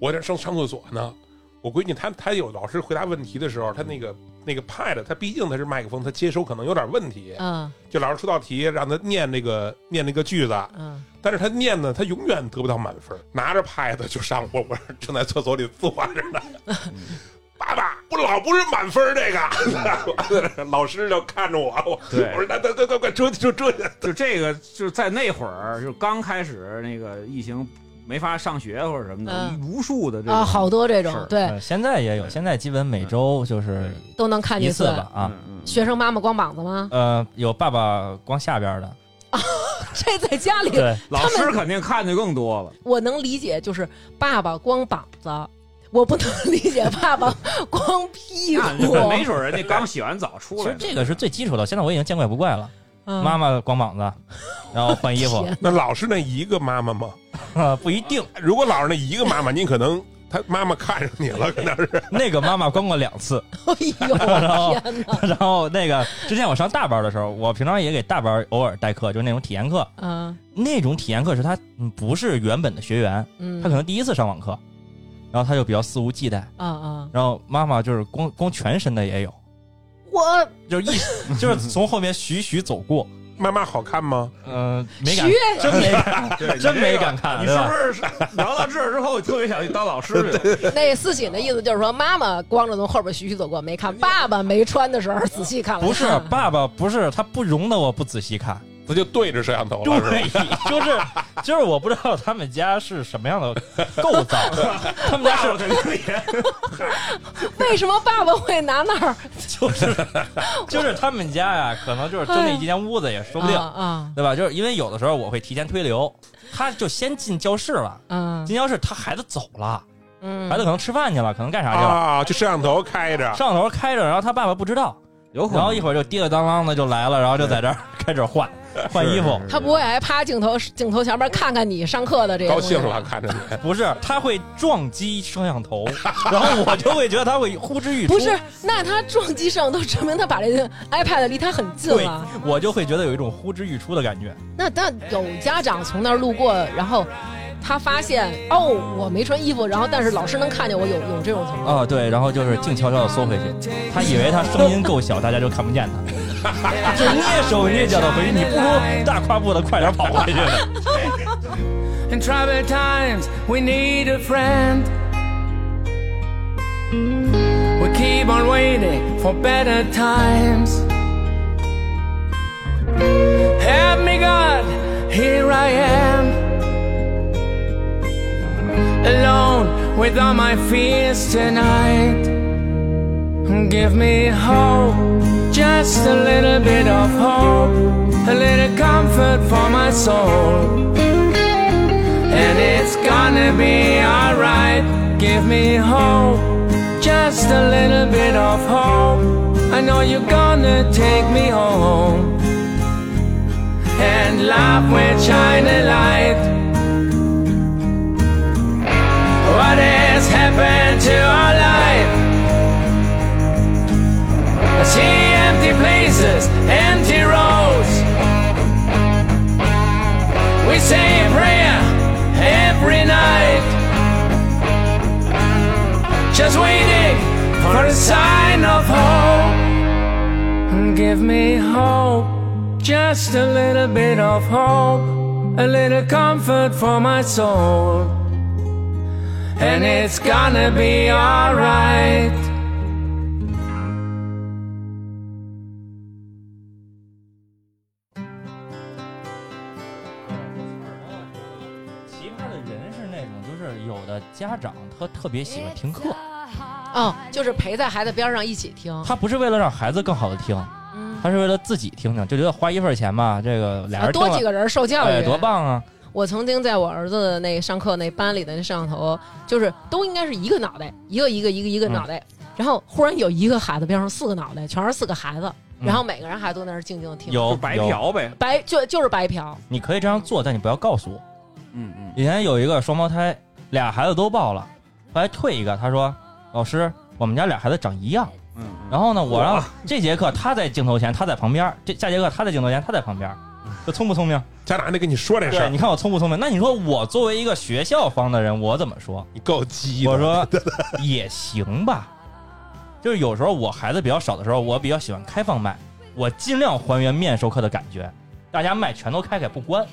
[SPEAKER 5] 我在上上厕所呢，我闺女她她有老师回答问题的时候，她那个那个 pad，她毕竟她是麦克风，她接收可能有点问题。
[SPEAKER 3] 嗯
[SPEAKER 5] 就老师出道题，让她念那个念那个句子，
[SPEAKER 3] 嗯，
[SPEAKER 5] 但是她念呢，她永远得不到满分。拿着 pad 就上我，我正在厕所里坐着呢。爸爸，我老不是满分这个，老师就看着我，我
[SPEAKER 4] 对
[SPEAKER 5] 我说那那快快快遮遮遮去，
[SPEAKER 4] 就这个，就是在那会儿，就是刚开始那个疫情没法上学或者什么的，
[SPEAKER 3] 嗯
[SPEAKER 4] 无数的这种
[SPEAKER 3] 啊，好多这种
[SPEAKER 4] 是
[SPEAKER 3] 对
[SPEAKER 6] 呃现在也有，现在基本每周就是
[SPEAKER 3] 都能看
[SPEAKER 6] 一
[SPEAKER 3] 见
[SPEAKER 6] 次吧啊。
[SPEAKER 4] 嗯嗯
[SPEAKER 3] 学生妈妈光膀子
[SPEAKER 6] (laughs)
[SPEAKER 3] 吗？
[SPEAKER 6] 呃，有爸爸光下边的，
[SPEAKER 3] 这在家里
[SPEAKER 6] 对，
[SPEAKER 4] 老师肯定看的更
[SPEAKER 3] (laughs)
[SPEAKER 4] 多了。
[SPEAKER 3] 我能理解，就是爸爸光膀子，我不能理解爸爸光屁股。
[SPEAKER 4] 那没准儿人家刚洗完澡出来
[SPEAKER 6] 其实
[SPEAKER 4] 呢，
[SPEAKER 6] 这个是最基础的，现在我已经见怪不怪了。
[SPEAKER 3] 嗯
[SPEAKER 6] 妈妈光膀子，然后换衣服
[SPEAKER 3] 天，
[SPEAKER 5] 那老师那一个妈妈吗？
[SPEAKER 6] 啊 (laughs) 不一定。
[SPEAKER 5] 如果老是那一个妈妈，你可能她妈妈看上你了，可能是
[SPEAKER 6] 那个妈妈光过两次，
[SPEAKER 3] (laughs)
[SPEAKER 6] (laughs)
[SPEAKER 3] 哎呦我天哪！
[SPEAKER 6] 然后那个之前我上大班的时候，我平常也给大班偶尔代课，就是那种体验课。
[SPEAKER 3] 嗯
[SPEAKER 6] 那种体验课是他嗯不是原本的学员，
[SPEAKER 3] 嗯，
[SPEAKER 6] 他可能第一次上网课，然后他就比较肆无忌惮。
[SPEAKER 3] 啊啊，
[SPEAKER 6] 然后妈妈就是光光全身的也有，
[SPEAKER 3] 我
[SPEAKER 6] 就
[SPEAKER 4] (laughs)
[SPEAKER 6] 是一就是从后面徐徐走过，
[SPEAKER 5] 妈妈好看吗？
[SPEAKER 6] 嗯、没敢
[SPEAKER 3] 学，
[SPEAKER 6] 真没敢
[SPEAKER 4] 啊对
[SPEAKER 6] 真没敢看，
[SPEAKER 4] 你
[SPEAKER 6] 对
[SPEAKER 4] 是
[SPEAKER 6] 吧
[SPEAKER 4] 不是聊到这儿之后，特别想去当老师去？
[SPEAKER 3] 那思锦的意思就是说，妈妈光着从后边徐徐走过，没看爸爸没穿的时候仔细看了。
[SPEAKER 6] 不是爸爸，不是他不容得我不仔
[SPEAKER 4] (laughs)
[SPEAKER 6] 细看，
[SPEAKER 5] 那就对着摄像头了，是吧？
[SPEAKER 6] 对， (laughs) 就是就是我不知道他们家是什么样的构
[SPEAKER 4] (laughs)
[SPEAKER 6] 造，他们家是
[SPEAKER 4] 肯定也
[SPEAKER 3] 为什么爸爸会拿那儿？
[SPEAKER 6] (laughs) 就是就是他们家呀，可能就是就那一间屋子也说不定，
[SPEAKER 3] 啊
[SPEAKER 6] 对吧？就是因为有的时候我会提前推流，他就先进教室了，
[SPEAKER 3] 啊
[SPEAKER 6] 进教室他孩子走了，
[SPEAKER 3] 嗯，
[SPEAKER 6] 孩子可能吃饭去了，可能干啥去了，
[SPEAKER 5] 啊，就摄像头开着，
[SPEAKER 6] 摄像头开着，然后他爸爸不知道，
[SPEAKER 4] 有可能。
[SPEAKER 6] (laughs) 然后一会儿就滴了当啷的就来了，然后就在这儿开始换，
[SPEAKER 9] 换衣服，
[SPEAKER 3] 他不会哎趴镜头镜头前面看看你上课的这个
[SPEAKER 5] 高
[SPEAKER 3] 东西
[SPEAKER 5] 兴
[SPEAKER 3] 吧
[SPEAKER 5] 了，看着你，
[SPEAKER 6] 不是，他会撞击摄像 (laughs) 头，然后我就会觉得他会呼 (laughs) 之欲出。
[SPEAKER 3] 不是，那他撞击上都证明他把这个 iPad 离他很近
[SPEAKER 6] 对
[SPEAKER 3] 了。，
[SPEAKER 6] 我就会觉得有一种呼之欲出的感觉。
[SPEAKER 3] 那但有家长从那儿路过，然后他发现哦，我没穿衣服，然后但是老师能看见我有有这种情况。
[SPEAKER 6] 啊、对，然后就是静悄悄的缩回去。他以为他声音够小，大家就看不见 (laughs) 他，就蹑手蹑脚的回去。你不如大跨步的快点跑回去呢。 (laughs)
[SPEAKER 10] In troubled times, we need a friend. We keep on waiting for better times. Help me, God, here I am. Alone with all my fears tonight. Give me hope, just a little bit of hope, a little comfort for my soul and it's gonna be alright. Give me hope, just a little bit of hope. I know you're gonna take me home, and love will shine a light. What has happened to our life? I see empty places, empty roads. We say a prayer every night. Just waiting for a sign of hope. Give me hope, just a little bit of hope, a little comfort for my soul. And it's gonna be alright.
[SPEAKER 6] 奇葩的人是那种，就是有的家长他特别喜欢听课，
[SPEAKER 3] 哦，就是陪在孩子边上一起听。
[SPEAKER 6] 嗯他不是为了让孩子更好的听，
[SPEAKER 3] 嗯，
[SPEAKER 6] 他是为了自己听听，就觉得花一份钱吧，这个俩
[SPEAKER 3] 啊
[SPEAKER 6] 人
[SPEAKER 3] 多
[SPEAKER 6] 听了
[SPEAKER 3] 几个人受教育、
[SPEAKER 6] 哎，多！棒啊！
[SPEAKER 3] 我曾经在我儿子的那上课那班里的那摄像头，就是都应该是一个脑袋，一个一个一个一个
[SPEAKER 6] 嗯
[SPEAKER 3] 脑袋，然后忽然有一个孩子边上四个脑袋，全是四个孩子，
[SPEAKER 6] 嗯
[SPEAKER 3] 然后每个人还都在那儿静静地听，
[SPEAKER 6] 有
[SPEAKER 4] 就白
[SPEAKER 6] 有，
[SPEAKER 4] 嫖呗。
[SPEAKER 3] 白就就是白嫖，
[SPEAKER 6] 你可以这样做，但你不要告诉我。
[SPEAKER 4] 嗯嗯，
[SPEAKER 6] 以前有一个双胞胎，俩孩子都抱了，后来退一个，他说：“老师，我们家俩孩子长一样。”
[SPEAKER 4] 嗯嗯
[SPEAKER 6] 然后呢，我让
[SPEAKER 4] 哇
[SPEAKER 6] 这节课他在镜头前，他在旁边；这下节课他在镜头前，他在旁边。
[SPEAKER 4] 嗯
[SPEAKER 6] 这聪不聪明？
[SPEAKER 5] 家长还得跟你说这事
[SPEAKER 6] 对，
[SPEAKER 5] 儿
[SPEAKER 6] 你，看我聪不聪明？那你说我作为一个学校方的人，我怎么说？
[SPEAKER 5] 你够鸡的。
[SPEAKER 6] 我说也行吧，就是有时候我孩子比较少的时候，我比较喜欢开放麦，我尽量还原面授课的感觉，大家麦全都开开不关。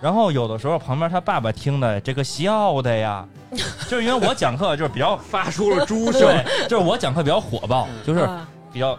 [SPEAKER 6] 然后有的时候旁边他爸爸听的这个笑的呀，就是因为我讲课就是比较
[SPEAKER 4] 发出了猪声， (laughs)
[SPEAKER 6] 对，就是我讲课比较火爆，就是
[SPEAKER 3] 啊
[SPEAKER 6] 比较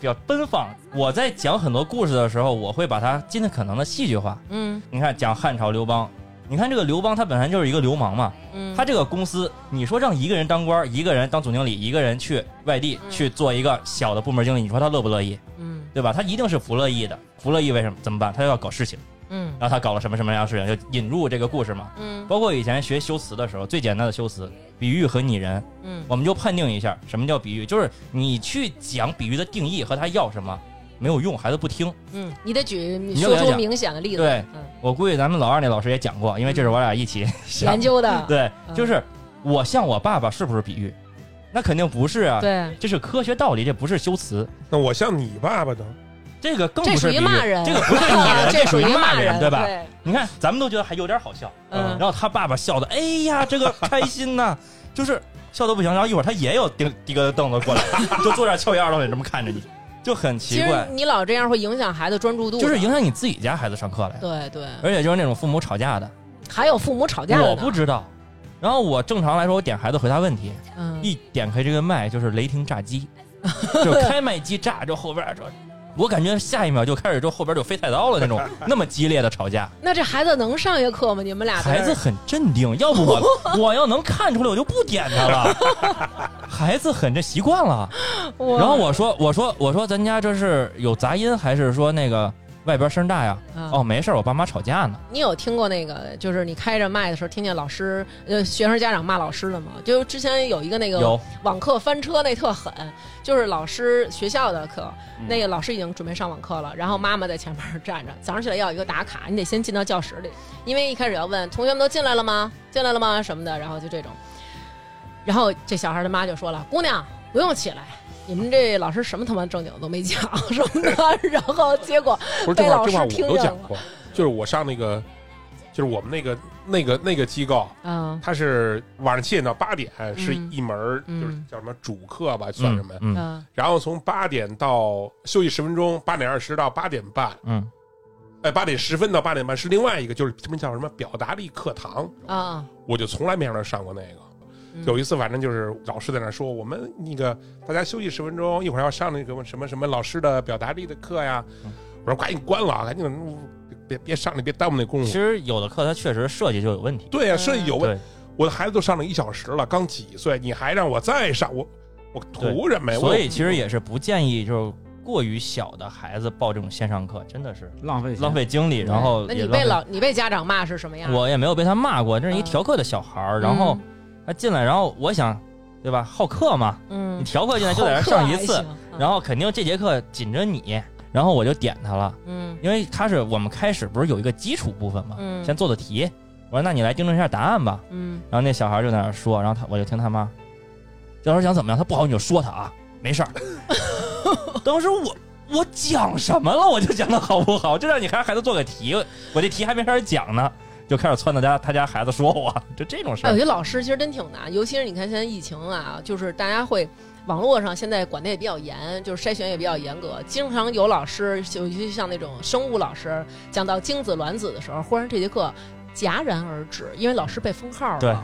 [SPEAKER 6] 比较奔放。我在讲很多故事的时候，我会把它尽可能的戏剧化。
[SPEAKER 3] 嗯
[SPEAKER 6] 你看，讲汉朝刘邦，你看这个刘邦他本身就是一个流氓嘛，
[SPEAKER 3] 嗯，
[SPEAKER 6] 他这个公司，你说让一个人当官儿，一个人当总经理，一个人去外地
[SPEAKER 3] 嗯
[SPEAKER 6] 去做一个小的部门经理，你说他乐不乐意，
[SPEAKER 3] 嗯
[SPEAKER 6] 对吧？他一定是不乐意的。不乐意为什么？怎么办？他要搞事情，
[SPEAKER 3] 嗯
[SPEAKER 6] 然后他搞了什么什么样的事情，就引入这个故事嘛。
[SPEAKER 3] 嗯
[SPEAKER 6] 包括以前学修辞的时候，最简单的修辞，比喻和拟人，
[SPEAKER 3] 嗯
[SPEAKER 6] 我们就判定一下什么叫比喻，就是你去讲比喻的定义和他要什么没有用，孩子不听。
[SPEAKER 3] 嗯，你得举
[SPEAKER 6] 就
[SPEAKER 3] 说
[SPEAKER 6] 给他
[SPEAKER 3] 出
[SPEAKER 6] 讲
[SPEAKER 3] 明显的例子，
[SPEAKER 6] 对
[SPEAKER 3] 嗯，
[SPEAKER 6] 我估计咱们老二那老师也讲过，因为这是我俩一起想
[SPEAKER 3] 研究的，
[SPEAKER 6] 对，
[SPEAKER 3] 嗯
[SPEAKER 6] 就是我像我爸爸是不是比喻？那肯定不是啊，
[SPEAKER 3] 对
[SPEAKER 6] 这是科学道理，这不是修辞，
[SPEAKER 5] 那我像你爸爸呢？
[SPEAKER 6] 这个更
[SPEAKER 3] 这
[SPEAKER 6] 不
[SPEAKER 3] 属
[SPEAKER 6] 是比
[SPEAKER 3] 于
[SPEAKER 6] 喻，
[SPEAKER 3] 骂人，
[SPEAKER 6] 这个不是拟
[SPEAKER 3] 啊 (laughs)
[SPEAKER 6] 人，
[SPEAKER 3] 这
[SPEAKER 6] 属于
[SPEAKER 3] 骂
[SPEAKER 6] 骂人，
[SPEAKER 3] 对
[SPEAKER 6] 吧？？你看，咱们都觉得还有点好笑，
[SPEAKER 3] 嗯
[SPEAKER 6] 然后他爸爸笑的，哎呀，这个开心呐、 (laughs) 就是笑的不行。然后一会儿他也有叮提个凳子过来， (laughs) 就坐这儿翘一二郎腿这么看着你，就很
[SPEAKER 3] 其
[SPEAKER 6] 奇
[SPEAKER 3] 实
[SPEAKER 6] 怪，
[SPEAKER 3] 你老这样会影响孩子专注度的，
[SPEAKER 6] 就是影响你自己家孩子上课了呀。
[SPEAKER 3] 对对，
[SPEAKER 6] 而且就是那种父母吵架的，
[SPEAKER 3] 还有父母吵架的呢，
[SPEAKER 6] 我不知道。然后我正常来说，我点孩子回答问题，
[SPEAKER 3] 嗯
[SPEAKER 6] 一点开这个麦就是雷霆炸 (laughs) 鸡，就是开麦即炸，就后边儿就，我感觉下一秒就开始就后边儿就飞菜刀了那 (laughs) 种，那么激烈的吵架，
[SPEAKER 3] 那这孩子能上一课吗？你们俩在这
[SPEAKER 6] 孩子很镇定，要不我 (laughs) 我要能看出来我就不点他了， (laughs) 孩子很这习惯了。
[SPEAKER 3] 儿，
[SPEAKER 6] 然
[SPEAKER 3] 然
[SPEAKER 6] 后我说我说我说咱家这是有杂音还是说那个外边声大呀。
[SPEAKER 3] 啊
[SPEAKER 6] 哦，没事儿，我爸妈吵架呢。
[SPEAKER 3] 你有听过那个，就是你开着麦的时候，听见老师呃学生家长骂老师的吗？就之前有一个那个
[SPEAKER 6] 有
[SPEAKER 3] 网课翻车那特狠，就是老师学校的课，
[SPEAKER 6] 嗯
[SPEAKER 3] 那个老师已经准备上网课了，然后妈妈在前面站着，早上起来要有一个打卡，你得先进到教室里，因为一开始要问同学们都进来了吗？进来了吗？什么的，然后就这种，然后这小孩他妈就说了：“姑娘，不用起来。”你们这老师什么他妈正经都没讲什么的，然后结果
[SPEAKER 5] 不是这
[SPEAKER 3] 被
[SPEAKER 5] 话
[SPEAKER 3] 老
[SPEAKER 5] 这
[SPEAKER 3] 师
[SPEAKER 5] 话
[SPEAKER 3] 听
[SPEAKER 5] 我都
[SPEAKER 3] 见
[SPEAKER 5] 讲
[SPEAKER 3] 了。
[SPEAKER 5] 过，就是我上那个，就是我们那个那个那个机构，
[SPEAKER 3] 嗯
[SPEAKER 5] 它是晚上七点到八点是
[SPEAKER 3] 嗯
[SPEAKER 5] 一门儿，
[SPEAKER 3] 嗯
[SPEAKER 5] 就是叫什么主课吧，算什么？
[SPEAKER 6] 嗯嗯
[SPEAKER 3] 嗯
[SPEAKER 5] 然后从八点到休息十分钟，八点二十到八点半，
[SPEAKER 6] 嗯，
[SPEAKER 5] 哎，八点十分到八点半是另外一个，就是他们叫什么表达力课堂，
[SPEAKER 3] 啊，
[SPEAKER 5] 我就从来没让他上过那个。
[SPEAKER 3] 嗯
[SPEAKER 5] 有一次，反正就是老师在那说，我们那个大家休息十分钟，一会儿要上那个什么什么老师的表达力的课呀。我说赶紧关了啊，赶紧别别别上了，别耽误那功
[SPEAKER 6] 其
[SPEAKER 5] 夫。
[SPEAKER 6] 实有的课它确实设计就有问题。
[SPEAKER 3] 啊
[SPEAKER 5] 对呀、设计有问
[SPEAKER 6] 对
[SPEAKER 5] 题。，我的孩子都上了一小时了，刚几岁，你还让我再上，我我图什么呀？，
[SPEAKER 6] 所以其实也是不建议就是过于小的孩子报这种线上课，真的是
[SPEAKER 4] 浪费钱
[SPEAKER 6] 浪。费精力，然后
[SPEAKER 3] 那你
[SPEAKER 6] 也浪
[SPEAKER 3] 被
[SPEAKER 6] 费
[SPEAKER 3] 老你被家长骂是什么样？
[SPEAKER 6] 我也没有被他骂过，这是一
[SPEAKER 3] 嗯
[SPEAKER 6] 调课的小孩儿，然后他进来，然后我想，对吧？好课嘛，
[SPEAKER 3] 嗯，
[SPEAKER 6] 你
[SPEAKER 3] 嗯，
[SPEAKER 6] 调课进来就在这上一次，然
[SPEAKER 3] 后
[SPEAKER 6] 后肯定这节课紧着你，然后我就点他了，
[SPEAKER 3] 嗯
[SPEAKER 6] 因为他是我们开始不是有一个基础部分嘛，
[SPEAKER 3] 嗯
[SPEAKER 6] 先做的题，我说那你来订正一下答案吧，
[SPEAKER 3] 嗯
[SPEAKER 6] 然后那小孩就在那儿说，然后他我就听他妈，这老师想怎么样，他不好你就说他啊，没事儿。 (laughs) 当时我我讲什么了，我就讲的好不好，这让你还让孩子做个题，我这题还没开始讲呢，就开始撺掇家他家孩子说我，就这种事
[SPEAKER 3] 哎，我
[SPEAKER 6] 儿
[SPEAKER 3] 觉。得老师其实真挺难，尤其是你看现在疫情啊，就是大家会。网络上现在管的也比较严，就是筛选也比较严格。经常有老师，尤其像那种生物老师，讲到精子卵子的时候，忽然这节课戛然而止，因为老师被封号了。
[SPEAKER 6] 对，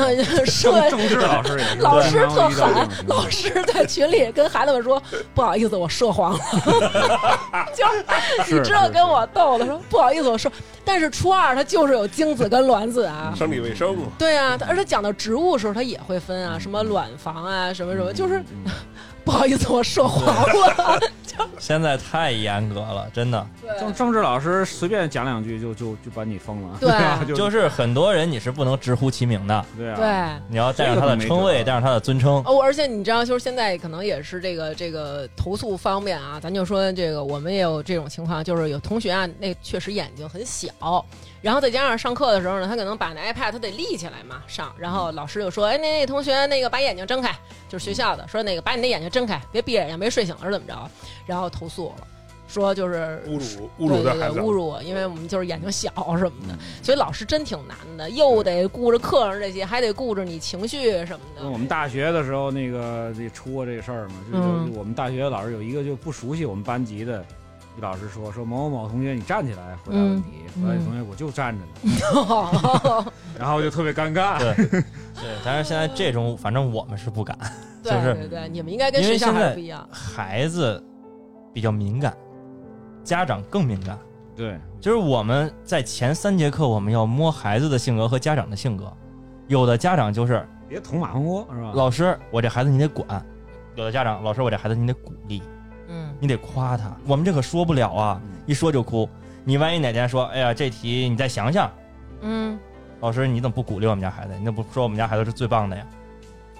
[SPEAKER 3] 嗯，社
[SPEAKER 4] 政政治老师也
[SPEAKER 3] (laughs)
[SPEAKER 4] 是，
[SPEAKER 3] 老师特
[SPEAKER 4] 经常遇到这
[SPEAKER 3] 狠
[SPEAKER 4] 种情，况
[SPEAKER 3] 老师在群里跟孩子们说：“不好意思，我涉黄了。” (laughs) 就是
[SPEAKER 4] 是
[SPEAKER 3] 你知道
[SPEAKER 4] 是
[SPEAKER 3] 跟我逗的说：“不好意思，我涉。”但是初二他就是有精子跟卵子啊
[SPEAKER 5] 生理卫生嘛，
[SPEAKER 3] 对啊，他而且讲到植物的时候他也会分啊，什么卵房啊，什么什么，就是 (laughs) 不好意思，我涉黄了。
[SPEAKER 6] 现在太严格了，真的，
[SPEAKER 3] (laughs)
[SPEAKER 4] 政政治老师随便讲两句就就就把你封了，
[SPEAKER 3] 对啊
[SPEAKER 4] 吧 (laughs) 就
[SPEAKER 6] 就是很多人你是不能直呼其名的，
[SPEAKER 4] 对
[SPEAKER 3] 对
[SPEAKER 4] 啊，。
[SPEAKER 6] 你要带上他的称谓，带上他的尊称。
[SPEAKER 3] 哦，而且你知道，就是现在可能也是这个这个投诉方面啊，咱就说这个，我们也有这种情况，就是有同学啊，那确实眼睛很小，然后再加上上课的时候呢，他可能把那 iPad 他得立起来嘛上，然后老师就说，哎，那那同学那个把眼睛睁开，就是学校的说那个把你的眼睛睁开，别闭着眼睛没睡醒了是怎么着，啊然后投诉我了，说就是
[SPEAKER 5] 侮辱侮
[SPEAKER 3] 对
[SPEAKER 5] 辱这
[SPEAKER 3] 对
[SPEAKER 5] 孩
[SPEAKER 3] 嗯对，
[SPEAKER 5] 子，啊嗯
[SPEAKER 3] 侮辱我，因为我们就是眼睛小什么的，
[SPEAKER 4] 嗯
[SPEAKER 3] 所以老师真挺难的，又得顾着课上这些，还得顾着你情绪什么的。
[SPEAKER 4] 那
[SPEAKER 5] 嗯
[SPEAKER 4] 我们大学的时候，那个也出过这个事儿嘛，就
[SPEAKER 3] 嗯
[SPEAKER 4] 就就我们大学老师有一个就不熟悉我们班级的。老师说说某某某同学，你站起来回答问题。
[SPEAKER 3] 嗯
[SPEAKER 4] 回答同学，我就站着呢，
[SPEAKER 3] 哦
[SPEAKER 4] 然后就特别尴
[SPEAKER 3] 嗯
[SPEAKER 4] 尬。
[SPEAKER 6] 对，但是现在这种，反正我们是不敢，
[SPEAKER 3] (laughs) 对
[SPEAKER 6] 就是
[SPEAKER 3] 对对，你们应该跟学校还是不一样。
[SPEAKER 6] 孩子比较敏感，家长更敏感。
[SPEAKER 4] 对，
[SPEAKER 6] 就是我们在前三节课，我们要摸孩子的性格和家长的性格。有的家长就是
[SPEAKER 4] 别捅马蜂窝是吧？
[SPEAKER 6] 老师，我这孩子你得管；有的家长，老师，我这孩子你得鼓励，
[SPEAKER 3] 嗯，
[SPEAKER 6] 你得夸他。我们这可说不了啊
[SPEAKER 4] 嗯，
[SPEAKER 6] 一说就哭。你万一哪天说，哎呀，这题你再想想，
[SPEAKER 3] 嗯，
[SPEAKER 6] 老师你怎么不鼓励我们家孩子？你怎么不说我们家孩子是最棒的呀？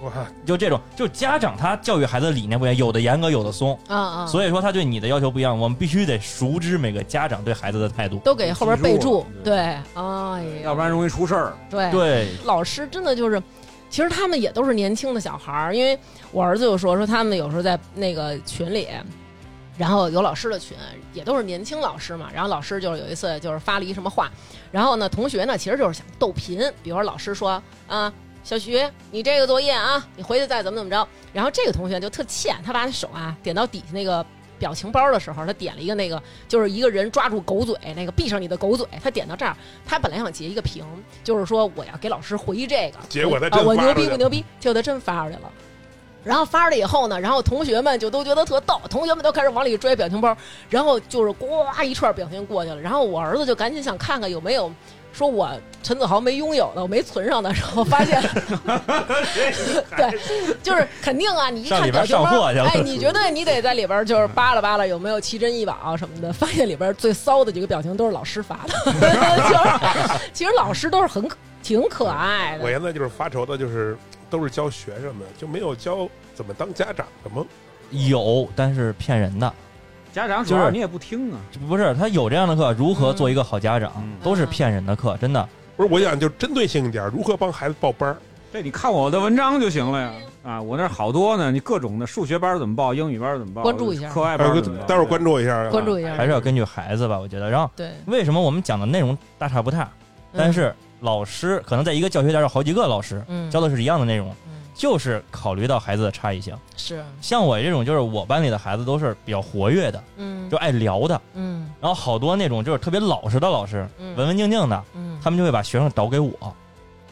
[SPEAKER 5] 哇，
[SPEAKER 6] 就这种，就家长他教育孩子的理念不一样，有的严格，有的松，
[SPEAKER 3] 啊啊，以
[SPEAKER 6] 所以说他对你的要求不一样。我们必须得熟知每个家长对孩子的态度。
[SPEAKER 3] 都给后边备注
[SPEAKER 4] 记住。了
[SPEAKER 3] 对，哎呀，
[SPEAKER 4] 要不然容易出事儿。
[SPEAKER 3] 对，
[SPEAKER 6] 对，
[SPEAKER 3] 老师真的就是。其实他们也都是年轻的小孩儿，因为我儿子就说说他们有时候在那个群里，然后有老师的群，也都是年轻老师嘛。然后老师就是有一次就是发了一什么话，然后呢，同学呢其实就是想逗贫，比如说老师说啊，小徐，你这个作业啊，你回去再怎么怎么着。然后这个同学就特欠，他把那手啊点到底下那个表情包的时候，他点了一个那个就是一个人抓住狗嘴，那个闭上你的狗嘴，他点到这儿，他本来想截一个屏，就是说我要给老师回这个，
[SPEAKER 5] 结果他
[SPEAKER 3] 啊，
[SPEAKER 5] 真
[SPEAKER 3] 我
[SPEAKER 5] 发
[SPEAKER 3] 牛
[SPEAKER 5] 出
[SPEAKER 3] 逼
[SPEAKER 5] 去
[SPEAKER 3] 不牛逼？结果他真发出去了。然后发出来以后呢，然后同学们就都觉得特逗，同学们都开始往里拽表情包，然后就是呱一串表情过去了。然后我儿子就赶紧想看看有没有说我陈子豪没拥有的，我没存上的，然后发现，对，就是肯定啊，你一
[SPEAKER 6] 上
[SPEAKER 3] 看
[SPEAKER 6] 里
[SPEAKER 3] 表
[SPEAKER 6] 边
[SPEAKER 3] 情包
[SPEAKER 6] 上货去了
[SPEAKER 3] 哎，你觉得你得在里边就是扒拉扒拉有没有奇珍异宝啊什么的，发现里边最骚的几个表情都是老师发的， (laughs) 就是其实老师都是很可挺可爱
[SPEAKER 5] 我
[SPEAKER 3] 的，
[SPEAKER 5] 现在就是发愁的，就是都是教学生的，就没有教怎么当家长的吗？
[SPEAKER 6] 有，但是骗人的，
[SPEAKER 4] 家长主
[SPEAKER 6] 就
[SPEAKER 4] 要
[SPEAKER 6] 是
[SPEAKER 4] 你也不听啊，
[SPEAKER 6] 不是他有这样的课，如何做一个好家长，
[SPEAKER 4] 嗯
[SPEAKER 6] 都是骗人的课，真的。
[SPEAKER 5] 不是，我想就针对性一点，如何帮孩子报班儿？
[SPEAKER 4] 这你看我的文章就行了呀。啊，我那儿好多呢，你各种的数学班怎么报，英语班怎么报，
[SPEAKER 3] 关注一下
[SPEAKER 4] 课外班
[SPEAKER 5] 呃
[SPEAKER 4] 怎么报，
[SPEAKER 5] 待会儿关注一下啊。
[SPEAKER 3] 关注一下，
[SPEAKER 6] 还是要根据孩子吧，我觉得。然后
[SPEAKER 3] 对，
[SPEAKER 6] 为什么我们讲的内容大差不差，但是老师可能在一个教学点有好几个老师
[SPEAKER 3] 嗯
[SPEAKER 6] 教的是一样的内容，
[SPEAKER 3] 嗯
[SPEAKER 6] 就是考虑到孩子的差异性。
[SPEAKER 3] 是
[SPEAKER 6] 像我这种，就是我班里的孩子都是比较活跃的，
[SPEAKER 3] 嗯
[SPEAKER 6] 就爱聊的，
[SPEAKER 3] 嗯
[SPEAKER 6] 然后好多那种就是特别老实的老师，
[SPEAKER 3] 嗯
[SPEAKER 6] 文文静静的，
[SPEAKER 3] 嗯
[SPEAKER 6] 他们就会把学生导给我。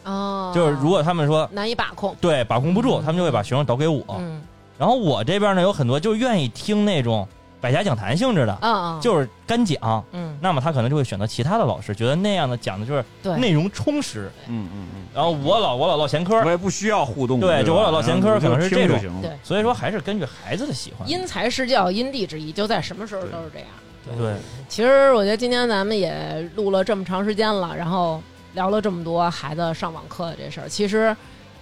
[SPEAKER 3] 哦，
[SPEAKER 6] 就是如果他们说
[SPEAKER 3] 难以把控，
[SPEAKER 6] 对把控不住，
[SPEAKER 3] 嗯
[SPEAKER 6] 他们就会把学生导给我。
[SPEAKER 3] 嗯
[SPEAKER 6] 然后我这边呢，有很多就愿意听那种百家讲坛性质的，
[SPEAKER 3] 啊啊，
[SPEAKER 6] 就是干讲。
[SPEAKER 3] 嗯
[SPEAKER 6] 那么他可能就会选择其他的老师，觉得那样的讲的就是
[SPEAKER 3] 对
[SPEAKER 6] 内容充实。
[SPEAKER 4] 嗯嗯嗯，
[SPEAKER 6] 然后我老我老唠闲嗑
[SPEAKER 4] 我，也不需要互动，
[SPEAKER 6] 对
[SPEAKER 4] 对吧，
[SPEAKER 6] 就我老唠闲嗑
[SPEAKER 4] 然后你就
[SPEAKER 6] 可能是这种
[SPEAKER 4] 听就行了
[SPEAKER 3] 对
[SPEAKER 6] 所以说还是根据孩子的喜欢。
[SPEAKER 3] 因材施教，因地制宜，就在什么时候都是这样。
[SPEAKER 6] 对，
[SPEAKER 3] 其实我觉得今天咱们也录了这么长时间了，然后聊了这么多孩子上网课的这事儿，其实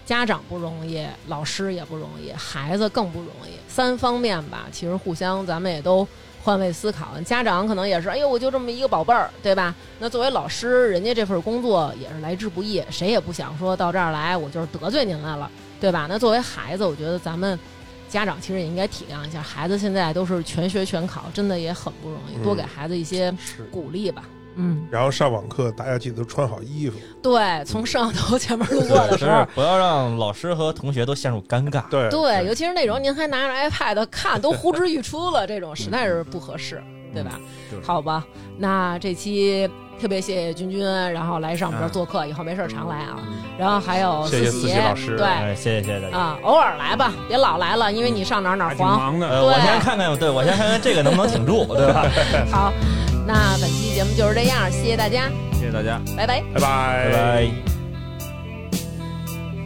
[SPEAKER 3] 家长不容易，老师也不容易，孩子更不容易，三方面吧，其实互相咱们也都。换位思考，家长可能也是，哎呦，我就这么一个宝贝儿，对吧？那作为老师，人家这份工作也是来之不易，谁也不想说到这儿来，我就是得罪您来了，对吧？那作为孩子，我觉得咱们家长其实也应该体谅一下，孩子现在都是全学全考，真的也很不容易，
[SPEAKER 5] 嗯
[SPEAKER 3] 多给孩子一些
[SPEAKER 5] 是。
[SPEAKER 3] 鼓励吧。嗯，
[SPEAKER 5] 然后上网课，大家记得穿好衣服。
[SPEAKER 3] 对，从摄像头前面 (laughs) 路过的
[SPEAKER 6] 就
[SPEAKER 3] 时
[SPEAKER 6] 是
[SPEAKER 3] 候，
[SPEAKER 6] 不要让老师和同学都陷入尴尬。
[SPEAKER 5] 对
[SPEAKER 3] 对，尤其是那种您还拿着 iPad 看，都呼之欲出了，
[SPEAKER 5] 嗯
[SPEAKER 3] 这种实在是不合适，对吧？
[SPEAKER 4] 对
[SPEAKER 3] 好吧，那这期特别谢谢君君，然后来上我们这儿做客，以后没事儿常来啊。然后还有
[SPEAKER 5] 嗯谢谢
[SPEAKER 3] 思
[SPEAKER 5] 思琪老师
[SPEAKER 3] 对
[SPEAKER 6] 哎，谢谢谢谢大家。
[SPEAKER 3] 啊，偶尔来吧，别老来了，因为你上哪儿哪
[SPEAKER 4] 还
[SPEAKER 3] 儿
[SPEAKER 5] 哎
[SPEAKER 4] 挺
[SPEAKER 3] 黄。
[SPEAKER 4] 忙的。
[SPEAKER 6] 呃，我先看看，对我先看看这个能不能挺住，对吧？
[SPEAKER 3] 好，那本期节目就是这样，谢谢大家，
[SPEAKER 4] 谢谢大家。
[SPEAKER 3] 拜拜。
[SPEAKER 5] 拜拜
[SPEAKER 6] 拜拜。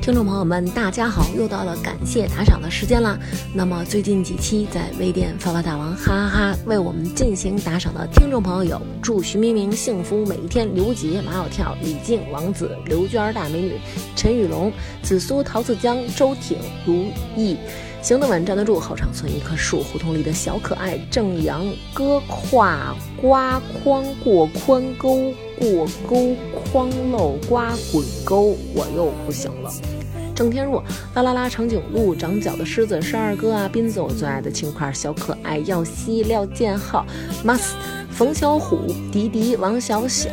[SPEAKER 1] 听众朋友们，大家好！又到了感谢打赏的时间啦。那么最近几期在微店发发大王哈哈哈为我们进行打赏的听众朋友有：祝徐明明幸福每一天、刘杰、马小跳、李静、王子、刘娟儿大美女、陈雨龙、紫苏、陶四江、周挺、如意。行得稳，站得住，后场村一棵树，胡同里的小可爱，正阳哥跨瓜筐过宽沟，过沟筐漏瓜滚沟，我又不行了。郑天若，啦啦啦，长颈鹿，长角的狮子，十二哥啊，斌子，我最爱的青块小可爱，耀西，廖建浩，mas，冯小虎，迪迪，王小小。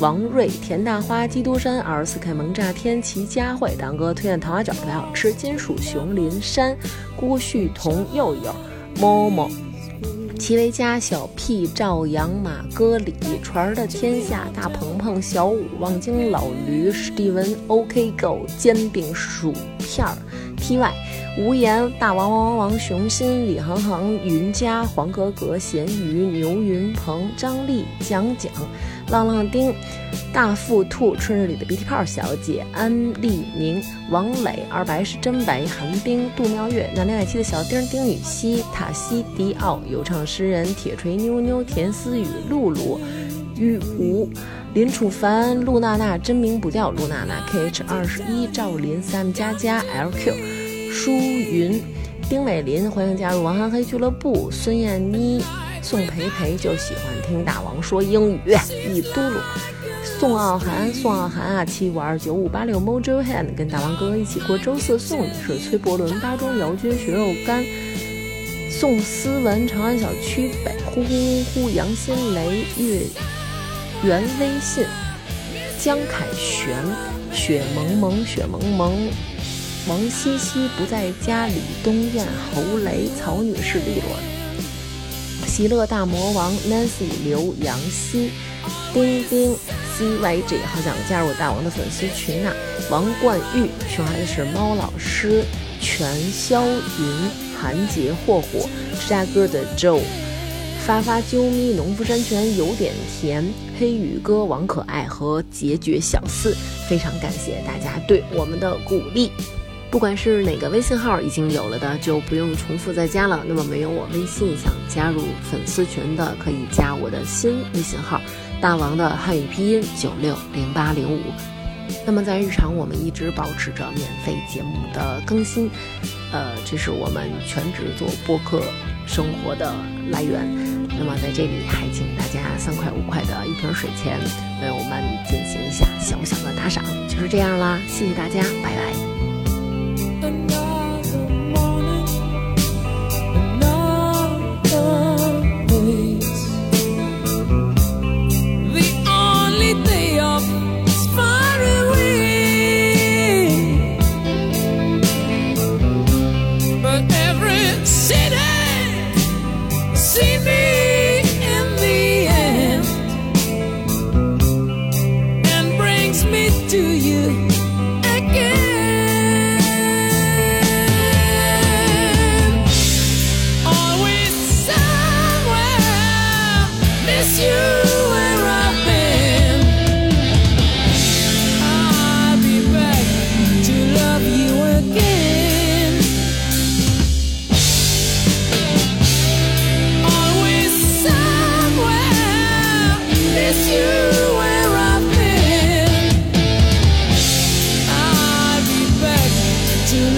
[SPEAKER 1] 王瑞、田大花、基督山、二十四 K 萌炸天、齐佳慧、党哥推荐桃花卷不太好吃、金属熊、林山、郭旭彤、佑佑、某某、齐维佳、小 P、赵阳、马哥、李传儿的天下、大鹏鹏、小五、望京老驴、史蒂文、OK 狗、煎饼薯片儿、TY、无言、大王王王王、熊心、李航航、云佳、黄格格、咸鱼、牛云鹏、张丽、蒋蒋、浪浪丁、大腹兔、春日里的鼻涕泡小姐、安丽宁、王磊、二白是真白、寒冰、杜妙月、南恋爱妻的小丁、丁禹兮、塔西迪奥、有唱诗人、铁锤妞妞、田思雨、露露、玉吴。林楚凡、陆娜娜真名不叫陆娜娜，K H 二十一、赵林、Sam 佳佳、L Q、舒云、丁美林，欢迎加入王涵黑俱乐部。孙燕妮、宋培培就喜欢听大王说英语，一嘟噜。宋傲寒，宋傲寒啊，七五二九五八六 Mojo Hand 跟大王哥一起过周四。宋女士、崔伯伦、巴中、姚军、血肉干、宋思文、长安小区北、呼呼呼呼、杨新雷、岳袁微信、江凯旋、雪蒙蒙、雪蒙蒙、王西西不在家，李东燕、侯雷、曹女士、利落、席勒大魔王、Nancy、刘杨希、丁丁、CYG，好想加入大王的粉丝群呐、王冠玉，熊孩子是猫老师、全霄云、韩杰、霍霍、芝加哥的 Joe。发发啾咪，农夫山泉有点甜。黑羽歌王可爱和结局小四，非常感谢大家对我们的鼓励。不管是哪个微信号已经有了的，就不用重复再加了。那么没有我微信想加入粉丝群的，可以加我的新微信号“大王的汉语拼音九六零八零五”。那么在日常，我们一直保持着免费节目的更新，呃，这是我们全职做播客生活的来源。那么在这里，还请大家三块五块的一瓶水钱为我们进行一下小小的打赏，就是这样啦，谢谢大家，拜拜。
[SPEAKER 10] Another morning, another breeze. The only day of is far away. But every city see me in the end and brings me to you again. Always somewhere, miss you where I've been. I'll be back to love you again. Always somewhere, miss you where I've been. I'll be back to Oh.